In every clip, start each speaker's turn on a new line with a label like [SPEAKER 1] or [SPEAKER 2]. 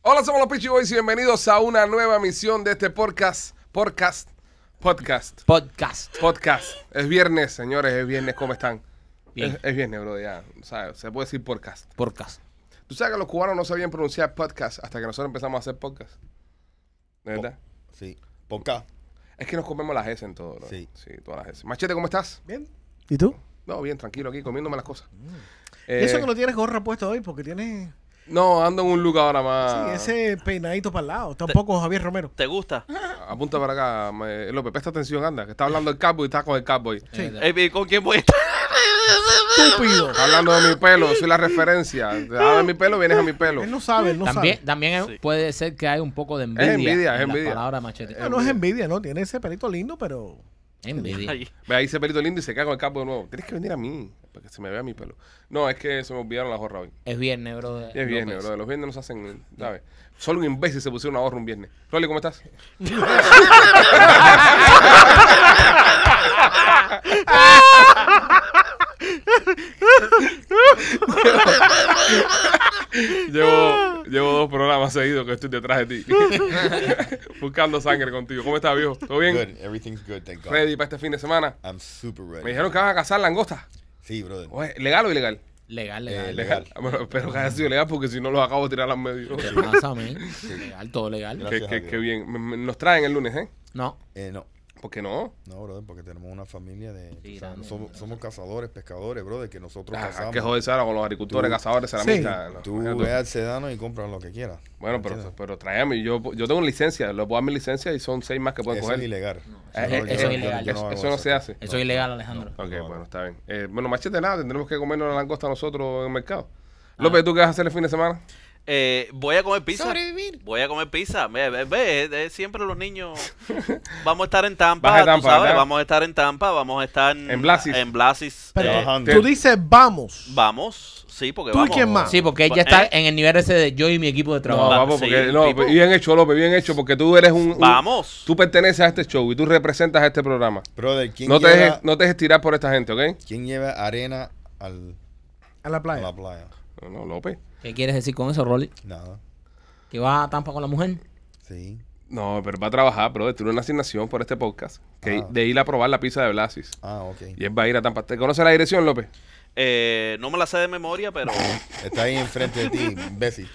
[SPEAKER 1] Hola, somos los Peachy Boys y bienvenidos a una nueva emisión de este podcast. Podcast. Podcast.
[SPEAKER 2] Podcast.
[SPEAKER 1] Podcast. Es viernes, señores, es viernes. ¿Cómo están?
[SPEAKER 2] Bien.
[SPEAKER 1] Es, es viernes, bro, ya. ¿sabes? Se puede decir podcast.
[SPEAKER 2] Podcast.
[SPEAKER 1] Tú sabes que los cubanos no sabían pronunciar podcast hasta que nosotros empezamos a hacer podcast. ¿De verdad?
[SPEAKER 3] Sí. Ponca.
[SPEAKER 1] Es que nos comemos las S en todo, bro.
[SPEAKER 3] Sí.
[SPEAKER 1] Sí, todas las S. Machete, ¿cómo estás?
[SPEAKER 4] Bien. ¿Y tú?
[SPEAKER 1] No, bien, tranquilo aquí, comiéndome las cosas.
[SPEAKER 4] Mm. Y eso
[SPEAKER 1] Eh,
[SPEAKER 4] que no tienes gorra puesta hoy, porque tienes
[SPEAKER 1] No, ando en un look ahora más.
[SPEAKER 4] sí, ese peinadito para el lado. Tampoco Javier Romero.
[SPEAKER 5] ¿Te gusta?
[SPEAKER 1] Apunta para acá, me- López, presta atención, anda, que está hablando el cowboy y está con el cowboy.
[SPEAKER 4] Sí.
[SPEAKER 5] Eh, eh, ¿Con quién voy a estar?
[SPEAKER 4] Estúpido.
[SPEAKER 1] Está hablando de mi pelo, soy la referencia. Te hablas de mi pelo, vienes a mi pelo.
[SPEAKER 4] Él no sabe, él no
[SPEAKER 2] También,
[SPEAKER 4] sabe.
[SPEAKER 2] también hay-
[SPEAKER 5] Sí.
[SPEAKER 2] puede ser que hay un poco de envidia.
[SPEAKER 1] envidia, es
[SPEAKER 2] en la
[SPEAKER 1] envidia. Eh,
[SPEAKER 2] palabra machete.
[SPEAKER 4] Ah, No, no es envidia, ¿no? Tiene ese pelito lindo, pero...
[SPEAKER 2] envidia.
[SPEAKER 5] Ahí.
[SPEAKER 1] Ve ahí ese pelito lindo y se cae con el cowboy de nuevo. Tienes que venir a mí, para que se me vea mi pelo. No, es que se me olvidaron las gorras hoy.
[SPEAKER 2] Es viernes, bro.
[SPEAKER 1] Y es viernes, bro. Los viernes nos hacen, ¿sabes? Solo un imbécil se pusieron una gorra un viernes. Rolly, ¿cómo estás? llevo, llevo dos programas seguidos que estoy detrás de ti. Buscando sangre contigo. ¿Cómo estás, viejo? ¿Todo bien?
[SPEAKER 3] Good. Everything's good, thank God.
[SPEAKER 1] ¿Ready para este fin de semana?
[SPEAKER 3] I'm super ready.
[SPEAKER 1] Me dijeron que van a cazar langostas.
[SPEAKER 3] Sí, brother.
[SPEAKER 1] Oye, ¿Legal o ilegal? Ah,
[SPEAKER 2] Legal,
[SPEAKER 3] Eh,
[SPEAKER 2] legal.
[SPEAKER 3] legal.
[SPEAKER 1] Bueno, espero que haya sido legal porque si no los acabo de tirar al medio.
[SPEAKER 2] ¿Qué pasa, man? Legal, todo legal.
[SPEAKER 3] Gracias
[SPEAKER 1] Qué-
[SPEAKER 3] a
[SPEAKER 1] qué-
[SPEAKER 3] Dios.
[SPEAKER 1] qué bien. Me- me- Nos traen el lunes, ¿eh?
[SPEAKER 2] No.
[SPEAKER 3] Eh, no.
[SPEAKER 1] ¿Por qué no?
[SPEAKER 3] No, brother, porque tenemos una familia de...
[SPEAKER 2] Sí,
[SPEAKER 3] o sea,
[SPEAKER 2] grande,
[SPEAKER 3] somos, somos cazadores, pescadores, brother, que nosotros
[SPEAKER 1] Ah, hay
[SPEAKER 3] cazamos.
[SPEAKER 1] que joderse ahora con los agricultores,
[SPEAKER 3] Tú-
[SPEAKER 1] cazadores,
[SPEAKER 4] sí.
[SPEAKER 1] ceramistas. no,
[SPEAKER 3] Tú
[SPEAKER 1] imagínate.
[SPEAKER 3] ve al sedano y compras lo que quieras.
[SPEAKER 1] Bueno,
[SPEAKER 3] ¿me
[SPEAKER 1] pero,
[SPEAKER 3] entiendes?
[SPEAKER 1] pero tráeme. Yo, yo tengo licencia, les puedo dar mi licencia y son seis más que pueden
[SPEAKER 3] Eso es
[SPEAKER 1] coger.
[SPEAKER 3] ilegal.
[SPEAKER 1] Eh,
[SPEAKER 2] Eso-
[SPEAKER 1] eh,
[SPEAKER 2] eso es
[SPEAKER 1] eh,
[SPEAKER 2] ilegal.
[SPEAKER 1] Eso,
[SPEAKER 3] hago
[SPEAKER 1] eso no se hace.
[SPEAKER 2] Eso es ilegal, Alejandro.
[SPEAKER 1] Ok, bueno, está bien. Eh, bueno, machete nada, tendremos que comernos la langosta nosotros en el mercado.
[SPEAKER 5] Ah.
[SPEAKER 1] López, ¿tú qué vas a hacer el fin de semana?
[SPEAKER 5] Eh, voy a comer pizza. Voy a comer pizza. Ve, ve, ve, eh, siempre los niños. Vamos a estar en Tampa,
[SPEAKER 1] Vas a
[SPEAKER 5] tú
[SPEAKER 1] Tampa,
[SPEAKER 5] sabes,
[SPEAKER 1] ¿verdad?
[SPEAKER 5] Vamos a estar en Tampa, vamos a estar
[SPEAKER 1] En Blasis.
[SPEAKER 5] En Blasis.
[SPEAKER 4] Pero
[SPEAKER 5] eh,
[SPEAKER 3] Trabajando.
[SPEAKER 4] tú dices vamos.
[SPEAKER 5] vamos, sí, porque
[SPEAKER 4] ¿Tú y
[SPEAKER 5] vamos.
[SPEAKER 4] quién más?
[SPEAKER 2] Sí, porque ella está
[SPEAKER 5] Eh,
[SPEAKER 2] en el nivel ese de yo y mi equipo de
[SPEAKER 1] No,
[SPEAKER 2] trabajo.
[SPEAKER 5] va-
[SPEAKER 1] vamos,
[SPEAKER 5] sí,
[SPEAKER 1] porque no,
[SPEAKER 5] tipo.
[SPEAKER 1] bien hecho, López, bien hecho, porque tú eres un, un-
[SPEAKER 5] Vamos.
[SPEAKER 1] Tú perteneces a este show y tú representas a este programa.
[SPEAKER 3] Brother, ¿quién,
[SPEAKER 1] No te,
[SPEAKER 3] lleva,
[SPEAKER 1] dejes, no te dejes tirar por esta gente, ¿ok?
[SPEAKER 3] ¿quién lleva arena al,
[SPEAKER 4] A la
[SPEAKER 3] a
[SPEAKER 4] playa.
[SPEAKER 3] la playa?
[SPEAKER 1] No, no, López.
[SPEAKER 2] ¿Qué quieres decir con eso, Rolly?
[SPEAKER 3] Nada.
[SPEAKER 2] ¿Que vas a Tampa con la mujer?
[SPEAKER 3] Sí.
[SPEAKER 1] No, pero va a trabajar, bro. Tiene una asignación por este podcast. Que
[SPEAKER 3] Ah.
[SPEAKER 1] De ir a probar la pizza de Blasis.
[SPEAKER 3] Ah, ok.
[SPEAKER 1] Y él va a ir a Tampa. ¿Te conoce la dirección, López?
[SPEAKER 5] Eh, no me la sé de memoria, pero.
[SPEAKER 3] Está ahí enfrente de ti, imbécil.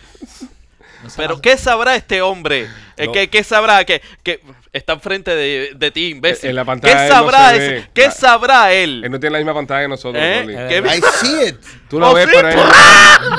[SPEAKER 2] No sé,
[SPEAKER 5] pero, ¿qué sabrá este hombre? Eh,
[SPEAKER 3] No.
[SPEAKER 5] ¿qué, qué sabrá? Que, que está enfrente de, de ti, imbécil.
[SPEAKER 1] En la pantalla él
[SPEAKER 5] ¿Qué
[SPEAKER 1] no
[SPEAKER 5] sabrá,
[SPEAKER 1] se
[SPEAKER 5] ese-
[SPEAKER 1] ve.
[SPEAKER 5] ¿qué
[SPEAKER 1] Ah.
[SPEAKER 5] sabrá él?
[SPEAKER 1] Él no tiene la misma pantalla que nosotros,
[SPEAKER 5] ¿Eh?
[SPEAKER 1] Rolly.
[SPEAKER 2] Eh,
[SPEAKER 5] ¿Qué-
[SPEAKER 3] I see it.
[SPEAKER 1] Tú lo
[SPEAKER 5] Oh,
[SPEAKER 1] ves,
[SPEAKER 5] sí,
[SPEAKER 1] pero él, no-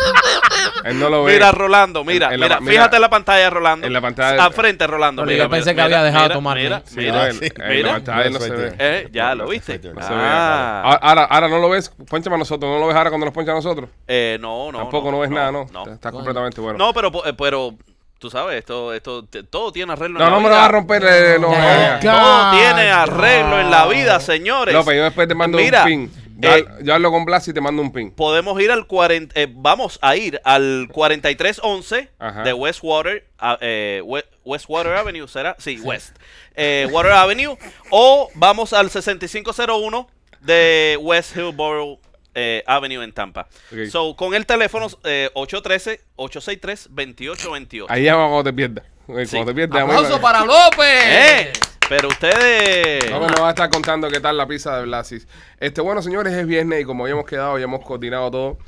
[SPEAKER 1] él no lo ve.
[SPEAKER 5] Mira, Rolando, mira,
[SPEAKER 1] En- en la
[SPEAKER 5] mira,
[SPEAKER 1] pa- mira.
[SPEAKER 5] fíjate en la pantalla, Rolando.
[SPEAKER 1] En la pantalla-
[SPEAKER 5] Al frente, Rolando.
[SPEAKER 2] Porque
[SPEAKER 5] mira,
[SPEAKER 2] yo pensé
[SPEAKER 5] mira,
[SPEAKER 2] que
[SPEAKER 5] mira,
[SPEAKER 2] había dejado
[SPEAKER 5] mira,
[SPEAKER 2] tomar,
[SPEAKER 5] Mira,
[SPEAKER 2] ¿no?
[SPEAKER 1] Sí,
[SPEAKER 5] mira,
[SPEAKER 1] no,
[SPEAKER 3] Ah,
[SPEAKER 1] él-
[SPEAKER 3] sí.
[SPEAKER 1] él- en
[SPEAKER 5] mira.
[SPEAKER 1] la pantalla no
[SPEAKER 3] That's
[SPEAKER 1] se
[SPEAKER 3] right
[SPEAKER 1] ve.
[SPEAKER 3] there.
[SPEAKER 5] Eh, ya lo
[SPEAKER 3] That's
[SPEAKER 5] viste.
[SPEAKER 3] right there.
[SPEAKER 1] No se ve.
[SPEAKER 5] Ah,
[SPEAKER 1] Ah, Ahora, ahora no lo ves. Ponchame a nosotros. No lo ves ahora cuando nos poncha a nosotros.
[SPEAKER 5] eh, no, no.
[SPEAKER 1] Tampoco no, ves nada, ¿no?
[SPEAKER 5] No,
[SPEAKER 1] Está
[SPEAKER 2] Bueno.
[SPEAKER 1] completamente bueno.
[SPEAKER 5] No, pero, po- eh, pero tú sabes, esto, esto, te- todo tiene arreglo.
[SPEAKER 1] No,
[SPEAKER 5] en
[SPEAKER 1] no
[SPEAKER 5] la
[SPEAKER 1] me lo
[SPEAKER 5] vida.
[SPEAKER 1] vas a romper. eh, no,
[SPEAKER 2] No,
[SPEAKER 1] eh,
[SPEAKER 4] no.
[SPEAKER 5] Todo tiene
[SPEAKER 4] Calla.
[SPEAKER 5] arreglo en la vida, señores.
[SPEAKER 1] López, yo después te mando
[SPEAKER 5] Mira,
[SPEAKER 1] un pin. Yo,
[SPEAKER 5] eh,
[SPEAKER 1] yo hablo con Blas y te mando un pin.
[SPEAKER 5] Podemos ir al 40, eh, vamos a ir al 4311
[SPEAKER 1] Ajá.
[SPEAKER 5] de Westwater, a- eh, We- Westwater Avenue, ¿será? Sí, West. Eh, Water Avenue. O vamos al 6501 de West Hillborough eh, Avenue en Tampa.
[SPEAKER 1] Ok.
[SPEAKER 5] So, con el teléfono eh, 813-863-2828.
[SPEAKER 1] Ahí llama cuando te pierdas. Eh,
[SPEAKER 5] Sí.
[SPEAKER 1] Cuando te pierdas,
[SPEAKER 2] ¡Aplauso
[SPEAKER 1] amigo.
[SPEAKER 2] para López!
[SPEAKER 5] ¡Eh! Pero ustedes...
[SPEAKER 1] No, nos va a estar contando qué tal la pizza de Blasis. Este, bueno, señores, es viernes y como habíamos quedado, ya hemos coordinado todo.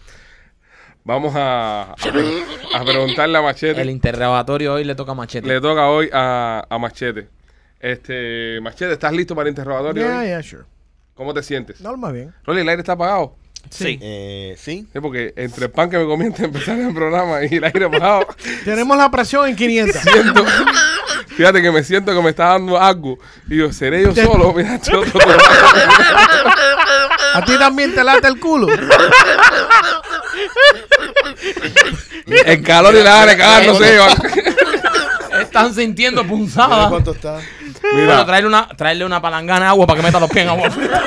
[SPEAKER 1] Vamos a, a, pre- a preguntarle a Machete.
[SPEAKER 2] El interrogatorio hoy le toca a Machete.
[SPEAKER 1] Le toca hoy a, a Machete. Este, Machete, ¿estás listo para el interrogatorio?
[SPEAKER 4] Yeah,
[SPEAKER 1] hoy?
[SPEAKER 4] yeah, sure.
[SPEAKER 1] ¿Cómo te sientes?
[SPEAKER 4] No, lo más bien.
[SPEAKER 1] Rolly, el aire está apagado.
[SPEAKER 5] Sí.
[SPEAKER 3] Eh, sí.
[SPEAKER 1] Sí, porque entre el pan que me comí antes de empezar el programa y el aire apagado,
[SPEAKER 4] Tenemos la presión en 500.
[SPEAKER 1] siento- fíjate que me siento que me está dando algo. Y yo, ¿seré yo
[SPEAKER 4] Te-
[SPEAKER 1] solo? Mira, yo-
[SPEAKER 4] A ti también te late el culo.
[SPEAKER 1] el calor y la aire, cagar, no sé.
[SPEAKER 2] Están sintiendo
[SPEAKER 3] ¿Sabes
[SPEAKER 2] punzadas.
[SPEAKER 3] cuánto está?
[SPEAKER 2] Bueno, traerle una, traerle una palangana de agua para que meta los pies en agua fría.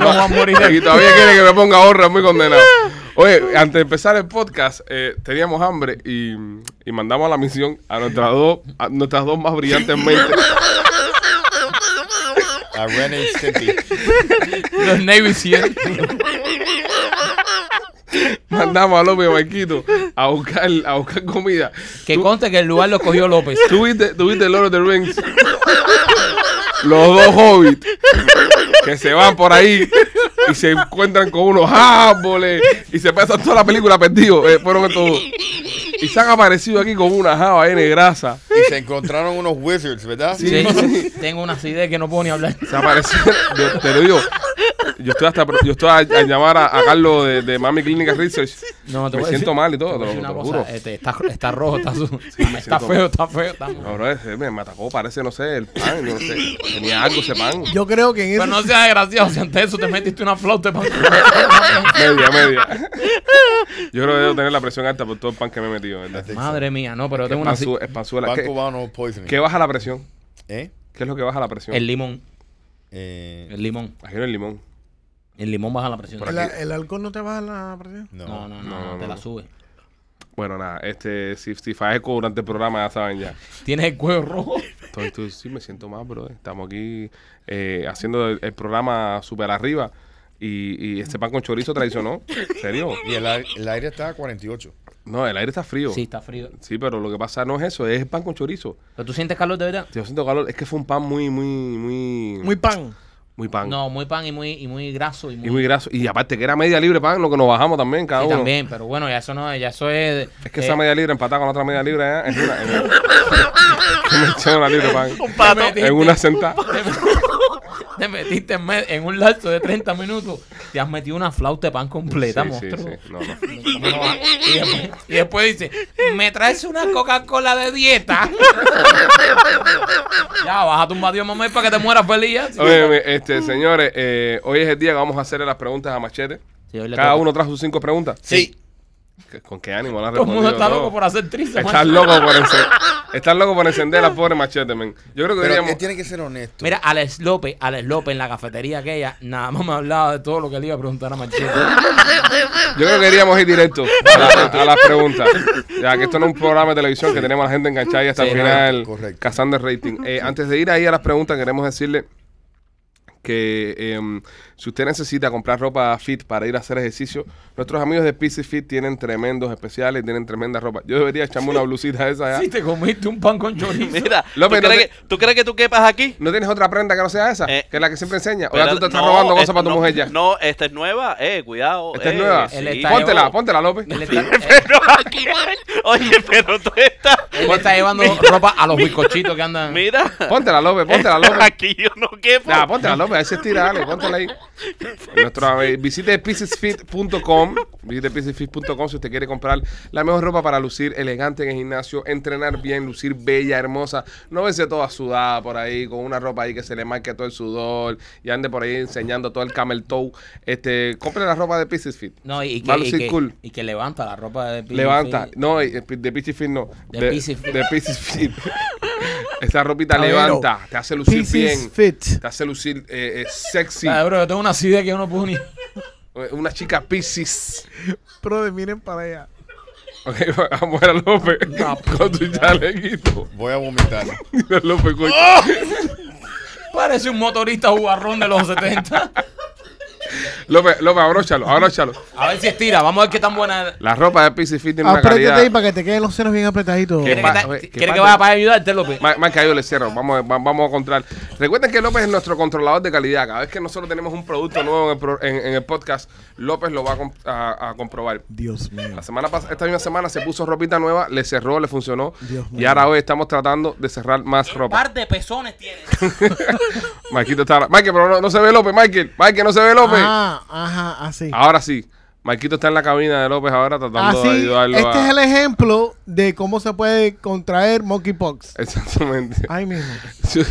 [SPEAKER 1] No, Y todavía quiere que me ponga ahorra, muy condenado. Oye, antes de empezar el podcast, eh, teníamos hambre y, y mandamos a la misión a nuestras dos, a nuestras dos más brillantes mentes.
[SPEAKER 3] A Ren and Stimpy.
[SPEAKER 2] Los Navy Seal.
[SPEAKER 1] Mandamos a López y a Marquito a a buscar, a buscar comida.
[SPEAKER 2] Que
[SPEAKER 1] Tú-
[SPEAKER 2] conste que el lugar lo cogió López.
[SPEAKER 1] ¿Tú viste, tú viste Lord of the Rings? Los dos hobbits que se van por ahí y se encuentran con unos árboles y se pasan toda la película perdidos. eh, fueron estos dos. Y se han aparecido aquí con una java N grasa.
[SPEAKER 3] Y se encontraron unos wizards, ¿verdad?
[SPEAKER 2] Sí, sí, tengo una acidez que no puedo ni hablar.
[SPEAKER 1] Se aparecieron. Yo, te lo digo. Yo estoy hasta yo estoy a, a llamar a, a Carlos de, de Mami Clinical Research.
[SPEAKER 2] No, te
[SPEAKER 1] Me
[SPEAKER 2] voy a
[SPEAKER 1] siento
[SPEAKER 2] decir-
[SPEAKER 1] mal y todo,
[SPEAKER 2] te voy a
[SPEAKER 1] te
[SPEAKER 2] decir
[SPEAKER 1] lo-
[SPEAKER 2] una
[SPEAKER 1] te lo
[SPEAKER 2] cosa,
[SPEAKER 1] juro.
[SPEAKER 2] este, está, está rojo, está azul. está
[SPEAKER 1] siento
[SPEAKER 2] feo, está feo, está feo.
[SPEAKER 1] No, bro, ese eh, me matacó, parece, no sé, el pan, yo no sé. Tenía algo ese pan.
[SPEAKER 4] Yo creo que en
[SPEAKER 2] Pero
[SPEAKER 4] eso.
[SPEAKER 2] no seas desgraciado, si antes de eso te metiste una flauta. pa-
[SPEAKER 1] Media, media. Yo creo que debo tener la presión alta por todo el pan que me he metido, ¿verdad?
[SPEAKER 2] Madre mía, no, pero tengo una acidez.
[SPEAKER 1] Espanzu- Espanzuela.
[SPEAKER 3] Pan
[SPEAKER 1] ¿Qué,
[SPEAKER 3] cubano poisoning.
[SPEAKER 1] qué baja la presión?
[SPEAKER 3] ¿Eh?
[SPEAKER 1] ¿Qué es lo que baja la presión?
[SPEAKER 2] El limón,
[SPEAKER 3] Eh,
[SPEAKER 2] el limón.
[SPEAKER 1] Imagino el limón.
[SPEAKER 2] El limón baja la presión.
[SPEAKER 4] El, el alcohol no te baja la presión.
[SPEAKER 3] no.
[SPEAKER 2] No, no, no,
[SPEAKER 1] No,
[SPEAKER 2] no,
[SPEAKER 1] no,
[SPEAKER 2] te la
[SPEAKER 1] no.
[SPEAKER 2] sube.
[SPEAKER 1] Bueno, nada, este, si, si fallezco durante el programa, ya saben ya.
[SPEAKER 2] Tienes el cuello rojo.
[SPEAKER 1] Estoy, estoy- sí, me siento mal, bro. Estamos aquí eh, haciendo el, el programa super arriba y, y este pan con chorizo traicionó. ¿En serio?
[SPEAKER 3] Y el, aire- el aire está a 48.
[SPEAKER 1] No, el aire está frío.
[SPEAKER 2] Sí, está frío.
[SPEAKER 1] Sí, pero lo que pasa no es eso, es el pan con chorizo.
[SPEAKER 2] ¿Pero tú sientes calor de verdad?
[SPEAKER 1] Yo siento calor, es que fue un pan muy, muy, muy,
[SPEAKER 4] Muy pan.
[SPEAKER 1] muy pan.
[SPEAKER 2] No, muy pan y muy, y muy graso. Y muy,
[SPEAKER 1] Y muy graso. Y aparte que era media libre pan, lo que nos bajamos también cada
[SPEAKER 2] Sí,
[SPEAKER 1] uno.
[SPEAKER 2] también, pero bueno, ya eso no, ya eso es.
[SPEAKER 1] Es que
[SPEAKER 2] eh,
[SPEAKER 1] esa media libra empatada con la otra media libra ¿eh? es una. Es una, me eché una libra pan.
[SPEAKER 5] Un pato.
[SPEAKER 2] Te metiste-
[SPEAKER 1] En una sentada.
[SPEAKER 2] Te metiste en, me- en un lapso de 30 minutos. Te has metido una flauta de pan completa,
[SPEAKER 1] Sí, sí,
[SPEAKER 2] monstruo.
[SPEAKER 1] sí. No, no.
[SPEAKER 2] ¿Cómo no vas? Y, después, y después dice, me traes una Coca-Cola de dieta. ya, bájate un batido mamá para que te mueras feliz. ya. Sí,
[SPEAKER 1] Oye, mi- este, señores, eh, hoy es el día que vamos a hacerle las preguntas a Machete.
[SPEAKER 2] hoy le
[SPEAKER 1] Cada
[SPEAKER 2] toca.
[SPEAKER 1] uno trajo sus cinco preguntas.
[SPEAKER 3] Sí.
[SPEAKER 1] ¿Qué- ¿Con qué ánimo las
[SPEAKER 2] Todo el mundo
[SPEAKER 1] respondido
[SPEAKER 2] está
[SPEAKER 1] todo?
[SPEAKER 2] loco por hacer trizas.
[SPEAKER 1] Estás
[SPEAKER 2] macho.
[SPEAKER 1] loco por encender. Estás loco por encender la pobre Machete, men. Yo creo que
[SPEAKER 3] Pero este
[SPEAKER 1] deberíamos.
[SPEAKER 3] él tiene que ser honesto.
[SPEAKER 2] Mira, Alex López, Alex López en la cafetería aquella, nada más me hablaba de todo lo que le iba a preguntar a Machete.
[SPEAKER 1] Yo creo que deberíamos ir directo a, la- a las preguntas. Ya que esto no es un programa de televisión que tenemos a la gente enganchada y hasta
[SPEAKER 2] Sí,
[SPEAKER 1] el
[SPEAKER 2] no,
[SPEAKER 1] final
[SPEAKER 3] correcto.
[SPEAKER 1] cazando el rating. Eh, antes de ir ahí a las preguntas, queremos decirle que em, si usted necesita comprar ropa fit para ir a hacer ejercicio, nuestros amigos de PC Fit tienen tremendos especiales, tienen tremenda ropa. Yo debería echarme una blusita de esa ya.
[SPEAKER 2] Si te comiste un pan con chorizo.
[SPEAKER 5] Mira,
[SPEAKER 1] López,
[SPEAKER 5] ¿tú,
[SPEAKER 1] no te-
[SPEAKER 5] crees que, tú crees que tú quepas aquí?
[SPEAKER 1] ¿No tienes otra prenda que no sea esa?
[SPEAKER 5] Eh,
[SPEAKER 1] que es la que siempre enseña. O ya
[SPEAKER 5] Pero
[SPEAKER 1] tú te estás
[SPEAKER 5] no,
[SPEAKER 1] robando cosas
[SPEAKER 5] esta-
[SPEAKER 1] para tu
[SPEAKER 5] no,
[SPEAKER 1] mujer ya.
[SPEAKER 5] No, esta es nueva, eh, cuidado.
[SPEAKER 1] Esta es
[SPEAKER 5] eh,
[SPEAKER 1] nueva.
[SPEAKER 5] sí.
[SPEAKER 2] Él está-
[SPEAKER 1] Póntela,
[SPEAKER 2] llevado.
[SPEAKER 1] póntela, López.
[SPEAKER 2] Él está,
[SPEAKER 5] Pero aquí, oye, pero tú estás.
[SPEAKER 2] él está llevando ropa a los bizcochitos que andan.
[SPEAKER 5] Mira,
[SPEAKER 1] Póntela, López, póntela, López.
[SPEAKER 5] aquí yo no quepo.
[SPEAKER 1] Nah, póntela, López, ahí se estira, dale, póntela ahí. Nuestro, eh, visite piecesfit.com, visite piecesfit.com si usted quiere comprar la mejor ropa para lucir elegante en el gimnasio, entrenar bien, lucir bella, hermosa, no verse toda sudada por ahí, con una ropa ahí que se le marque todo el sudor y ande por ahí enseñando todo el camel toe. Este, compre la ropa de Pieces Fit.
[SPEAKER 2] No, y
[SPEAKER 1] Va
[SPEAKER 2] que,
[SPEAKER 1] a
[SPEAKER 2] y,
[SPEAKER 1] lucir
[SPEAKER 2] que,
[SPEAKER 1] cool.
[SPEAKER 2] y que levanta la ropa de Pili
[SPEAKER 1] Levanta,
[SPEAKER 2] Fili.
[SPEAKER 1] no, eh, de Pieces Fit no,
[SPEAKER 2] De
[SPEAKER 1] de,
[SPEAKER 2] Pieces Fit.
[SPEAKER 1] de Pieces Fit. Esa ropita
[SPEAKER 4] Cabero.
[SPEAKER 1] levanta, te hace lucir
[SPEAKER 4] Pieces
[SPEAKER 1] bien.
[SPEAKER 4] Fit.
[SPEAKER 1] Te hace lucir eh, eh, sexy.
[SPEAKER 2] Ah, bro, yo tengo una acidez que yo no puedo ni.
[SPEAKER 1] Eh, Una chica Pisces.
[SPEAKER 4] Brother, miren para allá.
[SPEAKER 1] Ok, vamos a ver a López con tu chalequito.
[SPEAKER 3] Voy a vomitar.
[SPEAKER 1] Mira, López, coño.
[SPEAKER 4] ¡Oh!
[SPEAKER 2] Parece un motorista jugarrón de los 70.
[SPEAKER 1] López, López, abróchalo, abróchalo.
[SPEAKER 2] A ver si estira, vamos a ver qué tan buena. es.
[SPEAKER 1] La ropa de Pisces Fit tiene una
[SPEAKER 4] Apriétate
[SPEAKER 1] calidad.
[SPEAKER 4] ahí para que te queden los senos bien apretaditos.
[SPEAKER 1] ¿Qué
[SPEAKER 2] ¿Quiere que,
[SPEAKER 1] pa-
[SPEAKER 2] ta-
[SPEAKER 1] oye,
[SPEAKER 2] quiere
[SPEAKER 1] qué
[SPEAKER 2] que
[SPEAKER 1] pa-
[SPEAKER 2] vaya para ayudarte, López?
[SPEAKER 1] Más, más que yo le cierro, vamos, a- va- vamos a controlar. Recuerden que López es nuestro controlador de calidad. Cada vez que nosotros tenemos un producto nuevo en el, pro- en- en el podcast, López lo va a com- a- a comprobar.
[SPEAKER 4] Dios mío.
[SPEAKER 1] La semana pas- esta misma semana se puso ropita nueva, le cerró, le funcionó.
[SPEAKER 4] Dios
[SPEAKER 1] y
[SPEAKER 4] mío.
[SPEAKER 1] ahora hoy estamos tratando de cerrar más ropa.
[SPEAKER 2] de pezones tienes.
[SPEAKER 1] Marquito está. Michael, pero no, no se ve López, Michael. Michael, no se ve López.
[SPEAKER 4] Ah, ajá, así.
[SPEAKER 1] Ahora sí. Marquito está en la cabina de López ahora tratando
[SPEAKER 4] Así,
[SPEAKER 1] de ayudarlo.
[SPEAKER 4] este
[SPEAKER 1] a-
[SPEAKER 4] es el ejemplo de cómo se puede contraer monkeypox.
[SPEAKER 1] Exactamente.
[SPEAKER 4] Ahí mismo.
[SPEAKER 1] Si,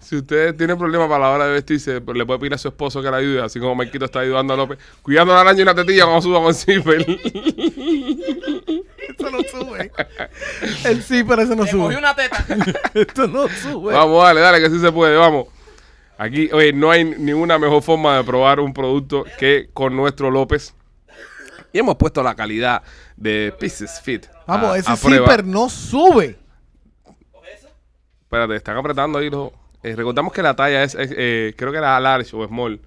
[SPEAKER 1] si usted tiene problemas para la hora de vestirse, pues, le puede pedir a su esposo que la ayude, así como Marquito está ayudando a López, cuidando la araña y la tetilla cuando suba con zipper.
[SPEAKER 4] Esto no sube. El sí, pero eso no sube.
[SPEAKER 2] una teta.
[SPEAKER 4] Esto no sube.
[SPEAKER 1] Vamos, dale, dale, que sí se puede, vamos. Aquí, oye, no hay ninguna mejor forma de probar un producto que con nuestro López. Y hemos puesto la calidad de Pieces Fit. a-
[SPEAKER 4] Vamos, ese
[SPEAKER 1] a
[SPEAKER 4] sí,
[SPEAKER 1] prueba.
[SPEAKER 4] pero no sube.
[SPEAKER 1] Espérate, están apretando ahí los. eh, recordamos que la talla es, es, eh, creo que era large o small.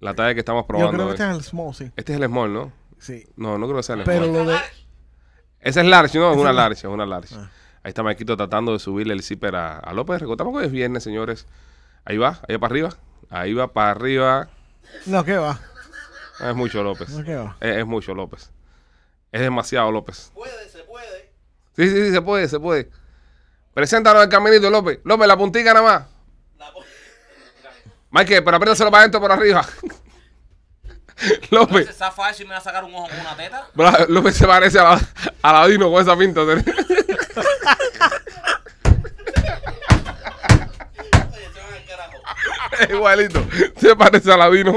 [SPEAKER 1] La talla que estamos
[SPEAKER 4] Yo
[SPEAKER 1] probando.
[SPEAKER 4] creo que
[SPEAKER 1] eh.
[SPEAKER 4] este es el small, sí.
[SPEAKER 1] Este es el small, ¿no?
[SPEAKER 4] Sí.
[SPEAKER 1] No, no creo que sea el
[SPEAKER 4] Pero
[SPEAKER 1] small.
[SPEAKER 4] lo de.
[SPEAKER 1] Esa es large, ¿no? Es una large, es una large.
[SPEAKER 4] Ah.
[SPEAKER 1] Ahí está Marquito tratando de subirle el zipper a, a López. Recordamos que hoy es viernes, señores. Ahí va, ahí va para arriba. Ahí va para arriba.
[SPEAKER 4] No, ¿qué va?
[SPEAKER 1] Ah, Es mucho López.
[SPEAKER 4] No, ¿qué va?
[SPEAKER 1] Es, es mucho López. Es demasiado López.
[SPEAKER 5] Puede, se puede.
[SPEAKER 1] Sí, sí, sí, se puede, se puede. Preséntanos al caminito, López. López, la puntica nada más. Mike, pero apriétaselo para adentro por arriba. López.
[SPEAKER 2] Entonces, zafa eso y me va a sacar un ojo con una teta.
[SPEAKER 1] Bra- López se parece a, la, a Ladino con esa pinta. ¿sí? Es Igualito. Se parece a Ladino.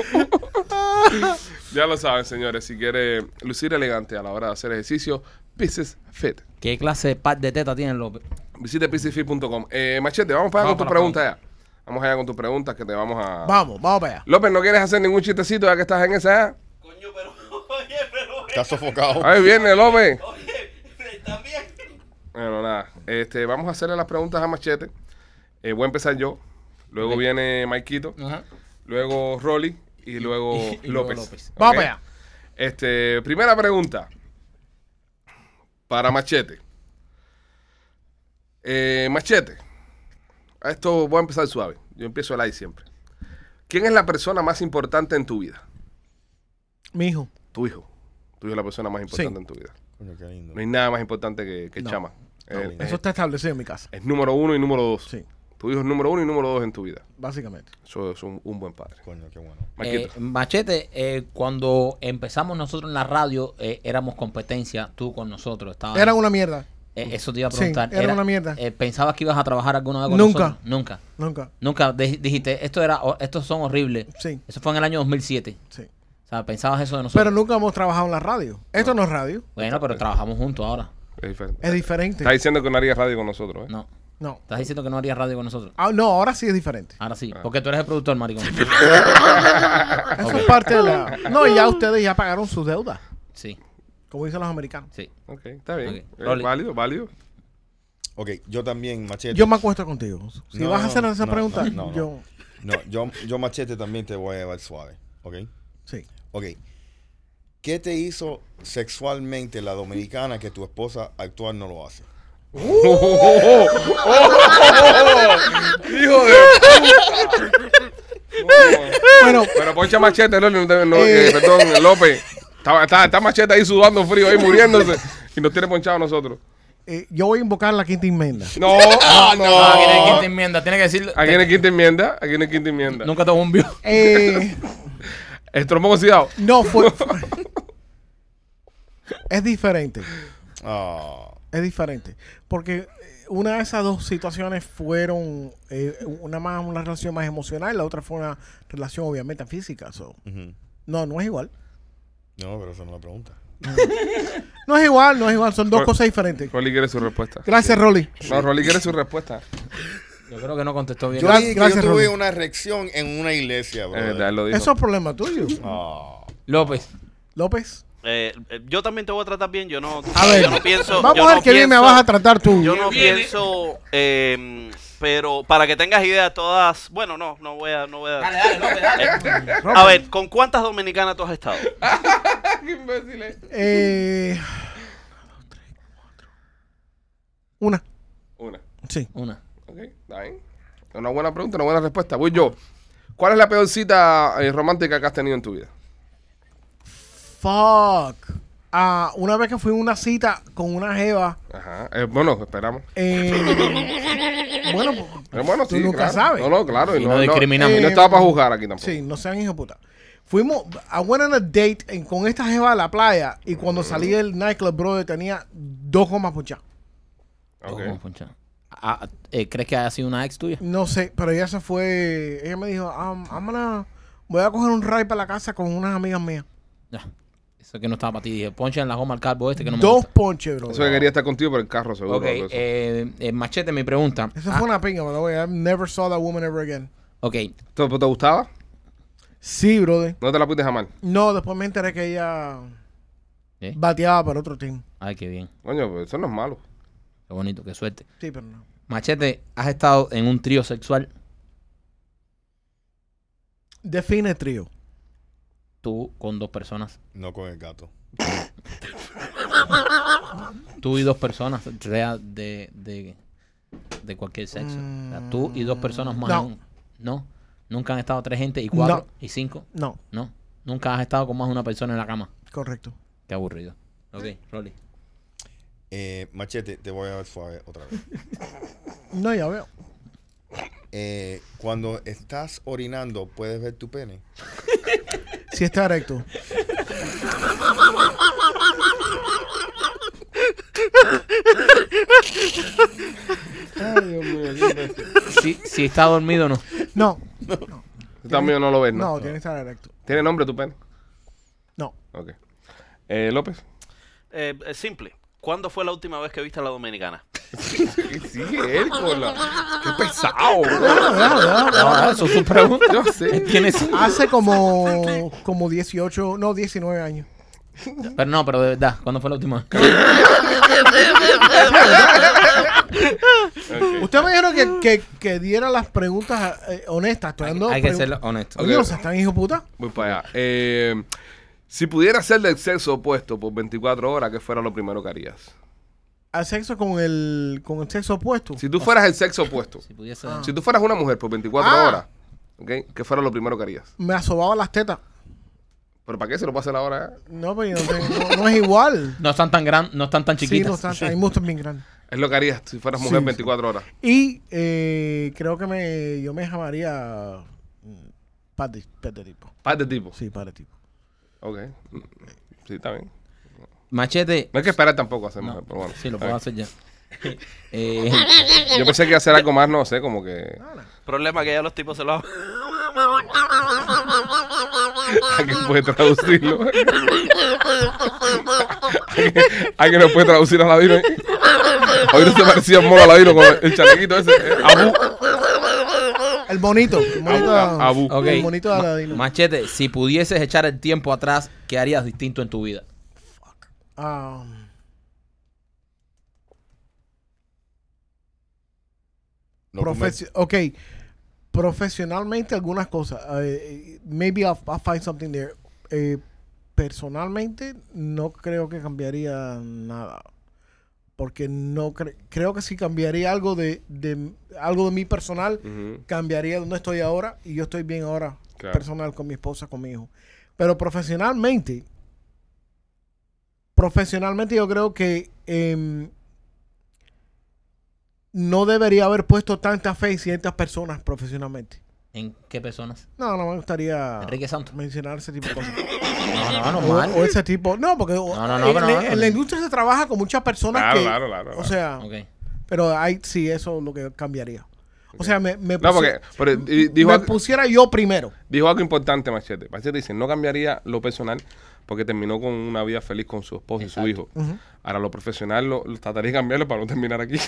[SPEAKER 1] ya lo saben, señores. Si quiere lucir elegante a la hora de hacer ejercicio, Pieces Fit.
[SPEAKER 2] ¿Qué clase de par de teta tiene López?
[SPEAKER 1] Visite piecesfit.com. Eh, machete, vamos para allá con
[SPEAKER 2] Vamos
[SPEAKER 1] tus
[SPEAKER 2] para la
[SPEAKER 1] preguntas ya. Vamos allá con tus preguntas que te vamos a...
[SPEAKER 4] Vamos, vamos para allá.
[SPEAKER 1] López, ¿no quieres hacer ningún chistecito ya que estás en esa? ya?
[SPEAKER 5] Coño, pero. Oye, pero.
[SPEAKER 3] Está sofocado.
[SPEAKER 1] A ver, viene López.
[SPEAKER 5] Oye, también.
[SPEAKER 1] Bueno, nada. Este, vamos a hacerle las preguntas a Machete. Eh, voy a empezar yo. Luego viene Maikito.
[SPEAKER 2] Ajá.
[SPEAKER 1] Luego Rolly. Y luego
[SPEAKER 2] Y- y luego
[SPEAKER 1] López.
[SPEAKER 2] López.
[SPEAKER 1] ¿Ok?
[SPEAKER 4] Vamos para allá.
[SPEAKER 1] Este, primera pregunta. Para Machete. Eh, machete. A esto voy a empezar suave. Yo empiezo el ahí siempre. ¿Quién es la persona más importante en tu vida?
[SPEAKER 4] Mi hijo.
[SPEAKER 1] Tu hijo. Tu hijo es la persona más importante en tu vida.
[SPEAKER 3] Coño, qué lindo.
[SPEAKER 1] No hay nada más importante que, que Chama. Eh,
[SPEAKER 4] Eso está establecido en mi casa.
[SPEAKER 1] Es número uno y número dos.
[SPEAKER 4] Sí.
[SPEAKER 1] Tu hijo es número uno y número dos en tu vida.
[SPEAKER 4] Básicamente.
[SPEAKER 1] Eso es un, un buen padre.
[SPEAKER 3] Coño, qué bueno.
[SPEAKER 1] Marquito.
[SPEAKER 2] Eh, machete, eh, cuando empezamos nosotros en la radio, eh, éramos competencia, tú con nosotros.
[SPEAKER 1] Ah.
[SPEAKER 2] estabas-
[SPEAKER 4] Era una mierda.
[SPEAKER 2] Eh, eso te iba a
[SPEAKER 4] Sí,
[SPEAKER 2] preguntar.
[SPEAKER 4] era una mierda.
[SPEAKER 2] eh, ¿Pensabas que ibas a trabajar alguna vez con
[SPEAKER 4] Nunca.
[SPEAKER 2] nosotros? Nunca.
[SPEAKER 4] Nunca.
[SPEAKER 2] Nunca dij- dijiste, esto era, o- estos son horribles.
[SPEAKER 4] Sí.
[SPEAKER 2] Eso fue en el año 2007.
[SPEAKER 4] Sí.
[SPEAKER 2] O sea, pensabas eso de nosotros.
[SPEAKER 4] Pero nunca hemos trabajado en la radio. Esto no es radio.
[SPEAKER 2] Bueno, pero trabajamos juntos ahora.
[SPEAKER 1] Es diferente.
[SPEAKER 4] Es diferente.
[SPEAKER 1] Está diciendo que no haría radio con nosotros, ¿eh?
[SPEAKER 2] No.
[SPEAKER 4] No.
[SPEAKER 2] Estás diciendo que no harías radio con nosotros.
[SPEAKER 4] Ah, no, ahora sí es diferente.
[SPEAKER 2] Ahora sí, porque tú eres el productor, maricón.
[SPEAKER 3] Ah,
[SPEAKER 4] Eso es parte de la. No, y ya ustedes ya pagaron sus deudas.
[SPEAKER 2] Sí,
[SPEAKER 4] Como dicen los americanos.
[SPEAKER 2] sí.
[SPEAKER 1] Ok, está bien.
[SPEAKER 2] Ok.
[SPEAKER 1] Eh,
[SPEAKER 2] Rolly.
[SPEAKER 1] válido, válido.
[SPEAKER 3] Ok, yo también, Machete.
[SPEAKER 4] Yo me acuesto contigo. Si
[SPEAKER 3] No,
[SPEAKER 4] vas a hacer
[SPEAKER 3] no,
[SPEAKER 4] esa
[SPEAKER 3] no,
[SPEAKER 4] pregunta,
[SPEAKER 3] no, no, no.
[SPEAKER 4] yo.
[SPEAKER 3] No, yo, yo, Machete, también te voy a llevar suave. Ok.
[SPEAKER 4] Sí.
[SPEAKER 3] Ok. ¿Qué te hizo sexualmente la dominicana que tu esposa actual no lo hace?
[SPEAKER 4] Uh.
[SPEAKER 1] Oh, ¡Hijo de puta! No.
[SPEAKER 4] Bueno,
[SPEAKER 1] Pero poncha machete, Loli, no te- no, eh,
[SPEAKER 4] Eh.
[SPEAKER 1] perdón, López. Está, está- está machete ahí sudando frío, ahí muriéndose. Y nos tiene ponchado a nosotros.
[SPEAKER 4] eh, yo voy a invocar la quinta enmienda.
[SPEAKER 1] No, no.
[SPEAKER 2] Ah, aquí no
[SPEAKER 4] Oh.
[SPEAKER 2] hay quinta enmienda, tiene que decir.
[SPEAKER 1] Aquí en el quinta enmienda, aquí en el quinta enmienda.
[SPEAKER 2] Nunca te bombió.
[SPEAKER 4] Eh,
[SPEAKER 1] El trombo oxidado.
[SPEAKER 4] no, fue. es diferente.
[SPEAKER 3] Ah,
[SPEAKER 4] Es diferente. Porque eh, una de esas dos situaciones fueron eh, una más una relación más emocional, la otra fue una relación obviamente física. so.
[SPEAKER 3] ujú.
[SPEAKER 4] No, no es igual.
[SPEAKER 3] No, pero eso no es la pregunta.
[SPEAKER 4] No es igual, no es igual. Son dos
[SPEAKER 5] Pues,
[SPEAKER 1] Por-
[SPEAKER 4] cosas diferentes.
[SPEAKER 1] Rolly quiere su respuesta.
[SPEAKER 4] Gracias, Rolly.
[SPEAKER 1] No, Rolly quiere su respuesta.
[SPEAKER 2] Yo creo que no contestó bien.
[SPEAKER 3] Yo
[SPEAKER 4] Gra-
[SPEAKER 3] dije que
[SPEAKER 4] gracias,
[SPEAKER 3] yo tuve
[SPEAKER 4] Rolly.
[SPEAKER 3] una erección en una iglesia, Ah, bro.
[SPEAKER 1] Es verdad, él Eh,
[SPEAKER 5] pues,
[SPEAKER 1] lo dijo.
[SPEAKER 4] Eso es problema tuyo.
[SPEAKER 2] López,
[SPEAKER 4] López.
[SPEAKER 5] Eh, eh, yo también te voy a tratar bien. Yo no.
[SPEAKER 4] A ver,
[SPEAKER 5] Yo no pienso.
[SPEAKER 4] vamos
[SPEAKER 5] yo
[SPEAKER 4] a ver
[SPEAKER 5] no
[SPEAKER 4] qué bien me
[SPEAKER 5] pienso-
[SPEAKER 4] vas a tratar tú.
[SPEAKER 5] Yo no
[SPEAKER 2] Viene.
[SPEAKER 5] pienso. eh, pero para que tengas idea, todas. Bueno, no, no voy a. No voy a...
[SPEAKER 2] Dale, dale, López, dale.
[SPEAKER 5] A ver, ¿con cuántas dominicanas tú has estado?
[SPEAKER 1] Qué imbécil es.
[SPEAKER 4] Eh, una,
[SPEAKER 1] Una.
[SPEAKER 4] sí.
[SPEAKER 2] Una.
[SPEAKER 1] Ok, está bien. Una buena pregunta, una buena respuesta. Voy yo. ¿Cuál es la peor cita eh, romántica que has tenido en tu vida?
[SPEAKER 4] Fuck. Ah, una vez que fui a una cita con una jeva.
[SPEAKER 1] Ajá. Eh, bueno, esperamos.
[SPEAKER 4] eh, bueno,
[SPEAKER 1] Pero bueno,
[SPEAKER 4] Tú
[SPEAKER 1] sí,
[SPEAKER 4] nunca
[SPEAKER 1] claro.
[SPEAKER 4] sabes.
[SPEAKER 1] No, no, claro.
[SPEAKER 2] Y no discriminamos.
[SPEAKER 1] y no estaba para juzgar aquí tampoco.
[SPEAKER 4] sí, no sean hijo de puta. Fuimos, I went on a date en- con esta jeva a la playa y cuando salí del nightclub, brother, tenía dos gomas ponchadas.
[SPEAKER 1] Ok.
[SPEAKER 2] Ojo, poncha. Ah, ah, eh, ¿Crees que haya sido una ex tuya?
[SPEAKER 4] No sé, pero ella se fue, ella me dijo, "Um, I'm gonna- voy a coger un ride para la casa con unas amigas mías.
[SPEAKER 2] Ya. Eso que no estaba para ti. Dije, poncha en la goma al calvo este que no me
[SPEAKER 4] Dos
[SPEAKER 2] gusta.
[SPEAKER 4] ponches, brother.
[SPEAKER 1] Eso que quería estar contigo, pero el carro seguro.
[SPEAKER 2] Ok,
[SPEAKER 1] algo de eso.
[SPEAKER 2] eh, eh, machete, mi pregunta.
[SPEAKER 4] Eso
[SPEAKER 2] Ah,
[SPEAKER 4] fue una pinga, by the way. I never saw that woman ever again.
[SPEAKER 2] Ok,
[SPEAKER 1] ¿Te, te gustaba?
[SPEAKER 4] Sí, brother.
[SPEAKER 1] ¿No te la pudiste jamás?
[SPEAKER 4] No, después me enteré que ella
[SPEAKER 2] ¿Eh?
[SPEAKER 4] bateaba para otro team.
[SPEAKER 2] ay, qué bien.
[SPEAKER 1] Coño, pues eso no es malo.
[SPEAKER 2] Qué bonito, qué suerte.
[SPEAKER 4] Sí, pero no.
[SPEAKER 2] Machete, ¿has estado en un trío sexual?
[SPEAKER 4] Define trío.
[SPEAKER 2] Tú con dos personas.
[SPEAKER 3] No con el gato.
[SPEAKER 2] Tú y dos personas, sea de, de, de cualquier sexo. O sea, tú y dos personas más
[SPEAKER 4] No.
[SPEAKER 2] aún. No. Nunca han estado tres gente y cuatro
[SPEAKER 4] No.
[SPEAKER 2] y cinco.
[SPEAKER 4] No,
[SPEAKER 2] No. Nunca has estado con más de una persona en la cama.
[SPEAKER 4] correcto.
[SPEAKER 2] Qué aburrido. Ok, Rolly.
[SPEAKER 3] Eh, machete, te voy a ver suave otra vez.
[SPEAKER 4] No, ya veo.
[SPEAKER 3] Eh, cuando estás orinando, ¿puedes ver tu pene?
[SPEAKER 4] Si está erecto.
[SPEAKER 1] Ay, Dios mío, qué imbécil.
[SPEAKER 2] Si, si está dormido, no.
[SPEAKER 4] No,
[SPEAKER 1] Tú también no lo ves,
[SPEAKER 4] no,
[SPEAKER 1] ¿no?
[SPEAKER 4] tiene que estar erecto.
[SPEAKER 1] ¿Tiene nombre tu pene?
[SPEAKER 4] No.
[SPEAKER 1] Ok. Eh, López.
[SPEAKER 5] Eh, eh, simple. ¿Cuándo fue la última vez que viste a la dominicana?
[SPEAKER 1] Sigue él con la... Qué pesado, bro.
[SPEAKER 4] Déjalo, déjalo, déjalo.
[SPEAKER 2] Ah, eso es su pregunta.
[SPEAKER 1] Yo sé.
[SPEAKER 2] Tiene cinco.
[SPEAKER 4] Hace como, como 18, no, 19 años.
[SPEAKER 2] Pero no, pero de verdad, ¿cuándo fue la última?
[SPEAKER 1] Ok.
[SPEAKER 4] Usted me dijeron que, que, que diera las preguntas eh, honestas. Estoy dando
[SPEAKER 2] Hay que
[SPEAKER 4] pregun-
[SPEAKER 2] ser honesto.
[SPEAKER 4] Oye, no seas tan hijo puta.
[SPEAKER 1] Voy para allá. Eh, si pudieras ser del sexo opuesto por 24 horas, ¿qué fuera lo primero que harías?
[SPEAKER 4] Al sexo con el, con el sexo opuesto.
[SPEAKER 1] Si tú fueras el sexo opuesto,
[SPEAKER 2] Si pudiese.
[SPEAKER 1] si tú fueras una mujer por 24
[SPEAKER 4] Ah.
[SPEAKER 1] horas, ¿ok? ¿qué fuera lo primero que harías?
[SPEAKER 4] Me asobaba las tetas.
[SPEAKER 1] ¿Pero para qué se lo pasa la hora?
[SPEAKER 4] No, pero yo no, tengo- no- no es igual.
[SPEAKER 2] No están tan gran, no están tan
[SPEAKER 4] Sí,
[SPEAKER 2] chiquitas.
[SPEAKER 4] no está, hay muchos bien grandes.
[SPEAKER 1] Es lo que harías si fueras mujer
[SPEAKER 4] Sí,
[SPEAKER 1] 24 horas.
[SPEAKER 4] Y eh, creo que me, yo me llamaría mm, par de, par de este tipo.
[SPEAKER 1] Par de tipos.
[SPEAKER 4] Sí, par de tipo.
[SPEAKER 1] Ok. Sí, está bien.
[SPEAKER 2] Machete.
[SPEAKER 1] No hay que esperar tampoco a ser mujer,
[SPEAKER 2] No,
[SPEAKER 1] pero bueno.
[SPEAKER 2] sí, lo
[SPEAKER 1] está
[SPEAKER 2] puedo
[SPEAKER 1] bien.
[SPEAKER 2] hacer ya. Eh,
[SPEAKER 1] Yo pensé que iba a hacer algo más, no sé, como que...
[SPEAKER 5] Problema que ya los tipos se lo
[SPEAKER 1] Alguien puede traducirlo. Alguien- Alguien nos puede traducir a Ladino. Hoy no se parecía mola a Ladino con el chalequito ese. eh, Abu.
[SPEAKER 4] El bonito. El bonito,
[SPEAKER 1] Abu. Abu.
[SPEAKER 2] ok.
[SPEAKER 4] el bonito de
[SPEAKER 2] Ma-
[SPEAKER 4] Aladino.
[SPEAKER 2] Machete, si pudieses echar el tiempo atrás, ¿qué harías distinto en tu vida?
[SPEAKER 4] Ah,
[SPEAKER 3] No, tú me-
[SPEAKER 4] profesio- ok. Profesionalmente algunas cosas. Eh, maybe I'll, I'll find something there. Eh, personalmente no creo que cambiaría nada. Porque no cre- creo que si cambiaría algo de, de algo de mi personal,
[SPEAKER 1] Ujú.
[SPEAKER 4] cambiaría donde estoy ahora y yo estoy bien ahora
[SPEAKER 1] Claro.
[SPEAKER 4] personal con mi esposa, con mi hijo. Pero profesionalmente, profesionalmente yo creo que em, no debería haber puesto tanta fe en ciertas personas profesionalmente.
[SPEAKER 2] ¿En qué personas?
[SPEAKER 4] No, no me gustaría
[SPEAKER 2] Enrique Santos.
[SPEAKER 4] mencionar ese tipo de cosas.
[SPEAKER 2] No, no,
[SPEAKER 4] O,
[SPEAKER 2] normal.
[SPEAKER 4] o ese tipo. No, porque o-
[SPEAKER 2] No, no, no,
[SPEAKER 4] en,
[SPEAKER 2] pero
[SPEAKER 4] en-
[SPEAKER 2] no, no.
[SPEAKER 4] en la industria se trabaja con muchas personas
[SPEAKER 1] Claro,
[SPEAKER 4] que.
[SPEAKER 1] claro, claro, claro.
[SPEAKER 4] O sea,
[SPEAKER 2] Ok.
[SPEAKER 4] pero hay, sí, eso es lo que cambiaría. O sea, me, me
[SPEAKER 1] No,
[SPEAKER 4] pusi-
[SPEAKER 1] porque pero, di- dijo,
[SPEAKER 4] me
[SPEAKER 1] algo-
[SPEAKER 4] pusiera yo primero.
[SPEAKER 1] dijo algo importante, Machete. Machete dice, no cambiaría lo personal porque terminó con una vida feliz con su esposo y su hijo. Ahora lo profesional lo, lo trataría de cambiarlo para no terminar aquí.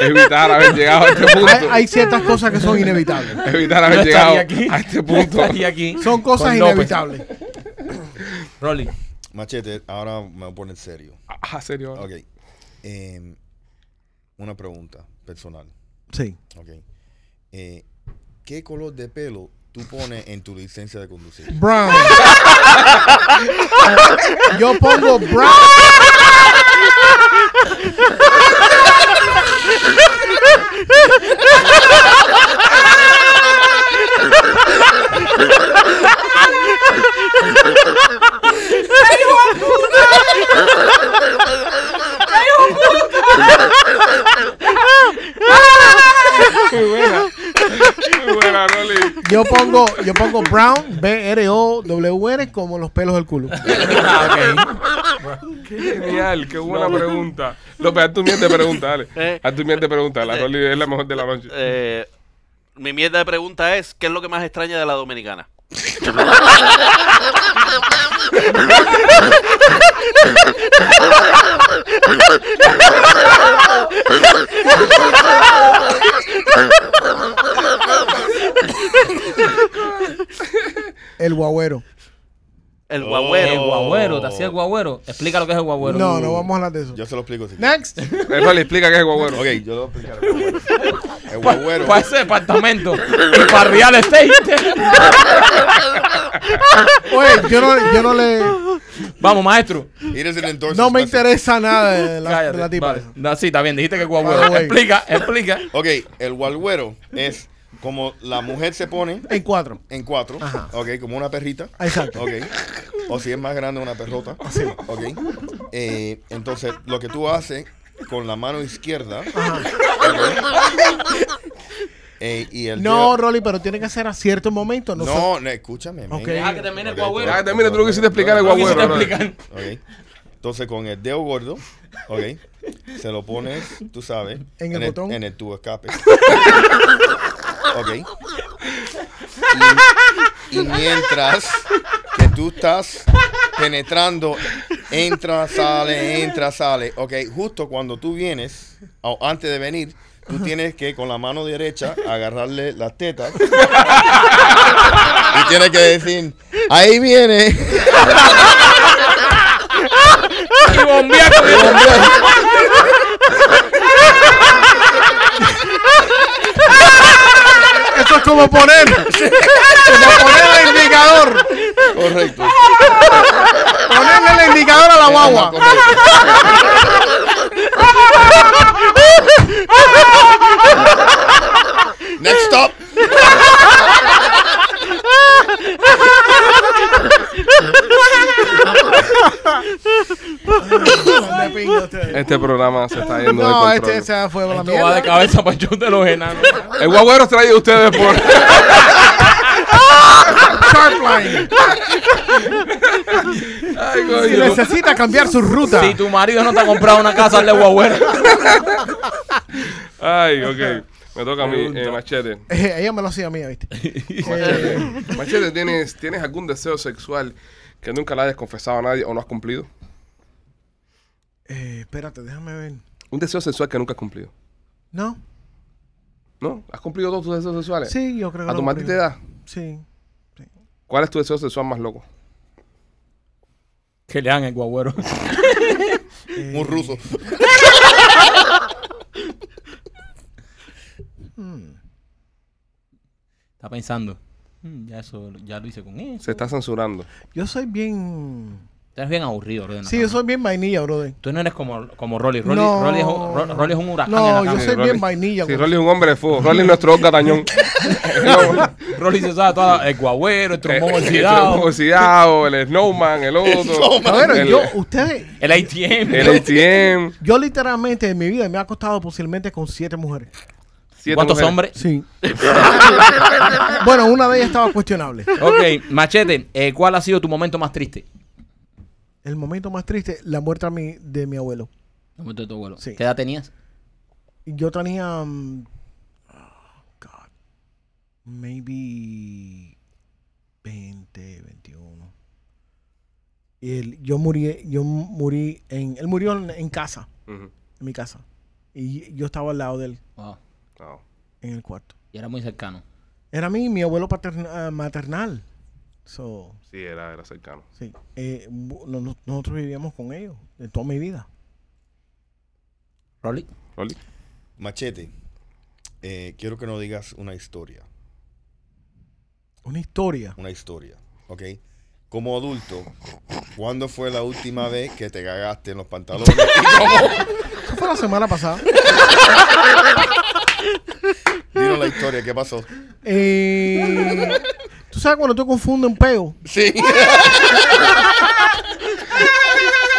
[SPEAKER 1] Evitar haber llegado a este punto.
[SPEAKER 4] Hay, hay ciertas cosas que son inevitables.
[SPEAKER 1] Evitar haber
[SPEAKER 2] No estaría
[SPEAKER 1] llegado
[SPEAKER 2] aquí.
[SPEAKER 1] a este punto.
[SPEAKER 2] Estaría aquí.
[SPEAKER 4] Son cosas
[SPEAKER 2] con López.
[SPEAKER 4] inevitables.
[SPEAKER 2] Rolly.
[SPEAKER 3] Machete, ahora me voy a poner serio.
[SPEAKER 1] Ah, serio.
[SPEAKER 3] Ok. Em, una pregunta personal.
[SPEAKER 4] Sí.
[SPEAKER 3] Ok. Eh, ¿Qué color de pelo tú pones en tu licencia de conducir?
[SPEAKER 4] Brown. Yo pongo brown.
[SPEAKER 1] Muy buena. Muy buena, Rolly.
[SPEAKER 4] Yo pongo, yo pongo brown, B R O W N como los pelos del culo.
[SPEAKER 2] Ah,
[SPEAKER 1] Genial, qué buena pregunta. López, haz tu mierda de pregunta, dale.
[SPEAKER 5] Eh.
[SPEAKER 1] Haz tu mierda de pregunta. La Rolly es la mejor de la noche.
[SPEAKER 5] Eh, mi mierda de pregunta es, ¿qué es lo que más extraña de la dominicana?
[SPEAKER 4] El guagüero.
[SPEAKER 5] El
[SPEAKER 3] Oh.
[SPEAKER 2] ok.
[SPEAKER 5] guagüero.
[SPEAKER 2] El guagüero, te hacía el guagüero. Explica lo que es el guagüero.
[SPEAKER 4] No, no vamos a hablar de eso.
[SPEAKER 3] Yo se lo explico si quieres.
[SPEAKER 4] Next.
[SPEAKER 1] Eh, Rolly, explica qué es guagüero.
[SPEAKER 3] Ok, yo lo voy a explicar. el guagüero. El guagüero.
[SPEAKER 4] Pues,
[SPEAKER 2] Para ese departamento. Y para Real Estate.
[SPEAKER 4] Oye, yo no, yo no le.
[SPEAKER 2] Vamos, maestro.
[SPEAKER 3] He doesn't endorse
[SPEAKER 4] No
[SPEAKER 3] this
[SPEAKER 4] me
[SPEAKER 3] message.
[SPEAKER 4] interesa nada de la, de
[SPEAKER 2] Cállate.
[SPEAKER 4] la tipa.
[SPEAKER 2] vale.
[SPEAKER 4] esa.
[SPEAKER 2] No, sí, está bien. Dijiste que
[SPEAKER 4] Ah,
[SPEAKER 2] guagüero.
[SPEAKER 4] güey.
[SPEAKER 2] Explica, explica.
[SPEAKER 3] Ok, el gualguero es como la mujer se pone
[SPEAKER 4] En cuatro.
[SPEAKER 3] en cuatro,
[SPEAKER 4] Ajá.
[SPEAKER 3] ok, como una perrita,
[SPEAKER 4] Exacto.
[SPEAKER 3] ok, o si es más grande una perrota,
[SPEAKER 4] Ah,
[SPEAKER 3] ok. Eh, entonces, lo que tú haces con la mano izquierda ok, eh, y el
[SPEAKER 4] No,
[SPEAKER 3] dedo-
[SPEAKER 4] Rolly, pero tiene que ser a cierto momento. No, sé.
[SPEAKER 3] no, no, escúchame. men.
[SPEAKER 4] Ok. Deja que
[SPEAKER 2] Ah, termine el
[SPEAKER 3] Ok,
[SPEAKER 2] guagüero.
[SPEAKER 1] Deja Ah, que termine, tú no quisiste explicar el
[SPEAKER 2] No quisiste
[SPEAKER 1] guagüero. brother.
[SPEAKER 2] explicar.
[SPEAKER 3] Ok. Entonces con el dedo gordo, ok, se lo pones, tú sabes,
[SPEAKER 4] En el botón.
[SPEAKER 3] en el tubo escape. ok. Y, y mientras que tú estás penetrando, entra, sale, entra, sale. Ok, justo cuando tú vienes, o antes de venir, tú tienes que con la mano derecha agarrarle las tetas. y tienes que decir, ahí viene.
[SPEAKER 2] Y bombea con el
[SPEAKER 4] Eso es como poner. como poner el indicador.
[SPEAKER 3] Correcto.
[SPEAKER 4] Ponerle el indicador a la guagua.
[SPEAKER 3] Ajá, correcto. Next stop.
[SPEAKER 4] Me pillo usted.
[SPEAKER 1] Este programa se está yendo
[SPEAKER 4] No,
[SPEAKER 1] de
[SPEAKER 4] este
[SPEAKER 1] control.
[SPEAKER 4] esa fue la
[SPEAKER 2] Esto va de
[SPEAKER 4] mierda.
[SPEAKER 2] cabeza para el show de los enanos.
[SPEAKER 1] El guagüero es traído a ustedes por...
[SPEAKER 4] Sharpline.
[SPEAKER 1] Ay,
[SPEAKER 4] Si
[SPEAKER 1] coño.
[SPEAKER 4] necesita cambiar su ruta.
[SPEAKER 2] Si tu marido no te ha comprado una casa, hazle guagüero.
[SPEAKER 1] Ay, ok. Me toca a mí, eh, Machete.
[SPEAKER 4] Eh, ella me lo hacía a mí, ¿viste? Eh,
[SPEAKER 1] Machete, ¿tienes, ¿tienes algún deseo sexual que nunca le hayas confesado a nadie o no has cumplido?
[SPEAKER 4] eh, espérate, déjame ver.
[SPEAKER 1] Un deseo sexual que nunca has cumplido.
[SPEAKER 4] ¿No?
[SPEAKER 1] ¿No? ¿Has cumplido todos tus deseos sexuales?
[SPEAKER 4] Sí, yo creo que
[SPEAKER 1] ¿A
[SPEAKER 4] lo
[SPEAKER 1] tu maldita
[SPEAKER 4] cumplí.
[SPEAKER 1] edad?
[SPEAKER 4] Sí.
[SPEAKER 1] ¿Cuál es tu deseo sexual más loco?
[SPEAKER 2] Que le hagan el guagüero.
[SPEAKER 4] Eh,
[SPEAKER 3] Un ruso.
[SPEAKER 2] Está pensando. "Mm, Ya eso, ya lo hice con él.
[SPEAKER 1] Se está censurando.
[SPEAKER 4] Yo soy bien.
[SPEAKER 2] Estás bien aburrido, Orden.
[SPEAKER 4] Sí, yo soy bien vainilla, brother.
[SPEAKER 2] Tú no eres como, como Rolly. Rolly,
[SPEAKER 4] No.
[SPEAKER 2] Rolly, es un, Ro- Rolly es un
[SPEAKER 1] Ah,
[SPEAKER 2] huracán
[SPEAKER 4] No,
[SPEAKER 2] en la
[SPEAKER 4] yo
[SPEAKER 2] cama.
[SPEAKER 4] soy bien vainilla,
[SPEAKER 1] Sí,
[SPEAKER 4] güey.
[SPEAKER 1] Rolly es un hombre de fuego. Rolly es nuestro Olga Tañón.
[SPEAKER 2] Rolly se sabe toda, el guagüero, el
[SPEAKER 1] Eh,
[SPEAKER 2] trombón
[SPEAKER 1] El
[SPEAKER 2] oxidado,
[SPEAKER 1] oxidado, el Snowman, el otro.
[SPEAKER 4] A ver,
[SPEAKER 1] el,
[SPEAKER 4] yo, ustedes.
[SPEAKER 2] el ATM.
[SPEAKER 1] el ATM.
[SPEAKER 4] Yo literalmente en mi vida me ha costado posiblemente con siete mujeres.
[SPEAKER 1] siete
[SPEAKER 2] ¿Cuántos
[SPEAKER 1] mujeres.
[SPEAKER 2] hombres?
[SPEAKER 4] Sí. bueno, una de ellas estaba cuestionable.
[SPEAKER 2] Ok, Machete, eh, ¿cuál ha sido tu momento más triste?
[SPEAKER 4] El momento más triste, la muerte a mi- de mi abuelo.
[SPEAKER 2] La muerte de tu abuelo.
[SPEAKER 4] Sí.
[SPEAKER 2] ¿Qué edad tenías?
[SPEAKER 4] Yo tenía. mm, oh, God. Maybe 20, 21. Y él- yo morí, yo morí en. Él murió en, en casa,
[SPEAKER 1] Ujú.
[SPEAKER 4] en mi casa. Y yo estaba al lado de él,
[SPEAKER 2] Wow.
[SPEAKER 1] No.
[SPEAKER 4] en el cuarto.
[SPEAKER 2] Y era muy cercano.
[SPEAKER 4] Era mi, mi abuelo paterna- eh, maternal. So,
[SPEAKER 1] Sí, era, era cercano.
[SPEAKER 4] sí. Eh, bu- no- no- nosotros vivíamos con ellos de toda mi vida.
[SPEAKER 2] Rolly.
[SPEAKER 1] Rolly.
[SPEAKER 3] Machete. eh, quiero que nos digas una historia.
[SPEAKER 4] Una historia.
[SPEAKER 3] Una historia. ¿Ok? Como adulto, ¿cuándo fue la última vez que te cagaste en los pantalones? Y cómo?
[SPEAKER 4] Eso fue la semana pasada.
[SPEAKER 3] Dinos la historia, ¿qué pasó?
[SPEAKER 4] Eh, Tú sabes cuando tú confundes un peo.
[SPEAKER 3] Sí.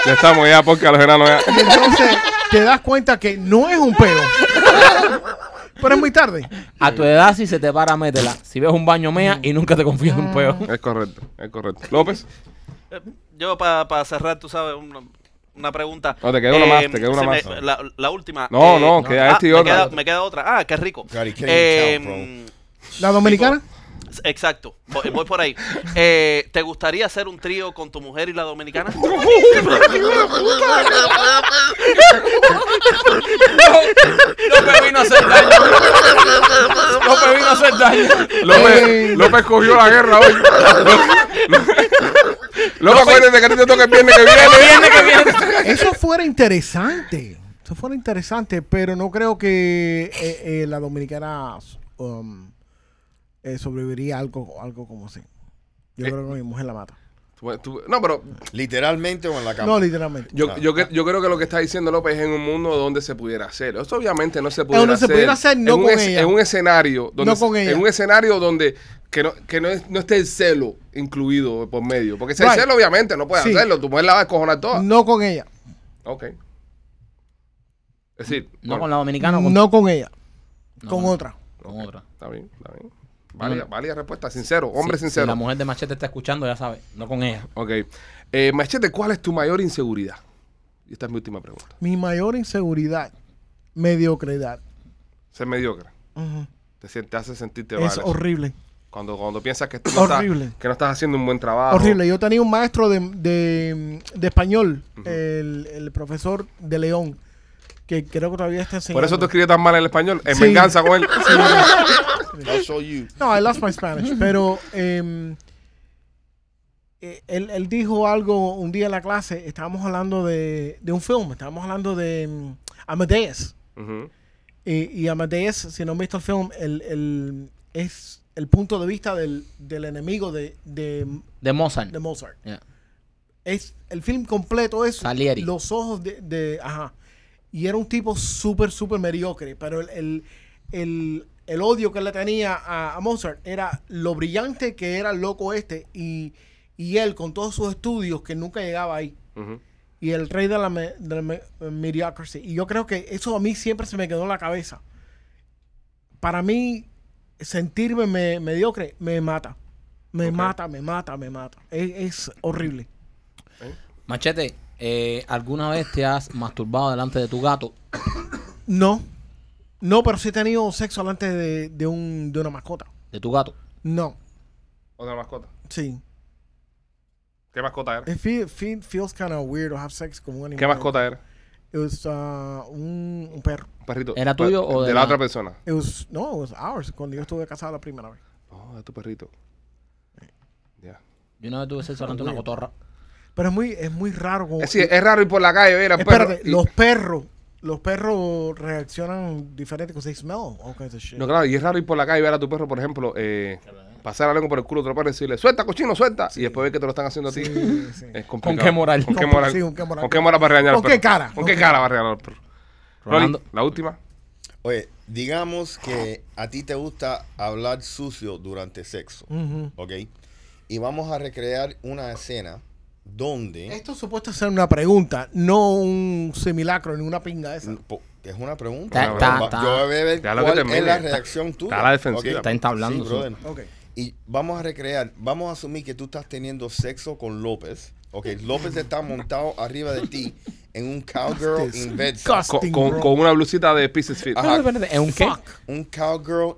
[SPEAKER 1] Ya estamos ya, porque a los enanos ya.
[SPEAKER 4] Y entonces te das cuenta que no es un peo. Pero es muy tarde.
[SPEAKER 2] A tu edad, si se te para, métela. Si ves un baño, mea y nunca te confías en un peo.
[SPEAKER 1] Es correcto, es correcto. López,
[SPEAKER 5] Eh, Yo para cerrar, tú sabes, una, una pregunta. Eh,
[SPEAKER 1] No, te queda una más, te queda una
[SPEAKER 5] se me-
[SPEAKER 1] más.
[SPEAKER 5] la, la última.
[SPEAKER 1] No, no, queda
[SPEAKER 5] ah,
[SPEAKER 1] esta y
[SPEAKER 5] me
[SPEAKER 1] otra.
[SPEAKER 5] queda- me queda otra. Ah, qué rico.
[SPEAKER 3] Gary, can't
[SPEAKER 5] Eh,
[SPEAKER 3] even
[SPEAKER 4] La dominicana.
[SPEAKER 5] Exacto, voy, voy por ahí. Eh, ¿Te gustaría hacer un trío con tu mujer y la dominicana?
[SPEAKER 2] López vino a hacer daño.
[SPEAKER 4] Ah.
[SPEAKER 2] López vino a hacer daño.
[SPEAKER 4] Ey. Eh.
[SPEAKER 1] López, López cogió la guerra hoy. López, acuérdate que a ti te toca el viernes que viene.
[SPEAKER 2] Viene que viene.
[SPEAKER 4] Eso fuera interesante. Eso fuera interesante, pero no creo que eh, eh, la dominicana um, eh, sobreviviría a algo, algo como así. Yo creo que mi mujer la mata.
[SPEAKER 1] Tú- tú- no, pero
[SPEAKER 3] Literalmente o en la cama.
[SPEAKER 4] No, literalmente.
[SPEAKER 1] yo,
[SPEAKER 3] Ah.
[SPEAKER 1] yo, cre- yo creo que lo que está diciendo López es en un mundo donde se pudiera hacer. Esto obviamente no se pudiera
[SPEAKER 4] Donde se
[SPEAKER 1] hacer.
[SPEAKER 4] pudiera hacer, no
[SPEAKER 1] en un
[SPEAKER 4] con
[SPEAKER 1] es-
[SPEAKER 4] ella.
[SPEAKER 1] En un escenario donde,
[SPEAKER 4] No con
[SPEAKER 1] se-
[SPEAKER 4] ella.
[SPEAKER 1] En un escenario donde que no, que no, es- no esté el celo incluido por medio. Porque si hay
[SPEAKER 4] Right.
[SPEAKER 1] celo, obviamente, no puedes
[SPEAKER 4] Sí.
[SPEAKER 1] hacerlo. Tu mujer la va a escojonar toda.
[SPEAKER 4] No con ella.
[SPEAKER 1] Ok. Es decir,
[SPEAKER 2] No
[SPEAKER 1] bueno,
[SPEAKER 2] con la dominicana, con,
[SPEAKER 4] No con ella.
[SPEAKER 2] No,
[SPEAKER 4] Con
[SPEAKER 2] no.
[SPEAKER 4] otra.
[SPEAKER 2] con otra.
[SPEAKER 1] está bien, está bien. Válida, válida respuesta, sincero, hombre
[SPEAKER 2] Si-
[SPEAKER 1] sincero.
[SPEAKER 2] Si la mujer de Machete está escuchando, ya sabe. No con ella.
[SPEAKER 1] Ok. Eh, Machete, ¿cuál es tu mayor inseguridad? Y esta es mi última pregunta.
[SPEAKER 4] Mi mayor inseguridad, mediocridad.
[SPEAKER 1] Ser mediocre.
[SPEAKER 4] Ujú.
[SPEAKER 1] Te, sien- te hace sentirte mal.
[SPEAKER 4] Es
[SPEAKER 1] eso.
[SPEAKER 4] horrible.
[SPEAKER 1] Cuando, cuando piensas que tú no estás,
[SPEAKER 4] Horrible.
[SPEAKER 1] que no estás haciendo un buen trabajo.
[SPEAKER 4] Horrible. Yo tenía un maestro de, de- de español, el, el profesor de León, que creo que todavía está enseñando.
[SPEAKER 1] Por eso tú escribes tan mal el español. En
[SPEAKER 4] Sí.
[SPEAKER 1] venganza con él.
[SPEAKER 3] I'll show you.
[SPEAKER 4] No, I lost my Spanish, pero em, eh, él, él dijo algo un día en la clase, estábamos hablando de, de un film, estábamos hablando de em, Amadeus.
[SPEAKER 1] Ujú.
[SPEAKER 4] Y, y Amadeus, si no han visto el film, el, el- es el punto de vista del, del enemigo de, de,
[SPEAKER 2] De Mozart.
[SPEAKER 4] de Mozart.
[SPEAKER 2] Ya.
[SPEAKER 4] Es, el film completo es
[SPEAKER 2] Salieri.
[SPEAKER 4] los ojos de, de- Ajá. Y era un tipo súper, súper mediocre, pero el, el, el- el odio que le tenía a, a Mozart era lo brillante que era el loco este y, y él con todos sus estudios que nunca llegaba ahí.
[SPEAKER 1] Ujú.
[SPEAKER 4] Y el rey de la, me- de la me- mediocrity. Y yo creo que eso a mí siempre se me quedó en la cabeza. Para mí, sentirme me- mediocre me mata. Me
[SPEAKER 1] Ok.
[SPEAKER 4] mata, me mata, me mata. Es, es horrible.
[SPEAKER 2] Machete, eh, ¿alguna vez te has masturbado delante de tu gato?
[SPEAKER 4] No. No, pero sí he tenido sexo delante de, de un, de una mascota.
[SPEAKER 2] De tu gato.
[SPEAKER 4] No.
[SPEAKER 1] Otra mascota.
[SPEAKER 4] Sí.
[SPEAKER 1] ¿Qué mascota era?
[SPEAKER 4] It fe- fe- feels kind of weird to have sex con un animal.
[SPEAKER 1] ¿Qué mascota era?
[SPEAKER 4] It was, uh, un, un perro.
[SPEAKER 1] Un perrito.
[SPEAKER 2] ¿Era tuyo o
[SPEAKER 1] de
[SPEAKER 2] de
[SPEAKER 1] la
[SPEAKER 2] la-
[SPEAKER 1] otra persona?
[SPEAKER 4] It was, no, it was ours, cuando yo estuve casado la primera vez.
[SPEAKER 1] No, de Oh, tu perrito.
[SPEAKER 4] Eh.
[SPEAKER 1] Ya.
[SPEAKER 2] Yo una vez tuve sexo delante de una cotorra.
[SPEAKER 4] Pero es muy, es muy raro. como-
[SPEAKER 1] Es, decir, es raro ir por la calle, ver a un perro
[SPEAKER 4] Eh, Espérate,
[SPEAKER 1] y-
[SPEAKER 4] los perros, los perros reaccionan diferente because they smell all kinds of shit.
[SPEAKER 1] No, claro, y es raro ir por la calle y ver a tu perro, por ejemplo, eh, pasar la lengua por el culo de otro perro y decirle, suelta, cochino, suelta. Y después ver que te lo están haciendo a ti.
[SPEAKER 4] Sí, sí.
[SPEAKER 1] Es complicado.
[SPEAKER 2] qué moral?
[SPEAKER 1] ¿Con qué
[SPEAKER 4] Con-
[SPEAKER 1] moral?
[SPEAKER 4] sí, con qué moral.
[SPEAKER 1] ¿Con qué moral va a regañar al
[SPEAKER 4] ¿Con qué
[SPEAKER 1] perro?
[SPEAKER 4] cara?
[SPEAKER 1] ¿Con
[SPEAKER 4] ¿Con
[SPEAKER 1] qué
[SPEAKER 4] qué
[SPEAKER 1] cara va a regañar al perro?
[SPEAKER 2] Rolando.
[SPEAKER 1] Rolly, la última.
[SPEAKER 3] Oye, digamos que a ti te gusta hablar sucio durante sexo,
[SPEAKER 4] Ujú.
[SPEAKER 3] ¿ok? Y vamos a recrear una escena donde...
[SPEAKER 4] Esto es supuesto ser una pregunta, no un simulacro ni una pinga esa.
[SPEAKER 3] Po- Es una pregunta.
[SPEAKER 1] Ta- ta-
[SPEAKER 3] Va-
[SPEAKER 2] ta.
[SPEAKER 3] Yo voy a ver
[SPEAKER 1] Ya lo
[SPEAKER 3] cuál
[SPEAKER 1] que
[SPEAKER 3] es
[SPEAKER 1] termine.
[SPEAKER 3] la reacción tuya.
[SPEAKER 1] está a la defensiva.
[SPEAKER 3] ¿ok?
[SPEAKER 1] Está
[SPEAKER 2] entablando,
[SPEAKER 3] Sí,
[SPEAKER 2] sí.
[SPEAKER 3] brother.
[SPEAKER 4] Ok.
[SPEAKER 3] Y vamos a recrear, vamos a asumir que tú estás teniendo sexo con López. Ok, López está montado arriba de ti en un cowgirl
[SPEAKER 4] Disgusting.
[SPEAKER 3] inversa.
[SPEAKER 1] Con,
[SPEAKER 4] Disgusting,
[SPEAKER 1] con,
[SPEAKER 4] bro.
[SPEAKER 1] con una blusita de Pieces Fit.
[SPEAKER 3] Ajá.
[SPEAKER 2] Espérate, espérate, ¿Es un qué?
[SPEAKER 4] Fuck.
[SPEAKER 3] Un cowgirl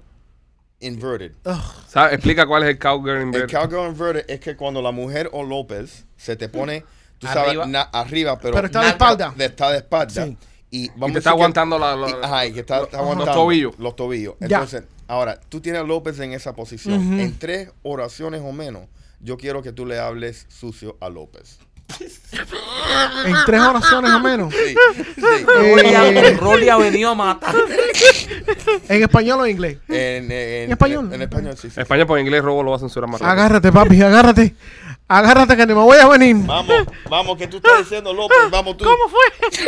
[SPEAKER 3] inverted.
[SPEAKER 4] Ugh.
[SPEAKER 1] ¿Sabes? Explica cuál es el cowgirl
[SPEAKER 3] El
[SPEAKER 1] inverted.
[SPEAKER 3] cowgirl inverted es que cuando la mujer o López se te pone, tú sabes,
[SPEAKER 2] Arriba.
[SPEAKER 3] na- arriba, pero,
[SPEAKER 4] Pero está de espalda.
[SPEAKER 3] de- está de espalda.
[SPEAKER 4] Sí.
[SPEAKER 3] Y, vamos
[SPEAKER 1] Y
[SPEAKER 3] a decir
[SPEAKER 1] te está
[SPEAKER 3] que-
[SPEAKER 1] aguantando la... la-
[SPEAKER 3] y- ajá, y que está, está
[SPEAKER 1] los
[SPEAKER 3] aguantando
[SPEAKER 1] tobillos.
[SPEAKER 3] Los tobillos.
[SPEAKER 4] Ya.
[SPEAKER 3] Entonces, ahora, tú tienes a López en esa posición.
[SPEAKER 4] Ujú.
[SPEAKER 3] En tres oraciones o menos, yo quiero que tú le hables sucio a López.
[SPEAKER 4] En tres oraciones o menos.
[SPEAKER 3] Sí, sí.
[SPEAKER 4] Eh,
[SPEAKER 2] Rolly ha venido a matar.
[SPEAKER 4] en español o en inglés.
[SPEAKER 3] En, en- en-
[SPEAKER 4] español?
[SPEAKER 3] En español, sí. sí.
[SPEAKER 1] España por inglés, robo lo va a censurar más rápido.
[SPEAKER 4] Agárrate, papi, agárrate. Agárrate que no me voy a venir.
[SPEAKER 3] Vamos, vamos, que tú estás diciendo, López? Vamos tú.
[SPEAKER 6] ¿Cómo fue? ¿Qué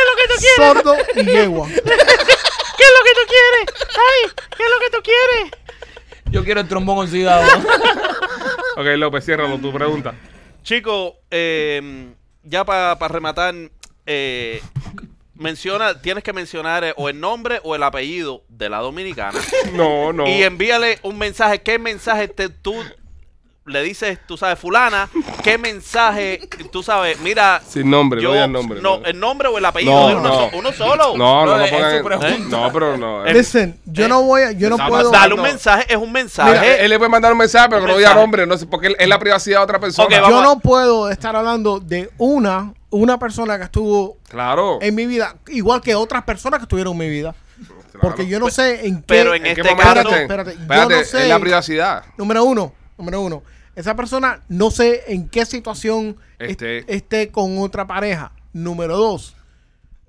[SPEAKER 6] es lo que tú quieres?
[SPEAKER 4] Sordo y yegua.
[SPEAKER 6] ¿Qué es lo que tú quieres? ¡Ay! ¿Qué es lo que tú quieres?
[SPEAKER 2] Yo quiero el trombón oxidado.
[SPEAKER 1] Ok, López, ciérralo tu pregunta.
[SPEAKER 5] Chico, eh, ya para rematar, eh, menciona, tienes que mencionar eh, o el nombre o el apellido de la dominicana.
[SPEAKER 1] No, no.
[SPEAKER 5] Y envíale un mensaje. ¿Qué mensaje te, tú le dices, tú sabes, fulana? ¿Qué mensaje, tú sabes, mira...
[SPEAKER 1] Sin nombre,
[SPEAKER 5] yo,
[SPEAKER 1] no digas nombre.
[SPEAKER 5] no, eh,
[SPEAKER 1] no.
[SPEAKER 5] el nombre o el apellido de uno, so- uno solo.
[SPEAKER 1] No, no,
[SPEAKER 2] Bro,
[SPEAKER 1] no
[SPEAKER 2] es
[SPEAKER 1] pongan.
[SPEAKER 2] su pregunta.
[SPEAKER 1] No, pero no.
[SPEAKER 5] Eh,
[SPEAKER 4] Listen, yo no voy a, yo no
[SPEAKER 1] Estaba
[SPEAKER 4] puedo.
[SPEAKER 5] Dale un
[SPEAKER 1] no.
[SPEAKER 5] mensaje, es un mensaje.
[SPEAKER 1] Mira, él le puede mandar un mensaje, pero
[SPEAKER 5] Un
[SPEAKER 1] que no diga
[SPEAKER 5] mensaje.
[SPEAKER 1] nombre, no sé, porque él- es la privacidad de otra persona.
[SPEAKER 5] Ok, vamos.
[SPEAKER 4] Yo no puedo estar hablando de una, una persona que estuvo
[SPEAKER 1] Claro.
[SPEAKER 4] en mi vida, igual que otras personas que estuvieron en mi vida.
[SPEAKER 1] claro.
[SPEAKER 4] Porque yo no sé en qué.
[SPEAKER 5] Pero en
[SPEAKER 1] ¿En
[SPEAKER 5] este
[SPEAKER 1] qué momento
[SPEAKER 5] caso-
[SPEAKER 1] te-
[SPEAKER 4] Espérate, yo
[SPEAKER 1] espérate,
[SPEAKER 4] no sé.
[SPEAKER 1] es la privacidad.
[SPEAKER 4] Número uno, número uno. Esa persona no sé en qué situación est-
[SPEAKER 1] Esté.
[SPEAKER 4] esté con otra pareja. Número dos.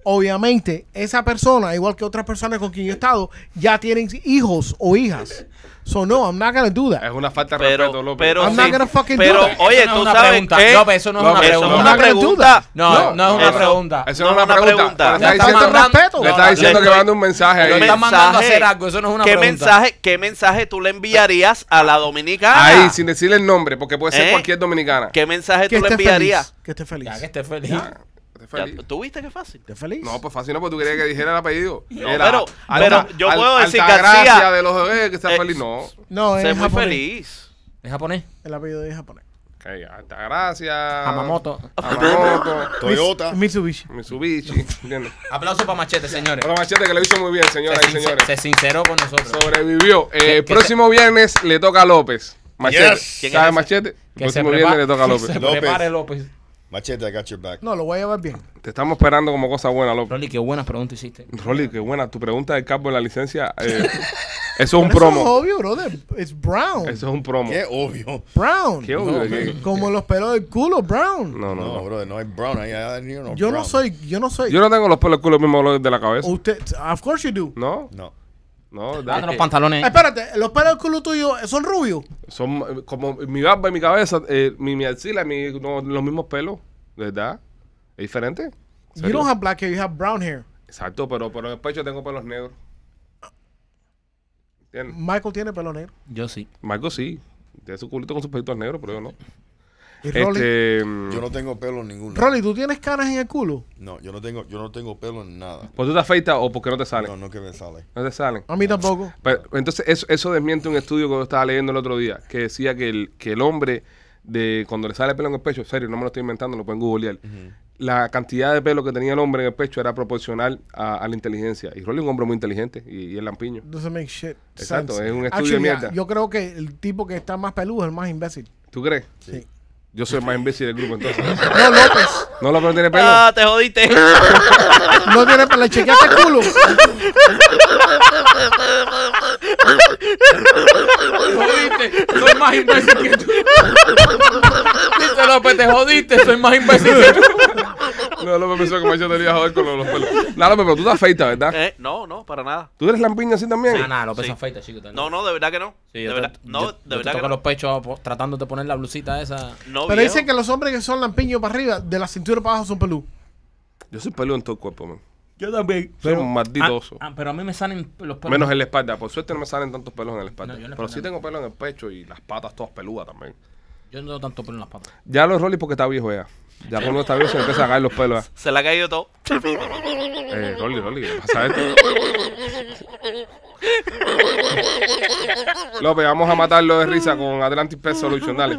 [SPEAKER 4] obviamente esa persona, igual que otras personas con quien yo he estado, ya tienen hijos o hijas. So no, I'm not gonna do
[SPEAKER 1] Es
[SPEAKER 4] that.
[SPEAKER 1] una falta de
[SPEAKER 5] Pero,
[SPEAKER 1] respeto, López.
[SPEAKER 5] pero,
[SPEAKER 4] I'm
[SPEAKER 5] sí,
[SPEAKER 4] not gonna fucking
[SPEAKER 5] pero,
[SPEAKER 4] do that.
[SPEAKER 5] oye,
[SPEAKER 2] Eso no es
[SPEAKER 5] tú
[SPEAKER 2] una
[SPEAKER 5] sabes
[SPEAKER 2] pregunta.
[SPEAKER 5] que-
[SPEAKER 2] López, eso no es una
[SPEAKER 5] Eso es
[SPEAKER 2] pregunta.
[SPEAKER 5] una
[SPEAKER 4] I'm not gonna do
[SPEAKER 5] pregunta.
[SPEAKER 4] that.
[SPEAKER 2] No, no es una
[SPEAKER 5] eso-
[SPEAKER 2] pregunta.
[SPEAKER 1] Eso no es una
[SPEAKER 5] no, una
[SPEAKER 1] pregunta.
[SPEAKER 5] pregunta.
[SPEAKER 1] Le está
[SPEAKER 2] Le estás
[SPEAKER 1] diciendo,
[SPEAKER 2] mandando-
[SPEAKER 4] respeto.
[SPEAKER 1] le está diciendo
[SPEAKER 5] Le
[SPEAKER 1] que
[SPEAKER 5] estoy-
[SPEAKER 1] manda un mensaje
[SPEAKER 2] Lo
[SPEAKER 1] ahí.
[SPEAKER 2] estás mandando a hacer algo, eso no es una
[SPEAKER 5] ¿qué
[SPEAKER 2] pregunta.
[SPEAKER 5] Mensaje, ¿Qué mensaje tú le enviarías a la dominicana?
[SPEAKER 1] Ahí, sin decirle el nombre, porque puede ser
[SPEAKER 5] ¿Eh?
[SPEAKER 1] cualquier dominicana.
[SPEAKER 5] ¿Qué mensaje
[SPEAKER 4] Que
[SPEAKER 5] tú le
[SPEAKER 4] esté
[SPEAKER 5] enviarías?
[SPEAKER 4] feliz. Que esté feliz.
[SPEAKER 2] Ya que
[SPEAKER 4] Que
[SPEAKER 2] esté feliz.
[SPEAKER 1] Esté
[SPEAKER 5] Ya,
[SPEAKER 1] feliz.
[SPEAKER 5] ¿Tú viste qué fácil?
[SPEAKER 4] esté feliz.
[SPEAKER 1] No, pues fácil no, porque tú querías que dijera el apellido.
[SPEAKER 5] No, pero- pero yo puedo decir
[SPEAKER 1] gracia
[SPEAKER 5] García.
[SPEAKER 1] de los bebés que está
[SPEAKER 5] Eh,
[SPEAKER 1] feliz. No.
[SPEAKER 4] No, es
[SPEAKER 5] Sé muy
[SPEAKER 4] japonés.
[SPEAKER 5] feliz.
[SPEAKER 2] ¿Es japonés?
[SPEAKER 4] El apellido es japonés.
[SPEAKER 1] Okay, Altagracia.
[SPEAKER 2] Hamamoto.
[SPEAKER 1] Hamamoto.
[SPEAKER 3] Toyota.
[SPEAKER 4] Mitsubishi.
[SPEAKER 1] Mitsubishi. ¿Entiendes?
[SPEAKER 2] Aplauso para Machete, señores.
[SPEAKER 1] Bueno, Machete que lo hizo muy bien, señoras
[SPEAKER 2] se,
[SPEAKER 1] y
[SPEAKER 2] sincer-
[SPEAKER 1] señores.
[SPEAKER 2] se sinceró con nosotros.
[SPEAKER 1] Sobrevivió. Eh,
[SPEAKER 2] Que- que
[SPEAKER 1] próximo viernes le toca a López. Machete.
[SPEAKER 3] Yes.
[SPEAKER 5] ¿Quién es
[SPEAKER 1] ¿Sabes
[SPEAKER 5] ese?
[SPEAKER 1] Machete?
[SPEAKER 2] que se
[SPEAKER 1] Próximo viernes
[SPEAKER 2] prepare-
[SPEAKER 1] le toca a
[SPEAKER 2] que
[SPEAKER 1] López.
[SPEAKER 2] se
[SPEAKER 3] López.
[SPEAKER 2] prepare López.
[SPEAKER 3] Machete, I got your back.
[SPEAKER 4] No, lo voy a llevar bien.
[SPEAKER 1] Te estamos esperando como cosa buena, López.
[SPEAKER 2] Rolly, qué buenas preguntas hiciste.
[SPEAKER 1] Rolly, qué buena. Tu pregunta del campo de la licencia. eh, eso es un
[SPEAKER 4] Pero Eso es
[SPEAKER 1] promo.
[SPEAKER 4] obvio, brother. It's brown.
[SPEAKER 1] Eso es un promo.
[SPEAKER 3] Qué obvio.
[SPEAKER 4] Brown.
[SPEAKER 1] Qué obvio, qué-
[SPEAKER 4] Como los pelos del culo, brown.
[SPEAKER 1] No, no,
[SPEAKER 3] No,
[SPEAKER 1] no.
[SPEAKER 3] brother, no hay brown ahí. I don't know
[SPEAKER 4] yo no
[SPEAKER 3] brown.
[SPEAKER 4] soy, yo no soy.
[SPEAKER 1] Yo no tengo los pelos del culo mismo color de la cabeza.
[SPEAKER 4] Usted, of course you do.
[SPEAKER 1] No,
[SPEAKER 3] No.
[SPEAKER 1] no.
[SPEAKER 2] Date
[SPEAKER 1] da-
[SPEAKER 2] los pantalones.
[SPEAKER 4] Espérate, los pelos del culo tuyo son rubios.
[SPEAKER 1] Son eh, como mi barba y mi cabeza, eh, mi, mi axila, mi, no, los mismos pelos. ¿Verdad? Es diferente.
[SPEAKER 4] You don't have black hair, you have brown hair.
[SPEAKER 1] Exacto, pero, pero en el pecho tengo pelos negros. ¿Entiendes?
[SPEAKER 4] Michael tiene pelo negro.
[SPEAKER 2] Yo sí.
[SPEAKER 1] Marco sí. Tiene su culito con sus pelitos negros, pero yo no.
[SPEAKER 4] Y Rolly,
[SPEAKER 1] Este,
[SPEAKER 3] Yo no tengo pelo en ningún lado.
[SPEAKER 4] Rolly, ¿tú tienes canas en el culo?
[SPEAKER 3] No, yo no tengo, yo no tengo pelo en nada.
[SPEAKER 1] ¿Por tú te afeitas o porque no te salen?
[SPEAKER 3] No, no que me sale.
[SPEAKER 1] No te salen.
[SPEAKER 4] A mí tampoco.
[SPEAKER 1] Pero, entonces, eso, eso desmiente un estudio que yo estaba leyendo el otro día, que decía que el, que el hombre, de cuando le sale pelo en el pecho, serio, no me lo estoy inventando, lo pueden googlear, la cantidad de pelo que tenía el hombre en el pecho era proporcional a, a la inteligencia. Y Rolly es un hombre muy inteligente y, y es lampiño.
[SPEAKER 4] Doesn't make shit
[SPEAKER 1] Exacto,
[SPEAKER 4] sense.
[SPEAKER 1] es un estudio de
[SPEAKER 4] Actually,
[SPEAKER 1] mierda.
[SPEAKER 4] Yo creo que el tipo que está más peludo es el más imbécil.
[SPEAKER 1] ¿Tú crees?
[SPEAKER 4] Sí.
[SPEAKER 1] Yo soy el más imbécil del grupo, entonces.
[SPEAKER 4] No, López.
[SPEAKER 1] ¿No lo tiene pelo?
[SPEAKER 5] Ah, te jodiste.
[SPEAKER 4] No tiene pelo. Le chequeaste el culo.
[SPEAKER 2] jodiste, soy más imbécil que tú. Dice López, te jodiste, soy más imbécil que tú.
[SPEAKER 1] No, López pensó que Machete le iba a joder con los, los pelos. No, López, pero tú te afeitas, ¿verdad?
[SPEAKER 4] Ah.
[SPEAKER 5] Eh, no, no, para nada.
[SPEAKER 1] ¿Tú eres lampiño así también?
[SPEAKER 2] Ah, nada, López
[SPEAKER 5] Sí.
[SPEAKER 2] se afeita, chico. también.
[SPEAKER 5] No, no, de verdad que no.
[SPEAKER 2] Sí,
[SPEAKER 5] de
[SPEAKER 2] yo
[SPEAKER 5] verdad.
[SPEAKER 2] te-
[SPEAKER 5] No,
[SPEAKER 2] yo-
[SPEAKER 5] de
[SPEAKER 2] yo te
[SPEAKER 5] verdad que
[SPEAKER 2] toco
[SPEAKER 5] no.
[SPEAKER 2] los pechos po- tratando de poner la blusita esa.
[SPEAKER 5] No,
[SPEAKER 4] Pero
[SPEAKER 5] viejo.
[SPEAKER 4] dicen que los hombres que son lampiños para arriba, de la cintura para abajo, son peludos.
[SPEAKER 1] Yo soy peludo en todo el cuerpo, man.
[SPEAKER 2] Yo también.
[SPEAKER 1] Soy un maldito
[SPEAKER 2] ah,
[SPEAKER 1] oso.
[SPEAKER 2] ah, pero a mí me salen los pelos.
[SPEAKER 1] Menos en la espalda. Por suerte no me salen tantos pelos en la espalda.
[SPEAKER 2] No, yo en la
[SPEAKER 1] pero sí
[SPEAKER 2] espalda no.
[SPEAKER 1] tengo pelo en el pecho y las patas todas peludas también.
[SPEAKER 2] Yo no tengo tanto pelo en las patas.
[SPEAKER 1] Ya los Rolly porque está viejo ya. Ya cuando uno está viejo se le empieza a caer los pelos. ya.
[SPEAKER 5] Se le ha caído todo.
[SPEAKER 1] Eh, Rolly, Rolly, ¿qué pasa esto? López, vamos a matarlo de risa con Atlantic Pest Solution, dale.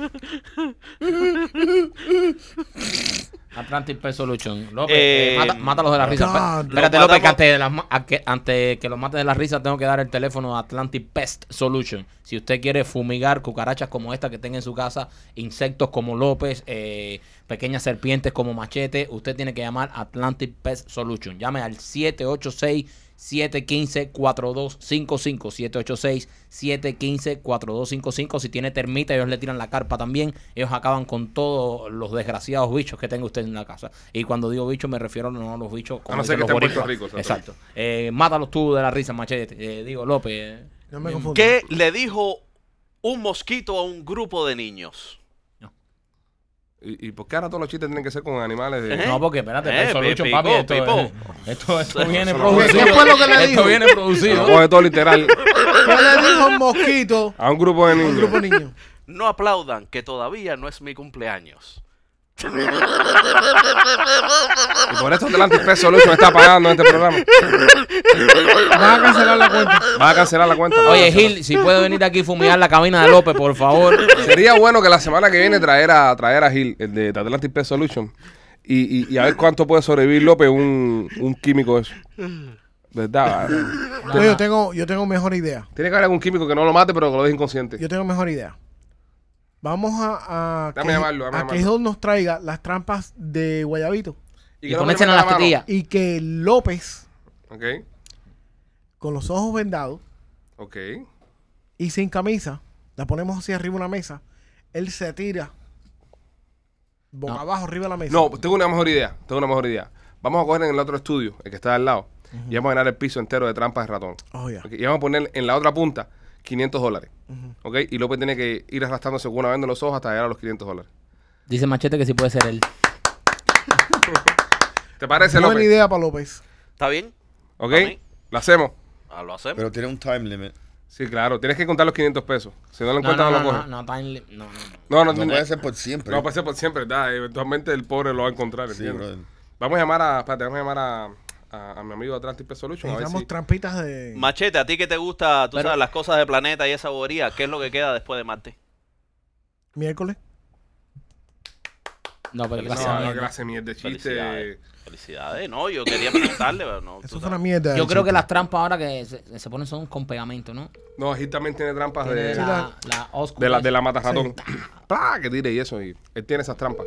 [SPEAKER 2] Atlantic Pest Solution. López,
[SPEAKER 5] Eh,
[SPEAKER 2] eh, mata- mátalos de la risa.
[SPEAKER 4] God.
[SPEAKER 2] Espérate, Espérate,
[SPEAKER 5] Los
[SPEAKER 2] López, que
[SPEAKER 5] matamos.
[SPEAKER 2] antes, de las ma- a que antes que los mates de la risa tengo que dar el teléfono a Atlantic Pest Solution. Si usted quiere fumigar cucarachas como esta que tenga en su casa, insectos como López, eh, pequeñas serpientes como Machete, usted tiene que llamar Atlantic Pest Solution. Llame al 786 715-4255, 786-715-4255. Si tiene termita, ellos le tiran la carpa también. Ellos acaban con todos los desgraciados bichos que tenga usted en la casa. Y cuando digo bichos, me refiero no a los bichos como
[SPEAKER 1] no ser
[SPEAKER 2] dicen
[SPEAKER 1] que
[SPEAKER 2] los
[SPEAKER 1] esté en Puerto
[SPEAKER 2] boricuas.
[SPEAKER 1] Rico, exacto.
[SPEAKER 2] Exacto. Eh, mátalos tú de la risa, machete. Eh, digo, López. eh,
[SPEAKER 4] No me
[SPEAKER 2] bien.
[SPEAKER 4] confundo.
[SPEAKER 5] ¿Qué le dijo un mosquito a un grupo de niños?
[SPEAKER 1] ¿Y, y por qué ahora todos los chistes tienen que ser con animales? De...
[SPEAKER 5] Ajá.
[SPEAKER 2] No, porque espérate,
[SPEAKER 5] Eh,
[SPEAKER 2] Pest Solution,
[SPEAKER 5] Pipo,
[SPEAKER 2] papi, esto,
[SPEAKER 5] Pipo.
[SPEAKER 2] eh, esto, esto
[SPEAKER 5] Eso
[SPEAKER 2] viene
[SPEAKER 1] no-
[SPEAKER 2] producido.
[SPEAKER 4] ¿Qué fue lo que le dijo?
[SPEAKER 2] Esto viene
[SPEAKER 1] Lo
[SPEAKER 2] producido.
[SPEAKER 1] coge todo literal
[SPEAKER 4] ¿Qué le dijo un mosquito
[SPEAKER 1] a un grupo de
[SPEAKER 4] a
[SPEAKER 1] niños.
[SPEAKER 4] un grupo de niños?
[SPEAKER 5] No aplaudan, que todavía no es mi cumpleaños.
[SPEAKER 1] Y por eso Atlantic Pest Solution está pagando este programa.
[SPEAKER 4] Vas a cancelar la cuenta.
[SPEAKER 1] Va a cancelar la cuenta. vas a
[SPEAKER 2] Oye,
[SPEAKER 1] cancelar.
[SPEAKER 2] Gil, si puede venir aquí a fumigar la cabina de López, por favor.
[SPEAKER 1] Sería bueno que la semana que viene traer a traer a Gil, el de Atlantic Pest Solution, y, y, y a ver cuánto puede sobrevivir López un, un químico de eso. ¿Verdad?
[SPEAKER 4] Oye, yo tengo, yo tengo mejor idea.
[SPEAKER 1] Tiene que haber algún químico que no lo mate, pero que lo deje inconsciente.
[SPEAKER 4] Yo tengo mejor idea. Vamos a, a
[SPEAKER 1] Dame
[SPEAKER 4] que,
[SPEAKER 1] llamarlo, dame
[SPEAKER 4] a
[SPEAKER 1] llamarlo.
[SPEAKER 4] que Hill nos traiga las trampas de Guayabito
[SPEAKER 2] Y
[SPEAKER 1] López
[SPEAKER 2] ponerse en
[SPEAKER 1] le
[SPEAKER 2] las
[SPEAKER 1] meta mano.
[SPEAKER 2] tetillas.
[SPEAKER 4] y que López,
[SPEAKER 1] Ok,
[SPEAKER 4] con los ojos vendados
[SPEAKER 1] ok.
[SPEAKER 4] y sin camisa, la ponemos así arriba de una mesa, él se tira boca
[SPEAKER 2] No.
[SPEAKER 4] abajo arriba de la mesa.
[SPEAKER 1] No, tengo una mejor idea. Tengo una mejor idea. Vamos a coger en el otro estudio, el que está al lado, y vamos a ganar el piso entero de trampas de ratón.
[SPEAKER 4] Oh, ya.
[SPEAKER 1] Ok, Y vamos a poner en la otra punta 500 dólares. ¿Ok? Y López tiene que ir arrastrándose con una venda en los ojos hasta llegar a los 500 dólares.
[SPEAKER 2] Dice Machete que sí puede ser él.
[SPEAKER 1] ¿Te parece,
[SPEAKER 4] Buena
[SPEAKER 1] López?
[SPEAKER 4] idea para López.
[SPEAKER 5] ¿Está bien?
[SPEAKER 1] ¿Ok?
[SPEAKER 5] Para mí.
[SPEAKER 1] ¿La hacemos?
[SPEAKER 5] Ah, lo hacemos.
[SPEAKER 3] Pero tiene un time limit.
[SPEAKER 1] Sí, claro. Tienes que contar los 500 pesos. Si no lo
[SPEAKER 2] No,
[SPEAKER 1] encuentras,
[SPEAKER 2] no,
[SPEAKER 1] no,
[SPEAKER 2] no,
[SPEAKER 1] lo
[SPEAKER 2] no,
[SPEAKER 1] coges.
[SPEAKER 2] no, time li- no, no, no.
[SPEAKER 1] No, no,
[SPEAKER 3] No
[SPEAKER 1] no.
[SPEAKER 3] puede ser por siempre.
[SPEAKER 1] No, puede ser por siempre, ¿verdad? Eventualmente el pobre lo va a encontrar,
[SPEAKER 3] Sí,
[SPEAKER 1] ¿entiendes?
[SPEAKER 3] brother.
[SPEAKER 1] Vamos a llamar a, espérate, vamos a llamar a, a, a mi amigo de Atlantic Pest Solution a ver
[SPEAKER 4] Necesitamos
[SPEAKER 1] si...
[SPEAKER 4] trampitas de.
[SPEAKER 5] Machete, a ti que te gusta, tú
[SPEAKER 2] Pero-
[SPEAKER 5] sabes, las cosas de planeta y esa bobería, ¿qué es lo que queda después de Marte?
[SPEAKER 4] miércoles.
[SPEAKER 2] No, pero
[SPEAKER 1] No,
[SPEAKER 2] gracias.
[SPEAKER 1] no,
[SPEAKER 2] mierda.
[SPEAKER 1] clase mierda,
[SPEAKER 5] Felicidades.
[SPEAKER 1] chiste.
[SPEAKER 5] Felicidades, no, yo quería preguntarle, pero no. tú
[SPEAKER 4] Eso fue una
[SPEAKER 5] sabes.
[SPEAKER 4] mierda.
[SPEAKER 2] Yo
[SPEAKER 4] el
[SPEAKER 2] creo que
[SPEAKER 4] chiste.
[SPEAKER 2] las trampas ahora que se, se ponen son con pegamento, ¿no?
[SPEAKER 1] No, Gil también tiene trampas
[SPEAKER 2] Tiene
[SPEAKER 1] de,
[SPEAKER 2] la, la Oscu-
[SPEAKER 1] de la, de la mata ratón. ¡Pla! Que tire y eso. Y él tiene esas trampas.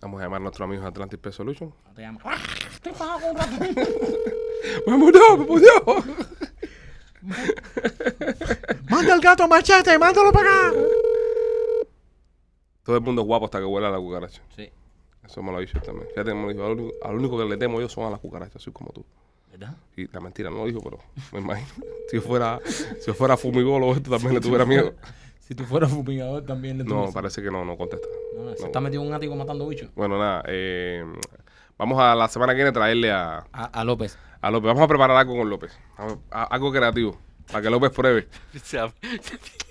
[SPEAKER 1] Vamos a llamar a nuestro amigo de Atlantic Pest Solution.
[SPEAKER 2] Te llama. ¡Ah! Estoy pagado con un ratón.
[SPEAKER 1] ¡Vámonos, vámonos!
[SPEAKER 4] Manda el gato machete, mándalo para acá.
[SPEAKER 1] Todo el mundo es guapo hasta que huela la cucaracha.
[SPEAKER 2] Sí,
[SPEAKER 1] Eso me lo ha dicho él también. Fíjate, me lo dijo. Al único, al único que le temo yo son a las cucarachas. Soy como tú.
[SPEAKER 2] ¿verdad?
[SPEAKER 1] Y la mentira no lo dijo, pero me imagino. Si yo fuera, si yo fuera fumigólogo, esto también le tuviera miedo.
[SPEAKER 2] Si tú fueras fumigador también le
[SPEAKER 1] No,
[SPEAKER 2] tuviese-
[SPEAKER 1] parece que no, no contesta.
[SPEAKER 2] No, se
[SPEAKER 1] No.
[SPEAKER 2] está metido en un ático matando bichos.
[SPEAKER 1] Bueno, nada. eh, vamos a la semana que viene traerle a,
[SPEAKER 2] A, a López.
[SPEAKER 1] a López. Vamos a preparar algo con López. Vamos a- algo creativo. Para que López pruebe.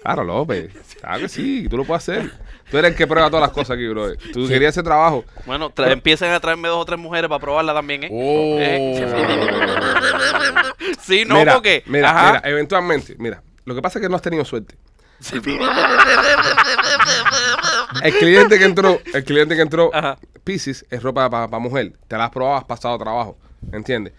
[SPEAKER 1] Claro, López. Claro que sí, tú lo puedes hacer. Tú eres el que prueba todas las cosas aquí, bro. Tú querías ese trabajo.
[SPEAKER 5] bueno, tra- empiecen a traerme dos o tres mujeres para probarla también, ¿eh?
[SPEAKER 3] Oh.
[SPEAKER 5] Sí, no,
[SPEAKER 1] mira,
[SPEAKER 5] porque.
[SPEAKER 1] mira,
[SPEAKER 5] Ajá.
[SPEAKER 1] mira, eventualmente, mira. Lo que pasa es que no has tenido suerte. El cliente que entró, el cliente que entró,
[SPEAKER 5] Ajá.
[SPEAKER 1] Pisces es ropa para mujer. Te la has probado, has pasado trabajo. ¿Entiendes?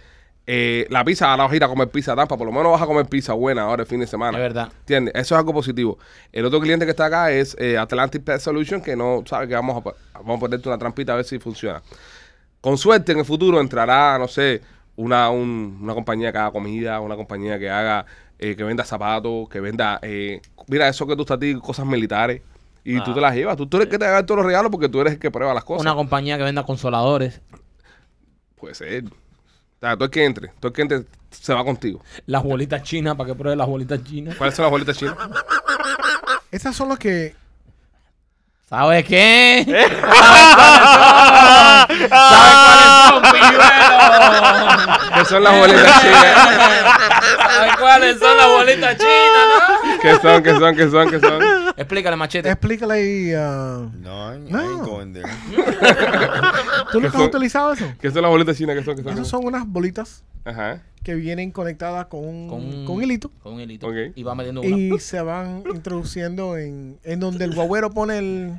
[SPEAKER 1] Eh, la pizza, ahora vas a ir a comer pizza tampa. Por lo menos vas a comer pizza buena ahora el fin de semana.
[SPEAKER 2] Es verdad.
[SPEAKER 1] ¿Entiendes? Eso es algo positivo. El otro cliente que está acá es eh, Atlantic Pet Solution, que no sabe que vamos a, po- vamos a ponerte una trampita a ver si funciona. Con suerte en el futuro entrará, no sé, una, un- una compañía que haga comida, una compañía que haga, eh, que venda zapatos, que venda, eh, mira, eso que tú estás a ti, cosas militares. Y tú
[SPEAKER 5] Ah.
[SPEAKER 1] te las llevas. Tú, tú eres el que te va a dar todos los regalos porque tú eres el que prueba las cosas.
[SPEAKER 2] Una compañía que venda consoladores.
[SPEAKER 1] Puede ser. O sea, tú el que entre, tú el que entre se va contigo.
[SPEAKER 2] Las bolitas chinas, para que pruebe las bolitas chinas.
[SPEAKER 1] ¿Cuáles son las bolitas chinas?
[SPEAKER 4] Esas son las que.
[SPEAKER 2] ¿Sabes qué?
[SPEAKER 1] ¿Eh? ¿Qué son las bolitas chinas?
[SPEAKER 2] ¿Sabes cuáles son las bolitas chinas, no?
[SPEAKER 1] ¿Qué son? ¿Qué son? ¿Qué son? ¿Qué son?
[SPEAKER 2] Explícale, machete.
[SPEAKER 4] Explícale ahí. ah,
[SPEAKER 3] No, I ain't- I
[SPEAKER 4] No.
[SPEAKER 3] ain't going there.
[SPEAKER 4] ¿Tú nunca has
[SPEAKER 1] son?
[SPEAKER 4] utilizado eso?
[SPEAKER 1] ¿Qué son las bolitas chinas? ¿Qué son? ¿Qué son?
[SPEAKER 4] Esas son unas bolitas
[SPEAKER 1] Ajá.
[SPEAKER 4] que vienen conectadas con un,
[SPEAKER 2] Con un-
[SPEAKER 4] con un hilito
[SPEAKER 2] Con un hilito.
[SPEAKER 1] Ok.
[SPEAKER 2] Y va metiendo una.
[SPEAKER 4] y se van introduciendo en, en donde el guagüero pone el.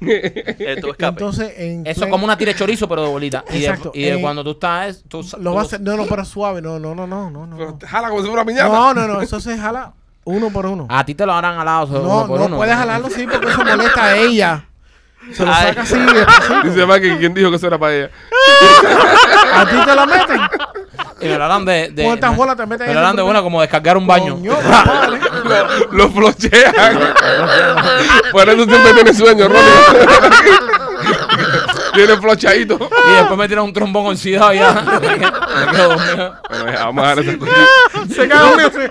[SPEAKER 5] Eh, tu escape.
[SPEAKER 4] Entonces, en.
[SPEAKER 2] Eso
[SPEAKER 4] plen-
[SPEAKER 2] es como una tira de chorizo, pero de bolita. Y de,
[SPEAKER 4] Exacto.
[SPEAKER 2] y de
[SPEAKER 4] Eh,
[SPEAKER 2] cuando tú estás. Tú, sa-
[SPEAKER 4] Lo
[SPEAKER 2] tú-
[SPEAKER 4] va a hacer- No, no, pero suave. No, no, no, no, no. No,
[SPEAKER 1] Pero Jala como si fuera una piñata.
[SPEAKER 4] no, no, no, Eso se jala uno por uno.
[SPEAKER 2] A ti te lo habrán jalado. solo
[SPEAKER 4] No,
[SPEAKER 2] Ah, uno por
[SPEAKER 4] no
[SPEAKER 2] uno.
[SPEAKER 4] puedes jalarlo sí porque eso molesta a ella. Se lo
[SPEAKER 5] Ay.
[SPEAKER 4] saca así despacito.
[SPEAKER 1] Dice más que quién dijo que eso era para ella.
[SPEAKER 4] A ti te la meten.
[SPEAKER 2] Y me lo harán de. de
[SPEAKER 4] ¿Cuántas
[SPEAKER 2] me-
[SPEAKER 4] bolas te
[SPEAKER 2] Me
[SPEAKER 4] metes ahí
[SPEAKER 2] lo
[SPEAKER 4] en
[SPEAKER 2] harán
[SPEAKER 4] el
[SPEAKER 2] de
[SPEAKER 4] primer-
[SPEAKER 2] buena como descargar un baño.
[SPEAKER 4] Coño, compadre.
[SPEAKER 1] Lo, lo flochean. Por eso siempre tiene sueño, Ronnie. Tiene flochadito.
[SPEAKER 2] Y después me tiran un trombón oxidado y ya. Me quedo dormido.
[SPEAKER 1] Bueno, ya, vamos a dejar esa cosa.
[SPEAKER 4] Se caga uno. se-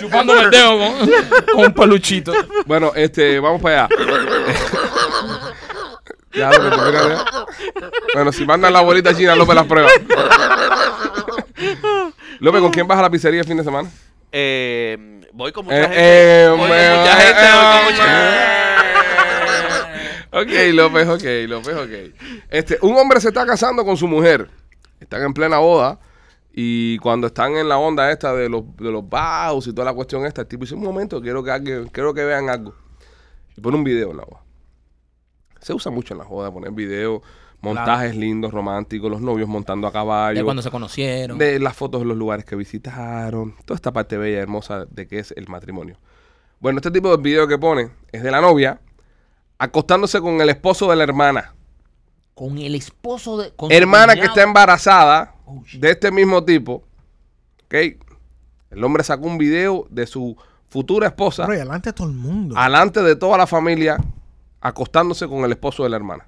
[SPEAKER 2] Chupándome el dedo con, con un peluchito.
[SPEAKER 1] Bueno, este, vamos para allá. ya, López, ¿tú miras ya? Bueno, si mandan la bolita china, López las prueba. López, ¿con quién vas a la pizzería el fin de semana?
[SPEAKER 5] Eh, voy con mucha
[SPEAKER 1] Eh,
[SPEAKER 5] gente.
[SPEAKER 1] eh,
[SPEAKER 5] voy con
[SPEAKER 1] eh,
[SPEAKER 5] mucha
[SPEAKER 1] eh,
[SPEAKER 5] gente, voy con
[SPEAKER 1] eh,
[SPEAKER 5] mucha gente.
[SPEAKER 1] Ok, López, ok, López, ok. Este, un hombre se está casando con su mujer. Están en plena boda. Y cuando están en la onda esta de los, de los baos y toda la cuestión esta, el tipo dice, un momento, quiero que, alguien- quiero que vean algo. Y pone un video en la boda. Se usa mucho en la boda poner videos, montajes lindos, románticos, los novios montando a caballo.
[SPEAKER 2] De cuando se conocieron.
[SPEAKER 1] De las fotos de los lugares que visitaron. Toda esta parte bella y hermosa de que es el matrimonio. Bueno, este tipo de video que pone es de la novia acostándose con el esposo de la hermana.
[SPEAKER 2] Con el esposo de. con su
[SPEAKER 1] Hermana que está
[SPEAKER 2] cuñado.
[SPEAKER 1] embarazada
[SPEAKER 2] Oh, shit.
[SPEAKER 1] de este mismo tipo. ¿Ok? El hombre sacó un video de su futura esposa
[SPEAKER 4] Bro, y adelante a todo el mundo.
[SPEAKER 1] alante de toda la familia acostándose con el esposo de la hermana.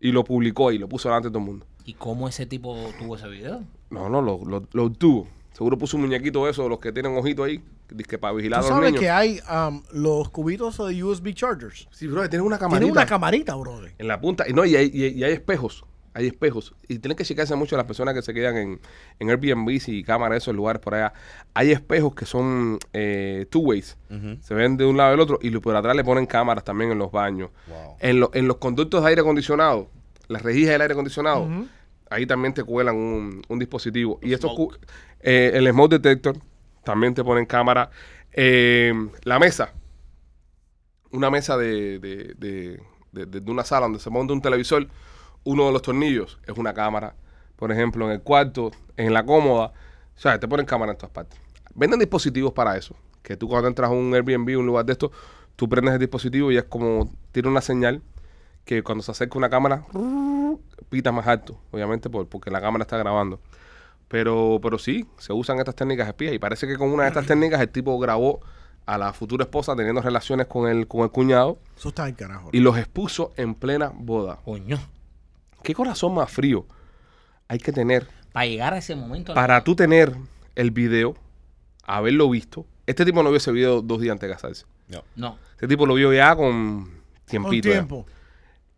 [SPEAKER 1] Y lo publicó y lo puso delante de todo el mundo.
[SPEAKER 2] ¿Y cómo ese tipo tuvo ese video?
[SPEAKER 1] No, no, lo, lo, lo obtuvo. Seguro puso un muñequito de esos, los que tienen ojito ahí, que para vigilar
[SPEAKER 4] Tú
[SPEAKER 1] a los
[SPEAKER 4] sabes
[SPEAKER 1] niños.
[SPEAKER 4] que hay um, los cubitos de USB chargers.
[SPEAKER 1] Sí, bro, tienen una camarita.
[SPEAKER 4] Tiene una camarita, brother.
[SPEAKER 1] En la punta. Y no, y hay, y, hay- y hay espejos. Hay espejos. Y tienen que checarse mucho las personas que se quedan en, en Airbnb y cámaras, esos lugares por allá. Hay espejos que son eh, two ways. Se ven de un lado al otro y lo- por atrás le ponen cámaras también en los baños.
[SPEAKER 3] Wow.
[SPEAKER 1] En, lo- en los conductos de aire acondicionado, las rejillas del aire acondicionado, ahí también te cuelan un, un dispositivo. y estos cu- eh, el smoke detector también te ponen cámara. Eh, la mesa, una mesa de, de- de- de- de- de una sala donde se monta un televisor, uno de los tornillos es una cámara. Por ejemplo, en el cuarto, en la cómoda, o sea, te ponen cámara en todas partes. Venden dispositivos para eso, que tú cuando entras a un Airbnb, un lugar de estos, tú prendes el dispositivo y es como, tiene una señal que cuando se acerca una cámara, pita más alto, obviamente, por- porque la cámara está grabando. Pero, pero sí, se usan estas técnicas espías y parece que con una de estas técnicas el tipo grabó a la futura esposa teniendo relaciones con el, con el cuñado
[SPEAKER 4] Eso está en carajo.
[SPEAKER 1] y los expuso en plena boda.
[SPEAKER 2] Coño.
[SPEAKER 1] ¿Qué corazón más frío hay que tener
[SPEAKER 2] Para llegar a ese momento.
[SPEAKER 1] para tú tener el video, haberlo visto? Este tipo no vio ese video dos días antes de casarse.
[SPEAKER 3] No.
[SPEAKER 2] No.
[SPEAKER 1] Este tipo lo vio ya con
[SPEAKER 4] Con
[SPEAKER 1] tiempito. ya.
[SPEAKER 4] tiempo.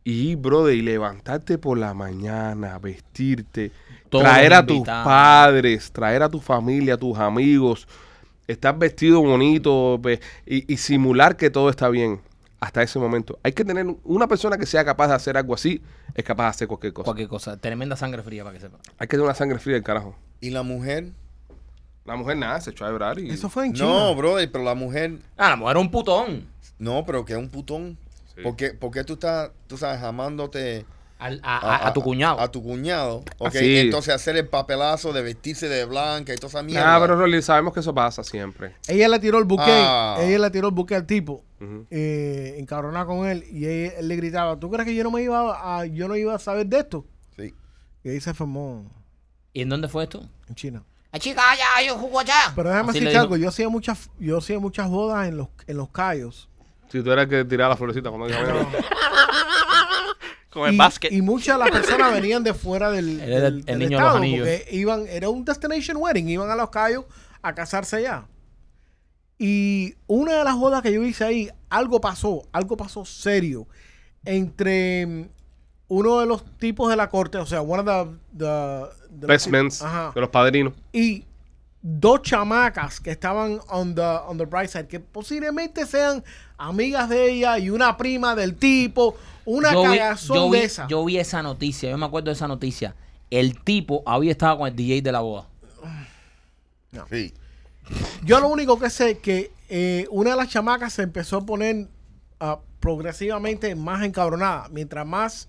[SPEAKER 1] Y, brother, y levantarte por la mañana, vestirte,
[SPEAKER 2] Todos
[SPEAKER 1] traer a tus
[SPEAKER 2] invitados.
[SPEAKER 1] padres, traer a tu familia, a tus amigos, estar vestido bonito pe- y, y simular que todo está bien hasta ese momento. Hay que tener una persona que sea capaz de hacer algo así, es capaz de hacer cualquier cosa.
[SPEAKER 2] Cualquier cosa. Tremenda sangre fría para que sepa.
[SPEAKER 1] Hay que tener una sangre fría del carajo.
[SPEAKER 3] ¿Y la mujer?
[SPEAKER 1] La mujer nada, se echó a llorar y...
[SPEAKER 4] Eso fue en China.
[SPEAKER 3] No, brother, pero la mujer.
[SPEAKER 2] Ah, la mujer era un putón.
[SPEAKER 3] No, pero que es un putón.
[SPEAKER 1] Sí.
[SPEAKER 3] ¿Por, qué, por qué tú estás, tú sabes, amándote
[SPEAKER 2] Al- a,
[SPEAKER 1] Ah,
[SPEAKER 2] a- a tu cuñado.
[SPEAKER 3] A, tu cuñado. Ok,
[SPEAKER 1] Así.
[SPEAKER 3] entonces hacer el papelazo de vestirse de blanca y toda esa mierda.
[SPEAKER 1] Ah, pero Rolly, sabemos que eso pasa siempre.
[SPEAKER 4] Ella le tiró el buque.
[SPEAKER 3] Ah.
[SPEAKER 4] Ella le tiró el buque al tipo.
[SPEAKER 1] Ujú.
[SPEAKER 4] eh, encabronada con él. Y él, él le gritaba, ¿tú crees que yo no me iba a, yo no iba a saber de esto?
[SPEAKER 3] Sí.
[SPEAKER 4] Y ahí se enfermó
[SPEAKER 2] ¿Y en dónde fue esto?
[SPEAKER 4] en China.
[SPEAKER 2] La chica allá, hay un jugo allá.
[SPEAKER 4] Pero déjame
[SPEAKER 2] Así le
[SPEAKER 4] decirte
[SPEAKER 2] dijo.
[SPEAKER 4] algo, yo hacía muchas, yo hacía muchas bodas en los, en los callos.
[SPEAKER 1] Si tú eras el que tiraba la florecita cuando dije, "Mira,
[SPEAKER 5] Con el
[SPEAKER 4] y,
[SPEAKER 5] básquet.
[SPEAKER 4] y muchas de las personas venían de fuera del,
[SPEAKER 2] Era
[SPEAKER 4] del-
[SPEAKER 2] el
[SPEAKER 4] del
[SPEAKER 2] niño de los
[SPEAKER 4] estado,
[SPEAKER 2] anillos.
[SPEAKER 4] porque iban, era un destination wedding, iban a los callos a casarse allá. Y una de las bodas que yo hice ahí, algo pasó, algo pasó serio entre mm, uno de los tipos de la corte, o sea, one of the, the- the-
[SPEAKER 1] best mens
[SPEAKER 4] Ajá.
[SPEAKER 1] de los padrinos.
[SPEAKER 4] y dos chamacas que estaban on the, on the bright side, que posiblemente sean amigas de ella y una prima del tipo, una
[SPEAKER 2] yo vi,
[SPEAKER 4] cagazón
[SPEAKER 2] yo, vi,
[SPEAKER 4] de esa.
[SPEAKER 2] yo vi esa noticia, yo me acuerdo de esa noticia. El tipo había estado con el DJ de la boda.
[SPEAKER 3] Sí.
[SPEAKER 4] Yo lo único que sé es que eh, una de las chamacas se empezó a poner ah, progresivamente más encabronada. Mientras más,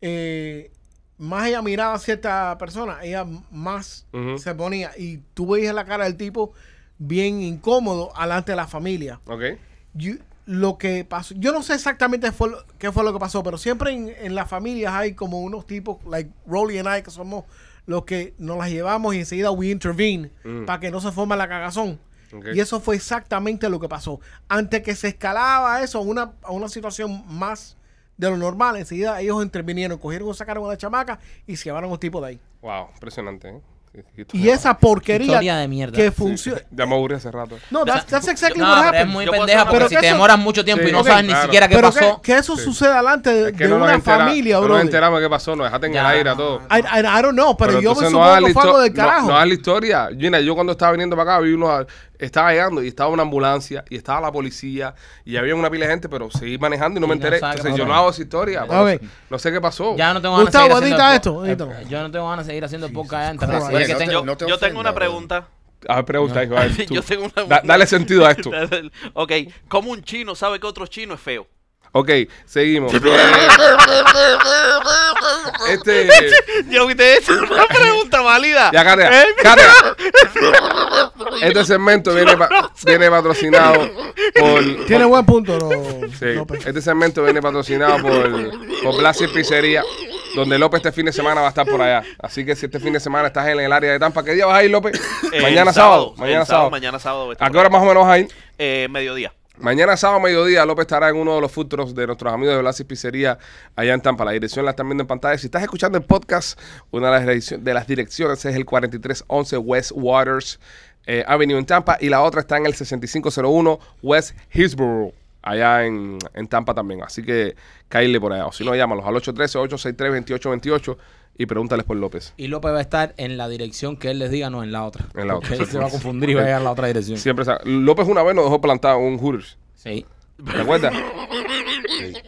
[SPEAKER 4] eh, más ella miraba a cierta persona, ella más
[SPEAKER 1] Ujú.
[SPEAKER 4] se ponía. Y tú veías la cara del tipo bien incómodo alante de la familia.
[SPEAKER 1] Ok.
[SPEAKER 4] Yo- lo que pasó, yo no sé exactamente fue lo- qué fue lo que pasó, pero siempre en, en las familias hay como unos tipos, like Rolly and I, que somos los que nos las llevamos y enseguida we intervene
[SPEAKER 1] Mm.
[SPEAKER 4] para que no se forme la cagazón.
[SPEAKER 1] Ok.
[SPEAKER 4] Y eso fue exactamente lo que pasó. Antes que se escalaba eso a una, a una situación más de lo normal, enseguida ellos intervinieron, cogieron, sacaron a la chamaca y se llevaron a un tipo de ahí.
[SPEAKER 1] Wow, impresionante. ¿eh? Qué- qué
[SPEAKER 4] Y
[SPEAKER 1] historia.
[SPEAKER 4] esa porquería
[SPEAKER 2] Historia de mierda.
[SPEAKER 4] que
[SPEAKER 2] Sí.
[SPEAKER 4] funciona.
[SPEAKER 1] Ya me aburrí hace rato.
[SPEAKER 4] No, that's, that's exactly
[SPEAKER 2] No,
[SPEAKER 4] what
[SPEAKER 2] pero es
[SPEAKER 4] happened.
[SPEAKER 2] muy
[SPEAKER 5] Yo puedo
[SPEAKER 2] pendeja
[SPEAKER 5] hacer
[SPEAKER 2] porque
[SPEAKER 4] Pero
[SPEAKER 5] una-
[SPEAKER 2] si
[SPEAKER 4] que
[SPEAKER 2] te
[SPEAKER 4] eso-
[SPEAKER 2] demoras mucho tiempo
[SPEAKER 1] Sí,
[SPEAKER 2] y no
[SPEAKER 1] ok,
[SPEAKER 2] sabes ni
[SPEAKER 1] claro.
[SPEAKER 2] siquiera qué
[SPEAKER 4] Pero que-
[SPEAKER 2] pasó.
[SPEAKER 4] Que, eso sucede delante de,
[SPEAKER 1] Es que
[SPEAKER 4] de
[SPEAKER 1] no nos
[SPEAKER 4] una
[SPEAKER 1] entera-
[SPEAKER 4] familia,
[SPEAKER 1] No
[SPEAKER 4] bro.
[SPEAKER 1] nos enteramos qué pasó, nos dejaste en el aire a todo.
[SPEAKER 4] I, I, I don't know, pero, yo me
[SPEAKER 1] entonces
[SPEAKER 4] supongo
[SPEAKER 1] hagas la
[SPEAKER 4] que fue
[SPEAKER 1] histo-
[SPEAKER 4] algo del
[SPEAKER 1] no-
[SPEAKER 4] carajo.
[SPEAKER 1] No, hagas la historia. Gina, yo cuando estaba viniendo para acá, vi uno, estaba llegando y estaba una ambulancia y estaba la policía y había una pila de gente, pero seguí manejando y no me
[SPEAKER 2] Y no
[SPEAKER 1] enteré.
[SPEAKER 2] sabe qué
[SPEAKER 1] Entonces yo
[SPEAKER 2] pasó.
[SPEAKER 1] no hago esa historia.
[SPEAKER 4] A ver.
[SPEAKER 1] No sé- No sé qué pasó.
[SPEAKER 2] Ya no tengo ganas de
[SPEAKER 4] Gustavo,
[SPEAKER 2] seguir
[SPEAKER 4] edita
[SPEAKER 2] haciendo el
[SPEAKER 4] esto,
[SPEAKER 2] po- eh,
[SPEAKER 4] edita.
[SPEAKER 2] Yo no tengo ganas de seguir haciendo el podcast allá en
[SPEAKER 4] Christ.
[SPEAKER 2] Terraza.
[SPEAKER 4] Oye,
[SPEAKER 2] Es que
[SPEAKER 3] no te-
[SPEAKER 2] tengo-
[SPEAKER 5] yo,
[SPEAKER 3] no te
[SPEAKER 5] yo tengo
[SPEAKER 3] ofendas,
[SPEAKER 5] una pregunta.
[SPEAKER 1] A ver, pregunta. hijo, a ver, tú.
[SPEAKER 5] yo tengo una
[SPEAKER 1] Da- dale sentido a esto.
[SPEAKER 5] ok, ¿cómo un chino sabe que otro chino es feo?
[SPEAKER 1] Ok, seguimos. este.
[SPEAKER 5] Yo te he hecho una pregunta válida.
[SPEAKER 1] Ya, Katia. Katia. Este segmento viene, pa- viene patrocinado por.
[SPEAKER 4] Tiene buen punto, no, pues.
[SPEAKER 1] Sí.
[SPEAKER 4] López.
[SPEAKER 1] Este segmento viene patrocinado por, por Blas y Pizzería, donde López este fin de semana va a estar por allá. Así que si este fin de semana estás en el área de Tampa, ¿qué día vas a ir, López?
[SPEAKER 5] Eh,
[SPEAKER 1] mañana
[SPEAKER 5] el
[SPEAKER 1] sábado.
[SPEAKER 5] el
[SPEAKER 1] Mañana sábado.
[SPEAKER 5] Mañana sábado. voy a estar
[SPEAKER 1] ¿A qué
[SPEAKER 5] por
[SPEAKER 1] hora más o menos vas a ir?
[SPEAKER 5] ahí. Eh, mediodía.
[SPEAKER 1] Mañana sábado mediodía López estará en uno de los food trucks de nuestros amigos de Blasis Pizzería allá en Tampa. La dirección la están viendo en pantalla. Si estás escuchando el podcast, una de las, direccio- de las direcciones es el 4311 West Waters eh, Avenue en Tampa y la otra está en el 6501 West Hillsborough allá en, en Tampa también. Así que caíle por allá. O si no, llámalos al 813-863-2828 y pregúntales por López.
[SPEAKER 2] Y López va a estar en la dirección que él les diga, no en la otra.
[SPEAKER 1] En la
[SPEAKER 2] Porque
[SPEAKER 1] otra.
[SPEAKER 2] él se va a confundir y va a llegar a la otra dirección. Sí.
[SPEAKER 1] Siempre sa- López una vez nos dejó plantado un Hooters. ¿Te acuerdas?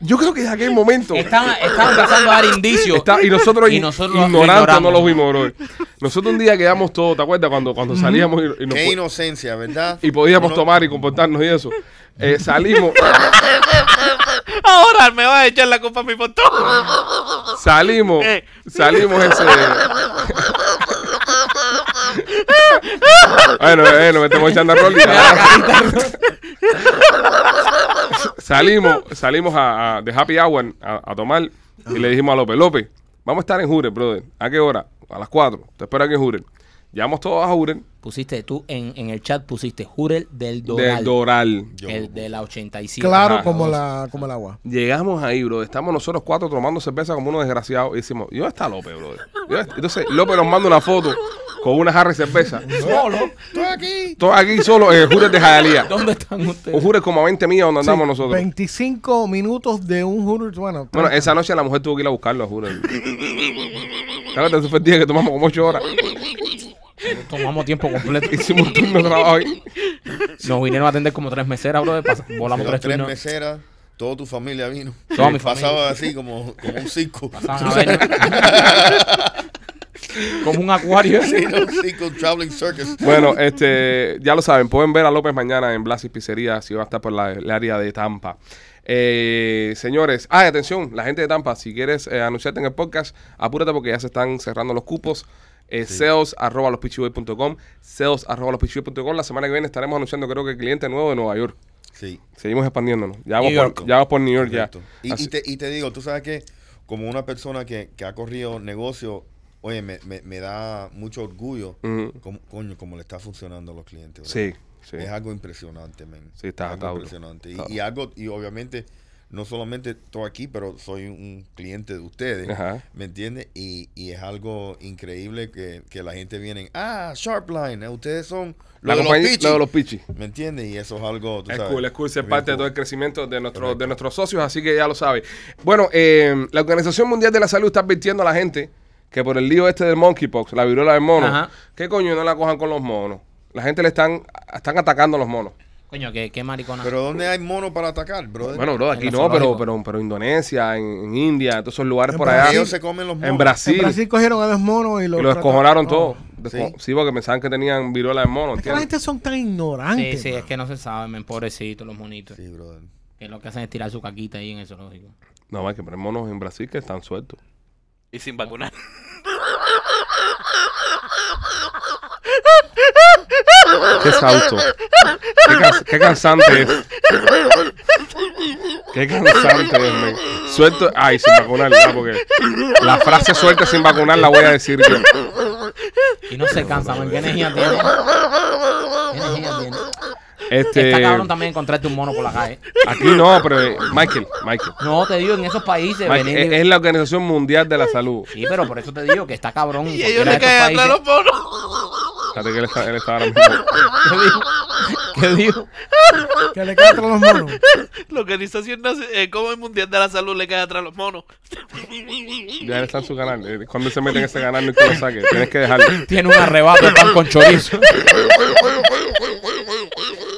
[SPEAKER 1] Yo creo que es aquel momento.
[SPEAKER 2] Estaban, estaban empezando a dar indicios.
[SPEAKER 1] Está- y nosotros,
[SPEAKER 2] Y
[SPEAKER 1] in-
[SPEAKER 2] nosotros lo
[SPEAKER 1] ignorantes no
[SPEAKER 2] ignoramos.
[SPEAKER 1] lo vimos, bro. Nosotros un día quedamos todos, ¿te acuerdas? Cuando, cuando salíamos y, y nos
[SPEAKER 3] Qué
[SPEAKER 1] po-
[SPEAKER 3] inocencia, ¿verdad?
[SPEAKER 1] y podíamos
[SPEAKER 3] Uno-
[SPEAKER 1] tomar y comportarnos y eso. Eh, salimos,
[SPEAKER 5] Ahora me va a echar la culpa a mi por todo.
[SPEAKER 1] salimos,
[SPEAKER 5] Eh.
[SPEAKER 1] salimos ese. bueno, bueno, me estamos echando a rol y salimos, salimos a, a- de Happy Hour a, a tomar y le dijimos a López, López, vamos a estar en Jure, brother. ¿A qué hora? A las 4. Te espero aquí en Jure. Llamamos todos a Jure.
[SPEAKER 2] Pusiste, tú en, en el chat pusiste Jurel del Doral.
[SPEAKER 1] Del Doral.
[SPEAKER 2] El de la 87.
[SPEAKER 4] Claro,
[SPEAKER 1] Ajá,
[SPEAKER 4] como, la, como el agua.
[SPEAKER 1] Llegamos ahí, bro. Estamos nosotros cuatro tomando cerveza como unos desgraciados. Y decimos, ¿y dónde está López, bro? ¿Y dónde está? Entonces, López nos manda una foto con una jarra de cerveza.
[SPEAKER 4] Solo.
[SPEAKER 3] Estoy aquí.
[SPEAKER 1] Todos aquí solo en el Jure de Jayalía.
[SPEAKER 2] ¿Dónde están
[SPEAKER 1] Un
[SPEAKER 2] ustedes?
[SPEAKER 1] Jure como a 20 millas donde andamos nosotros.
[SPEAKER 4] 25 minutos de un Hooters. Bueno,
[SPEAKER 1] Bueno,
[SPEAKER 4] treinta.
[SPEAKER 1] esa noche la mujer tuvo que ir a buscarlo, juro. Claro, ese fue el día que tomamos como 8 horas.
[SPEAKER 2] Tomamos tiempo completo.
[SPEAKER 1] Hicimos un turno de trabajo ahí.
[SPEAKER 2] Nos vinieron a atender como tres meseras, bro. pas- Volamos
[SPEAKER 3] Las
[SPEAKER 2] tres
[SPEAKER 3] tres
[SPEAKER 2] turnos.
[SPEAKER 3] meseras, toda tu familia vino.
[SPEAKER 2] Toda mi
[SPEAKER 3] Pasaba así como, como un circo.
[SPEAKER 2] Pasaban a ver- Ah, como un acuario.
[SPEAKER 3] Sí, ¿no? un circo, traveling circus.
[SPEAKER 1] Bueno, este, ya lo saben, pueden ver a López mañana en Blasis Pizzería si va a estar por la, el área de Tampa. Eh, señores, ah, y atención, la gente de Tampa, si quieres eh, anunciarte en el podcast, apúrate porque ya se están cerrando los cupos. Eh, Sales arroba lospitchyboy.com, sales arroba lospitchyboy.com. La semana que viene estaremos anunciando, creo que cliente nuevo de Nueva York.
[SPEAKER 3] Sí.
[SPEAKER 1] Seguimos expandiéndonos. Ya vamos,
[SPEAKER 2] New
[SPEAKER 1] por,
[SPEAKER 2] York.
[SPEAKER 1] ya vamos por New York
[SPEAKER 3] Correcto.
[SPEAKER 1] ya.
[SPEAKER 3] Y,
[SPEAKER 1] Así-
[SPEAKER 3] y te, y te digo, tú sabes que como una persona que, que ha corrido negocio, oye, me, me- me da mucho orgullo,
[SPEAKER 1] Ujú.
[SPEAKER 3] como, coño, como le está funcionando a los clientes. bro.
[SPEAKER 1] Sí, sí.
[SPEAKER 3] Es algo impresionante, men.
[SPEAKER 1] Sí, está-
[SPEAKER 3] Algo
[SPEAKER 1] está duro.
[SPEAKER 3] impresionante. Y,
[SPEAKER 1] Está duro.
[SPEAKER 3] y algo, y obviamente, no solamente estoy aquí, pero soy un cliente de ustedes.
[SPEAKER 1] Ajá.
[SPEAKER 3] ¿Me entiendes? Y, y es algo increíble que, que la gente viene, ah, Sharpline, eh, ustedes son
[SPEAKER 1] La
[SPEAKER 3] los de los
[SPEAKER 1] compañía-
[SPEAKER 3] pichis".
[SPEAKER 1] lo de los pichis.
[SPEAKER 3] ¿Me entiendes? Y eso es algo, tú
[SPEAKER 1] Es
[SPEAKER 3] sabes,
[SPEAKER 1] cool, es cool ser
[SPEAKER 3] bien
[SPEAKER 1] parte de
[SPEAKER 3] cool.
[SPEAKER 1] todo el crecimiento de, nuestro, de nuestros socios, así que ya lo sabe. Bueno, eh, la Organización Mundial de la Salud está advirtiendo a la gente que por el lío este del monkeypox, la viruela del mono,
[SPEAKER 2] Ajá.
[SPEAKER 1] ¿qué coño no la cojan con los monos? La gente le están, están atacando a los monos.
[SPEAKER 2] Coño, qué, qué maricona.
[SPEAKER 3] Pero ¿dónde hay mono para atacar, brother?
[SPEAKER 1] Bueno, bro,
[SPEAKER 2] En
[SPEAKER 1] aquí
[SPEAKER 2] los
[SPEAKER 1] no, pero,
[SPEAKER 2] zoológicos.
[SPEAKER 1] pero, pero Indonesia, en, en India, en todos esos lugares
[SPEAKER 4] En
[SPEAKER 1] por
[SPEAKER 4] Brasil.
[SPEAKER 1] allá.
[SPEAKER 3] ellos se comen los monos.
[SPEAKER 1] En Brasil.
[SPEAKER 4] En Brasil cogieron a los monos y los,
[SPEAKER 1] Y los
[SPEAKER 4] trataron-
[SPEAKER 1] descojonaron
[SPEAKER 4] Oh.
[SPEAKER 1] todos.
[SPEAKER 3] Sí.
[SPEAKER 1] Desco- Sí, porque pensaban que tenían viruela del mono.
[SPEAKER 4] Es que la
[SPEAKER 1] ¿entiendes?
[SPEAKER 4] gente son tan
[SPEAKER 2] Sí,
[SPEAKER 4] ignorantes.
[SPEAKER 2] sí,
[SPEAKER 4] man.
[SPEAKER 2] es que no se sabe, men, pobrecitos los monitos.
[SPEAKER 3] Sí, brother.
[SPEAKER 2] Que lo que hacen es tirar su caquita ahí en el zoológico.
[SPEAKER 1] No, más que pero hay monos en Brasil que están sueltos.
[SPEAKER 5] Y sin vacunar.
[SPEAKER 1] Qué exhausto. Qué, cans- qué cansante es. Qué cansante es, men. Suelto. Ay, sin vacunar, ya, porque la frase suelta sin vacunar la voy a decir yo.
[SPEAKER 2] Y no se cansa, men. ¿Qué energía tiene? ¿Qué energía tiene?
[SPEAKER 1] Este.
[SPEAKER 2] Está cabrón también encontrarte un mono por la calle.
[SPEAKER 1] Aquí no, pero. eh, Michael, Michael.
[SPEAKER 2] No, te digo, en esos países.
[SPEAKER 1] Michael,
[SPEAKER 2] venir
[SPEAKER 1] es,
[SPEAKER 2] de-
[SPEAKER 1] es la Organización Mundial de la Salud.
[SPEAKER 2] Sí, pero por eso te digo que está cabrón.
[SPEAKER 5] Y
[SPEAKER 2] cualquiera de
[SPEAKER 5] ellos le
[SPEAKER 2] estos
[SPEAKER 5] caen atrás
[SPEAKER 2] países.
[SPEAKER 5] los monos.
[SPEAKER 1] Fíjate que él está, él está ahora mismo.
[SPEAKER 2] ¿Qué dijo? ¿Qué dijo?
[SPEAKER 4] Que le cantan a los monos.
[SPEAKER 5] La Organización Naci- eh, como el Mundial de la Salud le cae atrás los monos.
[SPEAKER 1] Ya él está en su canal. Eh, Cuando él se mete en ese canal, no es que lo saque. Tienes que dejarlo.
[SPEAKER 2] Tiene un arrebato de pan con chorizo.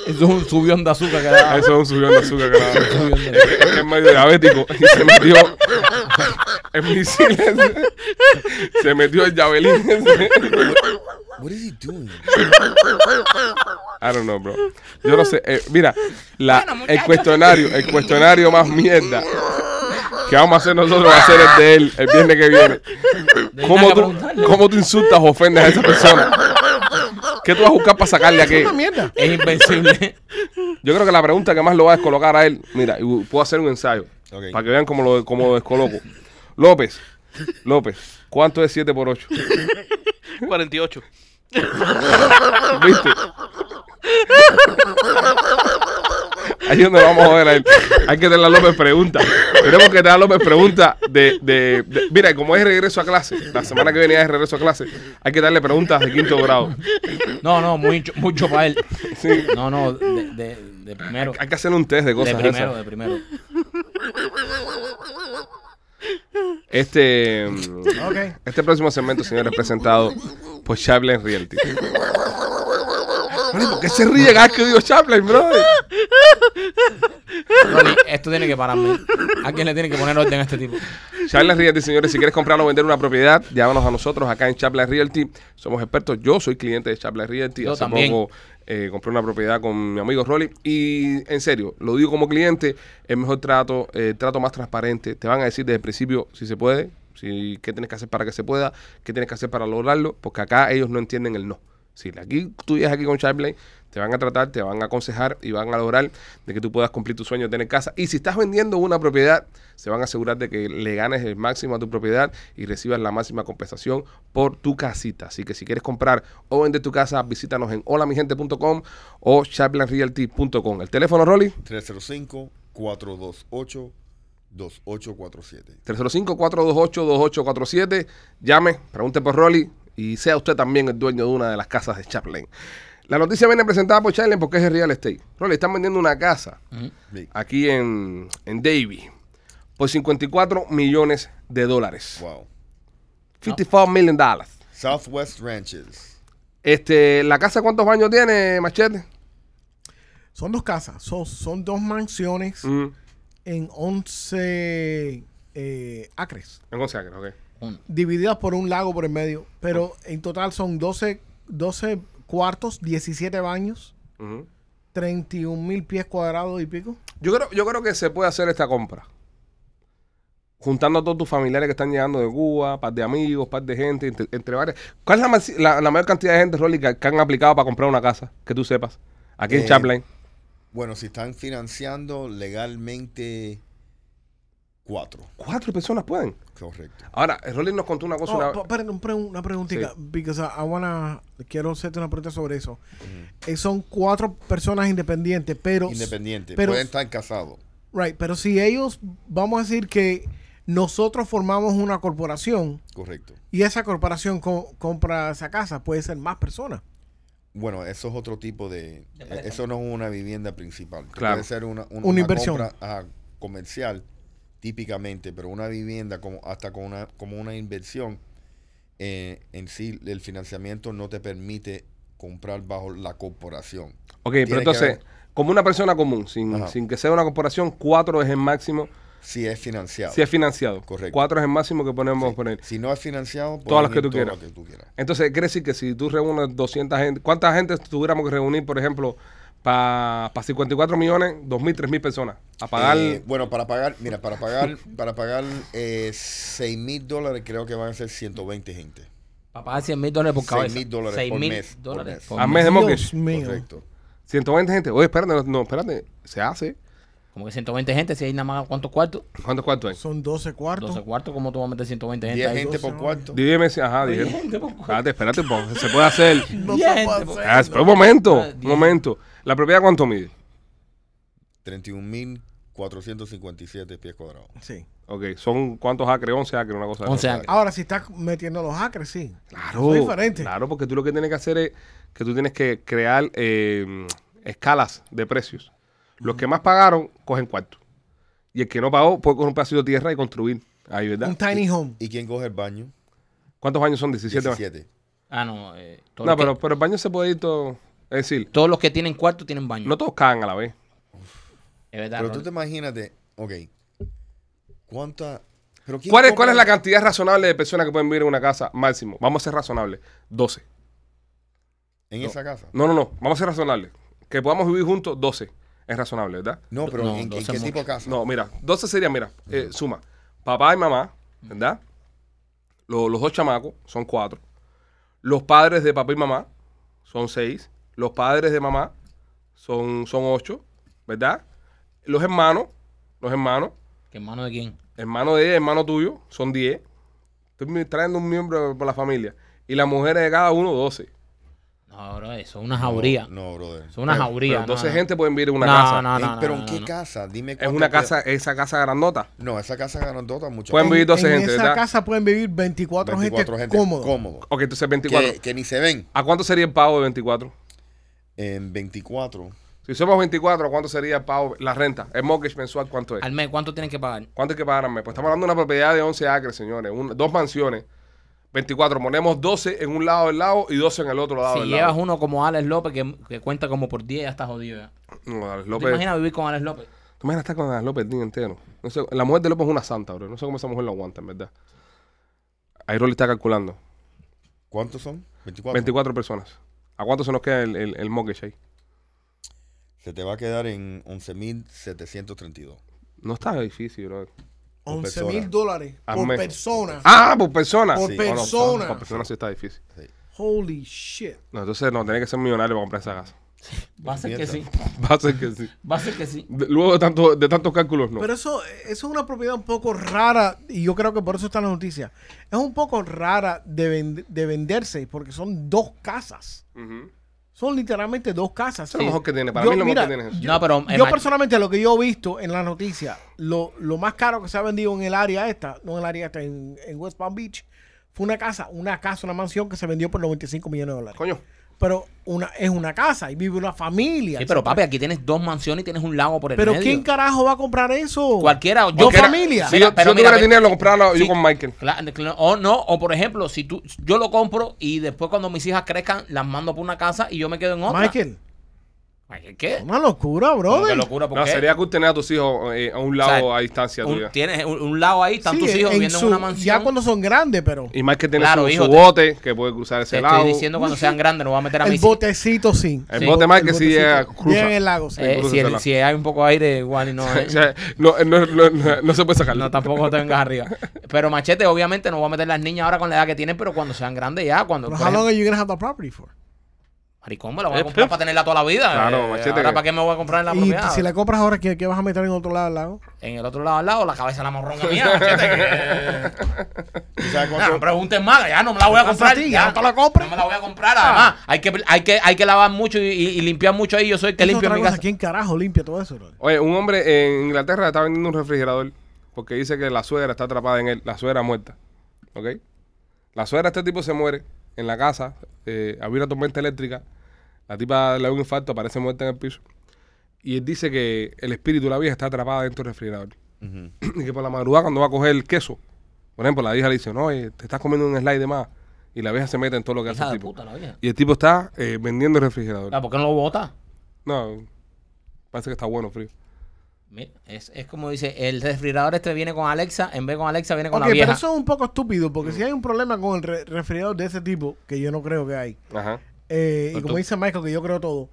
[SPEAKER 2] Eso es un subión de azúcar que da.
[SPEAKER 1] Eso es un subión de azúcar que nada.
[SPEAKER 2] subión de-
[SPEAKER 1] Es que- es que es medio diabético y se metió el misil ese. se metió el llavelín ese.
[SPEAKER 3] What is he doing?
[SPEAKER 1] I don't know, bro. Yo no sé. eh, mira, la, el cuestionario, el cuestionario más mierda que vamos a hacer nosotros va a ser el de él el viernes que viene. ¿Cómo
[SPEAKER 2] nada que
[SPEAKER 1] tú,
[SPEAKER 2] preguntarle.
[SPEAKER 1] ¿Cómo tú insultas o ofendes a esa persona? ¿Qué tú vas a buscar para sacarle
[SPEAKER 4] Es
[SPEAKER 1] aquí?
[SPEAKER 4] una mierda.
[SPEAKER 2] Es invencible.
[SPEAKER 1] Yo creo que la pregunta que más lo va a descolocar a él, mira, y puedo hacer un ensayo
[SPEAKER 3] Ok.
[SPEAKER 1] para que vean cómo lo, cómo lo descoloco. López, López, ¿cuánto es 7 por 8?
[SPEAKER 5] 48.
[SPEAKER 1] ¿Viste? Ahí es donde vamos a joder a él. Hay que tener a López pregunta. Tenemos que tener a López pregunta de, de, de- Mira, como es regreso a clase, la semana que viene es regreso a clase, hay que darle preguntas de quinto grado.
[SPEAKER 2] No, no, mucho, mucho para él. No, no, de, de- de primero.
[SPEAKER 1] Hay que hacer un test de
[SPEAKER 2] De
[SPEAKER 1] cosas.
[SPEAKER 2] primero,
[SPEAKER 1] esas.
[SPEAKER 2] de primero.
[SPEAKER 1] Este. mm,
[SPEAKER 4] Ok.
[SPEAKER 1] Este próximo segmento, señores, presentado por Chaplin Realty. Bueno, ¿y ¿Por qué se ríe cada vez que digo Chaplin, brother?
[SPEAKER 2] Ronnie, esto tiene que pararme. ¿A quién le tiene que poner orden a este tipo?
[SPEAKER 1] Chaplin Realty, señores, si quieres comprar o vender una propiedad, llámanos a nosotros acá en Chaplin Realty. Somos expertos. Yo soy cliente de Chaplin Realty.
[SPEAKER 2] Yo
[SPEAKER 1] Hace
[SPEAKER 2] también.
[SPEAKER 1] poco eh, compré una propiedad con mi amigo Rolly. Y en serio, lo digo como cliente, el mejor trato, eh, el trato más transparente. Te van a decir desde el principio si se puede, si qué tienes que hacer para que se pueda, qué tienes que hacer para lograrlo, porque acá ellos no entienden el no. Si aquí tú llegas aquí con Chaplin, te van a tratar, te van a aconsejar y van a lograr de que tú puedas cumplir tu sueño de tener casa. Y si estás vendiendo una propiedad, se van a asegurar de que le ganes el máximo a tu propiedad y recibas la máxima compensación por tu casita. Así que si quieres comprar o vender tu casa, visítanos en holamigente.com o chaplinrealty.com. El teléfono, Rolly,
[SPEAKER 3] 305-428-2847.
[SPEAKER 1] 305-428-2847. Llame, pregunte por Rolly y sea usted también el dueño de una de las casas de Chaplin. La noticia viene presentada por Chaplin porque es el real estate. Rolly, están vendiendo una casa
[SPEAKER 3] Sí.
[SPEAKER 1] aquí en, en Davie por 54 millones de dólares.
[SPEAKER 3] Wow.
[SPEAKER 1] 54 million dollars.
[SPEAKER 3] Southwest Ranches.
[SPEAKER 1] Este, ¿La casa cuántos baños tiene, Machete?
[SPEAKER 4] Son dos casas, son, son dos mansiones
[SPEAKER 1] Mm,
[SPEAKER 4] en 11 eh, acres,
[SPEAKER 1] en 11 acres, ok.
[SPEAKER 4] divididas por un lago por el medio, pero en total son 12, 12 cuartos, 17 baños,
[SPEAKER 1] Ujú.
[SPEAKER 4] 31 mil pies cuadrados y pico.
[SPEAKER 1] Yo creo, yo creo que se puede hacer esta compra. Juntando a todos tus familiares que están llegando de Cuba, par de amigos, par de gente, entre, entre varias. ¿Cuál es la, mas- la- la mayor cantidad de gente, Rolly, que, que han aplicado para comprar una casa? Que tú sepas. Aquí en
[SPEAKER 3] Eh,
[SPEAKER 1] Chaplin.
[SPEAKER 3] Bueno, si están financiando legalmente cuatro.
[SPEAKER 1] Cuatro personas pueden.
[SPEAKER 3] Correcto.
[SPEAKER 1] Ahora, eh, Rolly nos contó una cosa.
[SPEAKER 4] Oh,
[SPEAKER 1] una-
[SPEAKER 4] pa- espérate, un pre- una preguntita,
[SPEAKER 1] Sí.
[SPEAKER 4] porque quiero hacerte una pregunta sobre eso. Eh, son cuatro personas independientes, pero...
[SPEAKER 3] Independiente.
[SPEAKER 4] pero-
[SPEAKER 3] Pueden estar casados.
[SPEAKER 4] Right, pero si ellos, vamos a decir que nosotros formamos una corporación
[SPEAKER 3] Correcto.
[SPEAKER 4] y esa corporación co- compra esa casa, puede ser más personas.
[SPEAKER 3] Bueno, eso es otro tipo de... eh, Eso no es una vivienda principal. Tú
[SPEAKER 1] Claro.
[SPEAKER 3] Puede ser una, una,
[SPEAKER 4] inversión.
[SPEAKER 3] compra ah, comercial, típicamente, pero una vivienda como hasta con una, como una inversión, eh, en sí el financiamiento no te permite comprar bajo la corporación.
[SPEAKER 1] ok,
[SPEAKER 3] que
[SPEAKER 1] pero entonces,
[SPEAKER 3] ver.
[SPEAKER 1] como una persona común, sin,
[SPEAKER 3] Ajá.
[SPEAKER 1] sin que sea una corporación, cuatro es el máximo
[SPEAKER 3] Si es financiado.
[SPEAKER 1] si es financiado.
[SPEAKER 3] Correcto.
[SPEAKER 1] Cuatro es el máximo que ponemos
[SPEAKER 3] Sí.
[SPEAKER 1] poner.
[SPEAKER 3] Si no es financiado,
[SPEAKER 1] Todas las
[SPEAKER 3] pueden
[SPEAKER 1] que
[SPEAKER 3] ir
[SPEAKER 1] tú quieras.
[SPEAKER 3] las que tú quieras.
[SPEAKER 1] Entonces, quiere decir que si tú reúnes 200 gente, ¿cuánta gente tuviéramos que reunir, por ejemplo, para 54 millones, 2.000, 3.000 personas? A pagar.
[SPEAKER 3] Eh, bueno, para pagar, mira, para pagar, para pagar eh, 6 mil dólares creo que van a ser 120 gente.
[SPEAKER 2] Para pagar 100 mil dólares por
[SPEAKER 3] 6.000
[SPEAKER 2] cabeza.
[SPEAKER 3] dólares por
[SPEAKER 2] 6.000
[SPEAKER 3] mes, por
[SPEAKER 2] dólares
[SPEAKER 3] mes.
[SPEAKER 2] por
[SPEAKER 1] A
[SPEAKER 2] mes.
[SPEAKER 1] mes de
[SPEAKER 4] Dios
[SPEAKER 1] mortgage.
[SPEAKER 4] mío.
[SPEAKER 3] Correcto.
[SPEAKER 1] 120 gente. Oye, espérate, no, no, espérate. Se hace.
[SPEAKER 2] Como que 120 gente, si hay nada más, ¿cuántos cuartos?
[SPEAKER 1] ¿Cuántos cuartos hay?
[SPEAKER 4] Son 12 cuartos.
[SPEAKER 2] 12 cuartos, ¿cómo tú vas a meter 120 gente
[SPEAKER 3] 10
[SPEAKER 2] ahí?
[SPEAKER 3] gente por
[SPEAKER 4] doce,
[SPEAKER 3] cuarto.
[SPEAKER 1] Dígame si. Ajá,
[SPEAKER 2] Diez
[SPEAKER 1] dije.
[SPEAKER 2] gente por cuarto.
[SPEAKER 1] Espérate, espérate, po, se puede hacer.
[SPEAKER 4] No
[SPEAKER 2] Diez
[SPEAKER 4] se puede
[SPEAKER 2] gente,
[SPEAKER 4] hacer.
[SPEAKER 1] Ah, espera un momento,
[SPEAKER 2] Ah,
[SPEAKER 1] un
[SPEAKER 2] diez.
[SPEAKER 1] momento. ¿La propiedad cuánto mide?
[SPEAKER 3] 31.457 pies cuadrados.
[SPEAKER 4] Sí.
[SPEAKER 1] Ok, ¿son cuántos acres? 11 acres, una cosa. así.
[SPEAKER 2] 11 acres.
[SPEAKER 4] Ahora, si estás metiendo los acres, sí.
[SPEAKER 1] Claro.
[SPEAKER 4] Es diferente.
[SPEAKER 1] Claro, porque tú lo que tienes que hacer es que tú tienes que crear eh, escalas de precios. Los que más pagaron cogen cuarto. Y el que no pagó puede coger un pedacito de tierra y construir. Ahí, ¿verdad?
[SPEAKER 4] Un tiny home.
[SPEAKER 3] ¿Y quién coge el baño?
[SPEAKER 1] ¿Cuántos baños son? 17. baños.
[SPEAKER 3] 17.
[SPEAKER 2] Ah, no. eh, todos,
[SPEAKER 1] No,
[SPEAKER 2] los
[SPEAKER 1] pero,
[SPEAKER 2] que,
[SPEAKER 1] pero el baño se puede ir todo. Es decir,
[SPEAKER 2] todos los que tienen cuarto tienen baño.
[SPEAKER 1] no todos cagan a la vez.
[SPEAKER 2] es verdad.
[SPEAKER 3] Pero tú
[SPEAKER 2] Ron.
[SPEAKER 3] te imagínate, ok, ¿cuánta... Pero quién
[SPEAKER 1] ¿Cuál es,
[SPEAKER 3] compra-
[SPEAKER 1] ¿Cuál es la cantidad razonable de personas que pueden vivir en una casa máximo? Vamos a ser razonables. 12.
[SPEAKER 3] En esa casa.
[SPEAKER 1] No, no, no. Vamos a ser razonables. Que podamos vivir juntos, 12. Es razonable, ¿verdad?
[SPEAKER 3] No, pero
[SPEAKER 2] No,
[SPEAKER 3] ¿en, en
[SPEAKER 2] doce
[SPEAKER 3] qué
[SPEAKER 2] es
[SPEAKER 3] tipo de casa?
[SPEAKER 1] No, mira, 12 sería, mira, eh, suma, papá y mamá, ¿verdad? Lo- Los, dos chamacos son cuatro. Los padres de papá y mamá son seis. Los padres de mamá son, son ocho, ¿verdad? Los hermanos, los hermanos,
[SPEAKER 2] ¿Que hermano de quién?
[SPEAKER 1] hermano de ella, hermano tuyo, son diez. Estoy mi- trayendo un miembro por la familia. Y las mujeres de cada uno, doce.
[SPEAKER 2] No, Ahora eso, una jauría.
[SPEAKER 3] No, brother.
[SPEAKER 2] Eso es una jauría.
[SPEAKER 1] Pero
[SPEAKER 2] no,
[SPEAKER 1] 12
[SPEAKER 2] no.
[SPEAKER 1] gente pueden vivir en una
[SPEAKER 2] No,
[SPEAKER 1] casa.
[SPEAKER 2] no,
[SPEAKER 3] Ey, pero ¿en
[SPEAKER 2] no,
[SPEAKER 3] qué
[SPEAKER 2] no.
[SPEAKER 3] casa? Dime
[SPEAKER 1] Es
[SPEAKER 3] cuánto
[SPEAKER 1] una
[SPEAKER 3] puede-
[SPEAKER 1] casa, esa casa grandota.
[SPEAKER 3] No, esa casa grandota, muchachos.
[SPEAKER 1] Pueden
[SPEAKER 4] En,
[SPEAKER 1] vivir 12
[SPEAKER 4] en
[SPEAKER 1] gente,
[SPEAKER 4] esa
[SPEAKER 1] ¿verdad?
[SPEAKER 4] casa pueden vivir 24,
[SPEAKER 3] 24 gente
[SPEAKER 4] gente, cómodo.
[SPEAKER 3] cómodo.
[SPEAKER 1] Ok, entonces 24.
[SPEAKER 3] Que, que ni se ven.
[SPEAKER 1] ¿A cuánto sería el pago de 24?
[SPEAKER 3] En 24.
[SPEAKER 1] Si somos 24, ¿a cuánto sería el pago, la renta? ¿El mortgage mensual cuánto es?
[SPEAKER 2] Al mes, ¿cuánto tienen que pagar?
[SPEAKER 1] ¿Cuánto hay que pagarme? Pues estamos hablando de una propiedad de 11 acres, señores. un- dos mansiones. 24. Ponemos 12 en un lado del lago y 12 en el otro lado
[SPEAKER 2] Si
[SPEAKER 1] del
[SPEAKER 2] llevas
[SPEAKER 1] lago.
[SPEAKER 2] uno como Alex López, que, que cuenta como por 10, ya estás jodido. ya.
[SPEAKER 1] No, Alex
[SPEAKER 2] ¿Tú
[SPEAKER 1] López.
[SPEAKER 2] te imaginas vivir con Alex López?
[SPEAKER 1] Tú imaginas estar con Ana López el día entero. No sé, la mujer de López es una santa, bro. No sé cómo esa mujer lo aguanta, en verdad. Ahí Rolly está calculando.
[SPEAKER 3] ¿Cuántos son? 24.
[SPEAKER 1] 24 personas. ¿A cuánto se nos queda el, el, el mortgage ahí?
[SPEAKER 3] Se te va a quedar en 11.732.
[SPEAKER 1] No está difícil, bro.
[SPEAKER 4] 11
[SPEAKER 3] persona.
[SPEAKER 4] mil dólares
[SPEAKER 1] Al
[SPEAKER 4] por
[SPEAKER 1] mes.
[SPEAKER 4] persona.
[SPEAKER 1] ¡Ah! ¿Por persona?
[SPEAKER 4] Por
[SPEAKER 1] Oh, no,
[SPEAKER 4] persona.
[SPEAKER 1] por persona sí está difícil.
[SPEAKER 4] Holy shit.
[SPEAKER 1] No, entonces no, tenés que ser millonario para comprar esa casa.
[SPEAKER 2] Va a ser que sí.
[SPEAKER 3] Mierda.
[SPEAKER 1] Va a ser que sí.
[SPEAKER 2] Va a ser que sí.
[SPEAKER 1] De- luego de, tanto, de tantos cálculos, no.
[SPEAKER 4] Pero eso, eso es una propiedad un poco rara, y yo creo que por eso está en la noticia. Es un poco rara de, vend- de venderse, porque son dos casas.
[SPEAKER 1] Ujú.
[SPEAKER 4] Son literalmente dos casas.
[SPEAKER 1] Eso es lo mejor que tiene. Para
[SPEAKER 4] Yo-
[SPEAKER 1] mí lo mejor
[SPEAKER 4] mira,
[SPEAKER 1] que tiene es eso.
[SPEAKER 2] no, pero en
[SPEAKER 4] Yo
[SPEAKER 2] Ma-
[SPEAKER 4] personalmente lo que yo he visto en la noticia, lo, lo más caro que se ha vendido en el área esta, no en el área esta, en, en West Palm Beach, fue una casa, una casa, una mansión que se vendió por 95 millones de dólares.
[SPEAKER 1] Coño.
[SPEAKER 4] Pero una, es una casa y vive una familia.
[SPEAKER 2] Sí, pero papi, aquí tienes dos mansiones y tienes un lago por el
[SPEAKER 4] Pero
[SPEAKER 2] medio.
[SPEAKER 4] ¿quién carajo va a comprar eso?
[SPEAKER 2] Cualquiera. Yo
[SPEAKER 1] Porque era-
[SPEAKER 4] familia.
[SPEAKER 1] Si
[SPEAKER 2] Mira,
[SPEAKER 1] yo, si
[SPEAKER 2] pero
[SPEAKER 1] yo tuviera
[SPEAKER 2] mira, ve-
[SPEAKER 1] dinero, lo compraba yo
[SPEAKER 2] Sí.
[SPEAKER 1] con Michael.
[SPEAKER 2] Cla- cla- O no, o por ejemplo, si tú, yo lo compro y después cuando mis hijas crezcan, las mando por una casa y yo me quedo en otra.
[SPEAKER 4] Michael,
[SPEAKER 2] Michael, ¿qué?
[SPEAKER 4] una locura,
[SPEAKER 2] Como que
[SPEAKER 4] brother.
[SPEAKER 2] locura, ¿por
[SPEAKER 1] No,
[SPEAKER 2] qué?
[SPEAKER 1] sería cool tener a tus hijos eh, a un lado
[SPEAKER 2] O sea,
[SPEAKER 1] a distancia
[SPEAKER 2] Un-
[SPEAKER 1] tuya.
[SPEAKER 2] tienes un, un lado ahí, están
[SPEAKER 4] Sí,
[SPEAKER 2] tus hijos
[SPEAKER 4] en
[SPEAKER 2] viviendo
[SPEAKER 4] su-
[SPEAKER 2] en una mansión.
[SPEAKER 4] Ya cuando son grandes, pero
[SPEAKER 1] Y más que tiene
[SPEAKER 2] Claro,
[SPEAKER 1] su, su
[SPEAKER 2] hijo, te-
[SPEAKER 1] bote que puede cruzar ese
[SPEAKER 2] Te
[SPEAKER 1] lado.
[SPEAKER 2] estoy diciendo cuando sean grandes, no voy a meter a
[SPEAKER 4] el
[SPEAKER 2] mis
[SPEAKER 4] botecito sí.
[SPEAKER 1] el
[SPEAKER 2] Sí.
[SPEAKER 1] bote más
[SPEAKER 4] El
[SPEAKER 1] que si
[SPEAKER 4] botecito.
[SPEAKER 1] llega, cruza.
[SPEAKER 4] Llega en el lago, sí.
[SPEAKER 2] Eh,
[SPEAKER 1] cruza
[SPEAKER 2] si,
[SPEAKER 1] ese
[SPEAKER 2] el-
[SPEAKER 1] lado.
[SPEAKER 2] si hay un poco de aire, igual y no, eh.
[SPEAKER 1] O sea, no, no, no, no, no se puede sacar.
[SPEAKER 2] No, tampoco te vengas arriba. Pero Machete, obviamente, no voy a meter las niñas ahora con la edad que tienen, pero cuando sean grandes ya, cuando.
[SPEAKER 4] Pero
[SPEAKER 2] por
[SPEAKER 4] how long
[SPEAKER 2] ejemplo,
[SPEAKER 4] are you gonna have the property for?
[SPEAKER 2] Maricón, me la voy a comprar para tenerla toda la vida.
[SPEAKER 1] Eh, pues. Claro,
[SPEAKER 2] Eh,
[SPEAKER 1] Machete,
[SPEAKER 2] Ahora,
[SPEAKER 1] que-
[SPEAKER 2] ¿para qué me voy a comprar en la
[SPEAKER 4] Y
[SPEAKER 2] propiedad?
[SPEAKER 4] si la compras ahora, ¿qué, qué vas a meter en otro lado del lago?
[SPEAKER 2] En el otro lado al lado, la cabeza de la morronga mía, Machete. que-
[SPEAKER 3] ¿Tú sabes
[SPEAKER 2] No,
[SPEAKER 3] cuánto?
[SPEAKER 2] no preguntes más, ya no me la voy a
[SPEAKER 4] pasa
[SPEAKER 2] comprar.
[SPEAKER 4] a
[SPEAKER 2] ya
[SPEAKER 4] ti? ¿Ya no te la Ah. compras?
[SPEAKER 2] No me la voy a comprar, además. Hay que, hay que, hay que lavar mucho y, y- y limpiar mucho ahí. Yo soy el que
[SPEAKER 4] Eso es
[SPEAKER 2] limpio en
[SPEAKER 4] otra
[SPEAKER 2] mi
[SPEAKER 4] cosa,
[SPEAKER 2] casa.
[SPEAKER 4] ¿Quién carajo limpia todo eso? bro?
[SPEAKER 1] Oye, un hombre en Inglaterra está vendiendo un refrigerador porque dice que la suegra está atrapada en él, la suegra muerta. ¿Ok? La suegra, este tipo se muere en la casa, eh, había una tormenta eléctrica, la tipa le da un infarto, aparece muerta en el piso. Y él dice que el espíritu de la vieja está atrapada dentro del refrigerador.
[SPEAKER 3] Ujú.
[SPEAKER 1] y que por la madrugada cuando va a coger el queso, por ejemplo, la hija le dice, no, oye, te estás comiendo un slide de más. Y la vieja se mete en todo lo que hace
[SPEAKER 2] Hija
[SPEAKER 1] el
[SPEAKER 2] de
[SPEAKER 1] tipo.
[SPEAKER 2] puta, la vieja.
[SPEAKER 1] Y el tipo está eh, vendiendo el refrigerador.
[SPEAKER 2] Ah, ¿Por qué no lo bota?
[SPEAKER 1] No, parece que está bueno, frío.
[SPEAKER 2] Mira, es, es como dice, el refrigerador este viene con Alexa, en vez con Alexa viene con
[SPEAKER 4] Ok,
[SPEAKER 2] la vieja. Mm.
[SPEAKER 4] pero eso es un poco estúpido, porque si hay un problema con el re- refrigerador de ese tipo, que yo no creo que hay,
[SPEAKER 1] Ajá.
[SPEAKER 4] eh, y
[SPEAKER 1] Pero
[SPEAKER 4] como
[SPEAKER 1] tú-
[SPEAKER 4] dice Michael, que yo creo todo,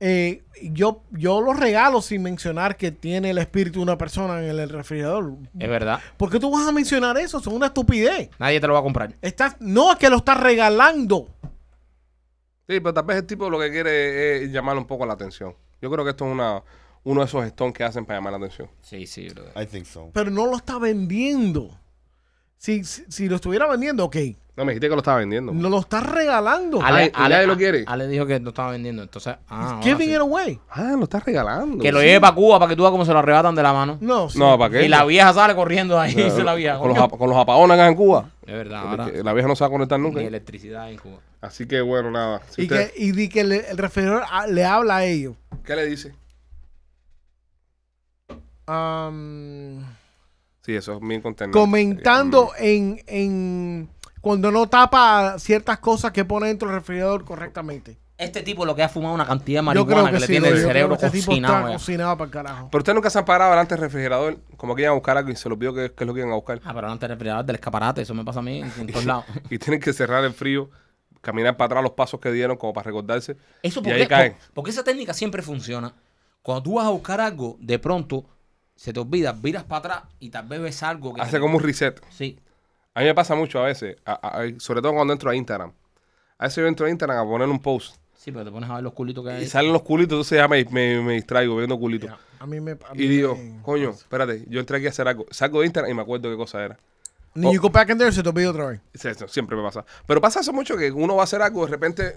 [SPEAKER 4] eh, yo, yo lo regalo sin mencionar que tiene el espíritu de una persona en el refrigerador.
[SPEAKER 2] Es verdad.
[SPEAKER 4] ¿Por qué tú vas a mencionar eso? Son una estupidez.
[SPEAKER 2] Nadie te lo va a comprar.
[SPEAKER 4] Estás, no, es que lo estás regalando.
[SPEAKER 1] Sí, pero tal vez el tipo lo que quiere es llamar un poco la atención. Yo creo que esto es una, uno de esos stones que hacen para llamar la atención.
[SPEAKER 2] Sí, sí, bro.
[SPEAKER 3] I think so.
[SPEAKER 4] pero no lo está vendiendo. Si, si, si lo estuviera vendiendo, ok.
[SPEAKER 1] No, me dijiste que lo estaba vendiendo.
[SPEAKER 4] No lo está regalando.
[SPEAKER 1] Ah, Nadie- nadie lo quiere.
[SPEAKER 2] Ale dijo que no estaba vendiendo, entonces. Ah, ahora
[SPEAKER 4] Giving
[SPEAKER 2] sí.
[SPEAKER 4] it away.
[SPEAKER 1] Ah, lo está regalando.
[SPEAKER 2] Que lo
[SPEAKER 1] Sí.
[SPEAKER 2] lleve para Cuba para que tú veas cómo se lo arrebatan de la mano.
[SPEAKER 4] No, sí.
[SPEAKER 1] No, ¿para qué?
[SPEAKER 2] Y la vieja sale corriendo ahí, dice la vieja.
[SPEAKER 1] Con los,
[SPEAKER 2] coño.
[SPEAKER 1] apa- con los apagones acá en Cuba.
[SPEAKER 2] Es verdad, ahora.
[SPEAKER 1] Que La vieja no se va a conectar nunca.
[SPEAKER 2] Ni electricidad en Cuba.
[SPEAKER 1] Así que bueno, nada. Si
[SPEAKER 4] y,
[SPEAKER 1] usted-
[SPEAKER 4] que, y di que le- el refrigerador a- le habla a ellos.
[SPEAKER 1] ¿Qué le dice?
[SPEAKER 4] Am,
[SPEAKER 1] Sí, eso es bien contenido.
[SPEAKER 4] Um,
[SPEAKER 1] Eh, Mm,
[SPEAKER 4] comentando en, en cuando no tapa ciertas cosas que pone dentro del refrigerador correctamente.
[SPEAKER 2] Este tipo lo que ha fumado una cantidad de
[SPEAKER 4] Yo creo
[SPEAKER 2] marihuana
[SPEAKER 4] que,
[SPEAKER 2] que, le
[SPEAKER 4] sí.
[SPEAKER 2] tiene
[SPEAKER 4] yo
[SPEAKER 2] el
[SPEAKER 4] creo que
[SPEAKER 2] cerebro
[SPEAKER 4] este tipo
[SPEAKER 2] cocinado.
[SPEAKER 4] está
[SPEAKER 2] ya.
[SPEAKER 4] cocinado para el carajo.
[SPEAKER 1] Pero ustedes nunca se han parado delante del refrigerador, como que iban a buscar algo y se los vio que, que es lo que iban a buscar.
[SPEAKER 2] Ah, pero antes del refrigerador, del escaparate, eso me pasa a mí en, en todos lados.
[SPEAKER 1] Y tienen que cerrar el frío, caminar para atrás los pasos que dieron como para recordarse.
[SPEAKER 2] Eso
[SPEAKER 1] y
[SPEAKER 2] porque,
[SPEAKER 1] ahí caen.
[SPEAKER 2] por- porque esa técnica siempre funciona. Cuando tú vas a buscar algo, de pronto se te olvida, viras para atrás y tal vez ves algo que.
[SPEAKER 1] Hace
[SPEAKER 2] te-
[SPEAKER 1] como un reset.
[SPEAKER 2] Sí.
[SPEAKER 1] A mí me pasa mucho a veces, a- a- a- sobre todo cuando entro a Instagram. A veces yo entro a Instagram a poner un post
[SPEAKER 2] Sí, pero te pones a ver los culitos que hay.
[SPEAKER 1] y salen los culitos, entonces ya me, me- me distraigo viendo culitos.
[SPEAKER 4] A mí me. a mí
[SPEAKER 1] Y digo,
[SPEAKER 4] me-
[SPEAKER 1] coño, espérate, yo entré aquí a hacer algo. Salgo de Instagram y me acuerdo qué cosa era.
[SPEAKER 4] And then you go back in there y se te olvida otra vez.
[SPEAKER 1] Sí, eso siempre me pasa. Pero pasa eso mucho que uno va a hacer algo, de repente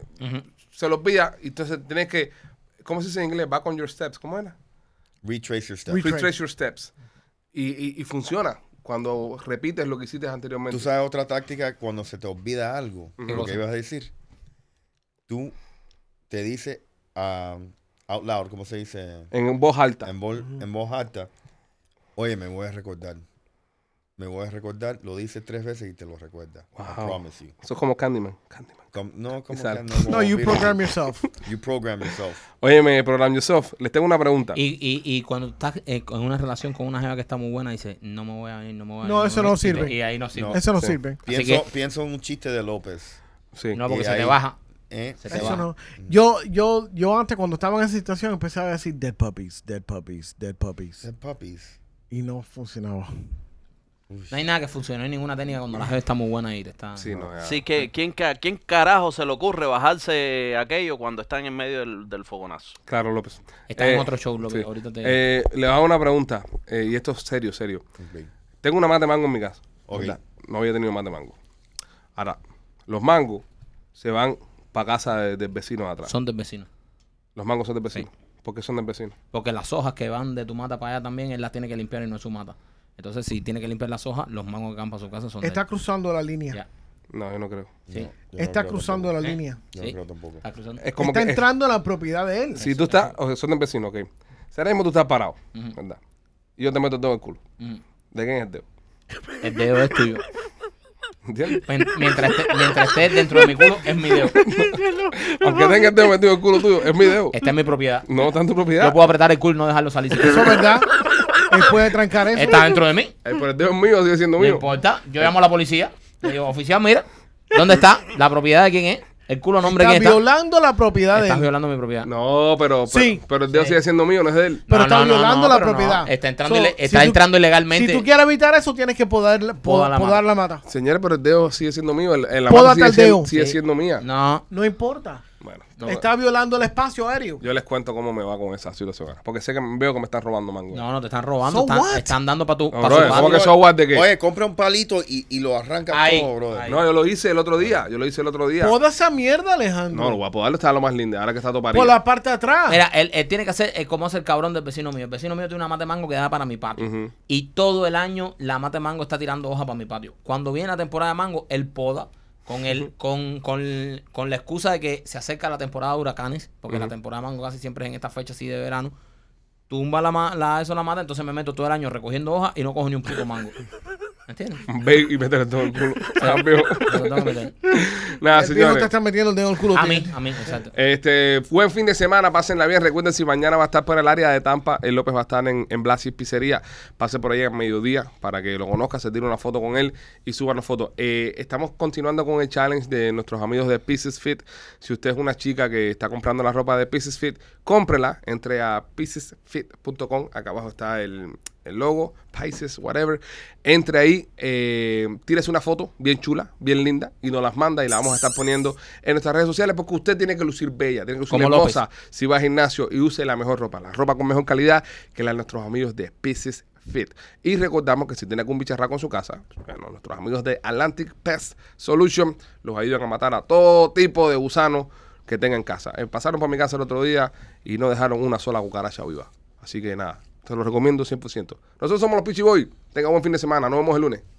[SPEAKER 1] se lo olvida y entonces tienes que, ¿cómo se dice en inglés? Back on your steps, ¿cómo era?
[SPEAKER 3] Retrace your steps.
[SPEAKER 4] Re- Retrace.
[SPEAKER 1] Retrace your steps. Y, y- y funciona cuando repites lo que hiciste anteriormente.
[SPEAKER 3] Tú sabes otra táctica cuando se te olvida algo, lo que ibas a decir. Tú te dices ah, out loud, ¿cómo se dice?
[SPEAKER 1] En voz alta.
[SPEAKER 3] En, vol- en voz alta. Oye, me voy a recordar. Me voy a recordar. Lo dices tres veces y te lo recuerda. I
[SPEAKER 1] Wow.
[SPEAKER 3] promise you.
[SPEAKER 1] Eso es como Candyman. Candyman.
[SPEAKER 3] Com- no, como
[SPEAKER 1] Exacto.
[SPEAKER 3] que no,
[SPEAKER 4] No, you
[SPEAKER 3] mira,
[SPEAKER 4] program yourself.
[SPEAKER 3] You program yourself.
[SPEAKER 1] Óyeme, Program Yourself, les tengo una pregunta.
[SPEAKER 2] Y, y, y cuando estás eh, en una relación con una jeva que está muy buena, dice, no me voy a venir, no me voy a venir.
[SPEAKER 4] No, eso
[SPEAKER 2] me-
[SPEAKER 4] no
[SPEAKER 2] y te-
[SPEAKER 4] sirve.
[SPEAKER 2] Y ahí no sirve.
[SPEAKER 3] No.
[SPEAKER 2] No,
[SPEAKER 4] Eso no
[SPEAKER 1] Oh, Sí.
[SPEAKER 4] sirve.
[SPEAKER 2] Así
[SPEAKER 3] Pienso, pienso en un chiste de López.
[SPEAKER 1] sí.
[SPEAKER 2] porque se
[SPEAKER 3] Y
[SPEAKER 2] te
[SPEAKER 3] ahí-
[SPEAKER 2] baja.
[SPEAKER 3] ¿eh?
[SPEAKER 2] Se te
[SPEAKER 4] Eso
[SPEAKER 2] va.
[SPEAKER 4] no. Yo, yo, yo antes cuando estaba en esa situación empecé a decir dead puppies, dead puppies, dead puppies.
[SPEAKER 2] Eh.
[SPEAKER 3] Said puppies.
[SPEAKER 4] Y no funcionaba.
[SPEAKER 2] No hay nada que funcione, no hay ninguna técnica cuando la jeva está muy buena y te está...
[SPEAKER 1] Sí, no, ya.
[SPEAKER 5] Así que, ¿quién, ca- ¿quién carajo se le ocurre bajarse aquello cuando están en medio del, del fogonazo?
[SPEAKER 1] Claro, López.
[SPEAKER 2] Está en otro show, López, ahorita te-
[SPEAKER 1] Eh, le hago una pregunta, eh, y esto es serio, serio.
[SPEAKER 3] Ok.
[SPEAKER 1] Tengo una mata de mango en mi casa.
[SPEAKER 3] Ok.
[SPEAKER 1] ¿verdad? No había tenido mata de mango. Ahora, los mangos se van para casa de- del vecino de atrás.
[SPEAKER 2] Son del vecino.
[SPEAKER 1] Los mangos son del vecino. ¿Por qué son del vecino?
[SPEAKER 2] Porque las hojas que van de tu mata para allá también, él las tiene que limpiar y no es su mata. Entonces, si tiene que limpiar las hojas, los mangos que van para su casa son de
[SPEAKER 4] Está
[SPEAKER 2] él.
[SPEAKER 4] cruzando la línea.
[SPEAKER 2] Ya,
[SPEAKER 1] No, yo no creo.
[SPEAKER 2] sí.
[SPEAKER 3] No, yo no
[SPEAKER 4] Está
[SPEAKER 3] creo
[SPEAKER 4] cruzando
[SPEAKER 3] tampoco.
[SPEAKER 2] Eh.
[SPEAKER 4] la línea.
[SPEAKER 3] Yo
[SPEAKER 2] Sí.
[SPEAKER 3] no creo tampoco.
[SPEAKER 2] Está cruzando.
[SPEAKER 1] Es como
[SPEAKER 4] Está
[SPEAKER 1] que. es-
[SPEAKER 4] entrando a la propiedad de él.
[SPEAKER 1] si tú estás. O sea, son del vecino, ok. Si ahora mismo tú estás parado, ¿verdad? Y yo te meto todo el culo.
[SPEAKER 2] Ujú.
[SPEAKER 1] ¿De quién es el dedo?
[SPEAKER 2] Mm. El dedo es tuyo.
[SPEAKER 1] ¿Entiendes?
[SPEAKER 2] Men- Mientras esté, mientras esté dentro de mi culo, es mi dedo.
[SPEAKER 1] Aunque tenga el dedo metido en el culo tuyo, es mi dedo.
[SPEAKER 2] Está en mi propiedad.
[SPEAKER 1] No está en tu propiedad.
[SPEAKER 2] Yo Eh, puedo apretar el culo y no dejarlo salir.
[SPEAKER 4] Eso es verdad. Él puede trancar eso.
[SPEAKER 2] Está dentro de mí.
[SPEAKER 1] Eh, pero el dedo es mío, sigue siendo
[SPEAKER 2] No
[SPEAKER 1] mío.
[SPEAKER 2] importa. Yo llamo a la policía. Le digo, oficial, mira. ¿Dónde está? ¿La propiedad de quién es? ¿El culo nombre de
[SPEAKER 4] Está
[SPEAKER 2] quién está?
[SPEAKER 4] violando la propiedad de
[SPEAKER 2] Estás
[SPEAKER 4] él.
[SPEAKER 2] violando mi propiedad.
[SPEAKER 1] No, pero, pero,
[SPEAKER 4] Sí.
[SPEAKER 1] pero el dedo sigue siendo mío, no es de él.
[SPEAKER 4] Pero
[SPEAKER 2] No,
[SPEAKER 4] está
[SPEAKER 2] no, no,
[SPEAKER 4] violando
[SPEAKER 2] no,
[SPEAKER 4] la
[SPEAKER 2] pero no.
[SPEAKER 4] propiedad.
[SPEAKER 2] Está entrando
[SPEAKER 4] So,
[SPEAKER 2] ile- está
[SPEAKER 4] tú-
[SPEAKER 2] entrando ilegalmente.
[SPEAKER 4] Si tú quieres evitar eso, tienes que podar, po-
[SPEAKER 2] Podar la
[SPEAKER 4] podar la mata.
[SPEAKER 1] Señores, pero el dedo sigue siendo mío. El, el- la
[SPEAKER 4] Pódate
[SPEAKER 1] mano sigue,
[SPEAKER 4] el
[SPEAKER 1] siendo-
[SPEAKER 4] dedo.
[SPEAKER 1] sigue
[SPEAKER 2] Sí.
[SPEAKER 1] siendo mía.
[SPEAKER 2] No.
[SPEAKER 4] No importa.
[SPEAKER 1] Bueno,
[SPEAKER 4] Está violando el espacio aéreo.
[SPEAKER 1] yo les cuento cómo me va con esa situación. ahora, Porque sé que veo que me están robando mango.
[SPEAKER 2] No, no, te están robando.
[SPEAKER 4] So
[SPEAKER 2] están,
[SPEAKER 4] what?
[SPEAKER 2] están dando para tu,
[SPEAKER 1] No,
[SPEAKER 2] pa'
[SPEAKER 1] brother,
[SPEAKER 2] su
[SPEAKER 1] ¿cómo
[SPEAKER 2] padre.
[SPEAKER 1] que eso guarde qué?
[SPEAKER 3] Oye, compra un palito y, y lo arranca
[SPEAKER 2] Ahí,
[SPEAKER 3] todo, brother.
[SPEAKER 2] ahí.
[SPEAKER 1] No, yo lo hice el otro día. Yo lo hice el otro día.
[SPEAKER 4] Poda esa mierda, Alejandro.
[SPEAKER 1] No, lo voy a podarlo, está lo más lindo. Ahora que está todo parido.
[SPEAKER 4] Por la parte de atrás.
[SPEAKER 2] Mira, él, él tiene que hacer eh, como hace el cabrón del vecino mío. El vecino mío tiene una mata de mango que da para mi patio.
[SPEAKER 1] Ujú.
[SPEAKER 2] Y todo el año la mata de mango está tirando hojas para mi patio. Cuando viene la temporada de mango, él poda con el, con, con, con la excusa de que se acerca la temporada de huracanes, porque la temporada de mango casi siempre es en esta fecha así de verano. Tumba la, ma- la eso la mata, entonces me meto todo el año recogiendo hojas y no cojo ni un puto mango. ¿Entiendes?
[SPEAKER 1] Ve y métele todo el culo. Cambio.
[SPEAKER 2] Yo lo tengo que meter.
[SPEAKER 1] Nada,
[SPEAKER 4] el viejo te
[SPEAKER 1] señores.
[SPEAKER 4] está metiendo el dedo en el culo.
[SPEAKER 2] A
[SPEAKER 4] tío.
[SPEAKER 2] mí, a mí, exacto.
[SPEAKER 1] Este, buen fin de semana, pásenla bien. Recuerden, si mañana va a estar por el área de Tampa, el López va a estar en, en Blasis Pizzería. Pase por ahí al mediodía para que lo conozca, se tire una foto con él y suba una foto. Eh, estamos continuando con el challenge de nuestros amigos de Pieces Fit. Si usted es una chica que está comprando la ropa de Pieces Fit, cómprela. Entre a piecesfit.com. Acá abajo está el, el logo, Pisces, whatever. Entre ahí, eh, tírese una foto bien chula, bien linda, y nos las manda y la vamos a estar poniendo en nuestras redes sociales porque usted tiene que lucir bella, tiene que lucir
[SPEAKER 2] Como
[SPEAKER 1] hermosa si va al gimnasio y use la mejor ropa, la ropa con mejor calidad que la de nuestros amigos de Pieces Fit. Y recordamos que si tiene algún bicharraco en su casa, bueno, nuestros amigos de Atlantic Pest Solution los ayudan a matar a todo tipo de gusanos que tenga en casa. Eh, pasaron por mi casa el otro día y no dejaron una sola cucaracha viva. Así que nada, te lo recomiendo 100%. Nosotros somos los Pichiboy. Tenga buen fin de semana. Nos vemos el lunes.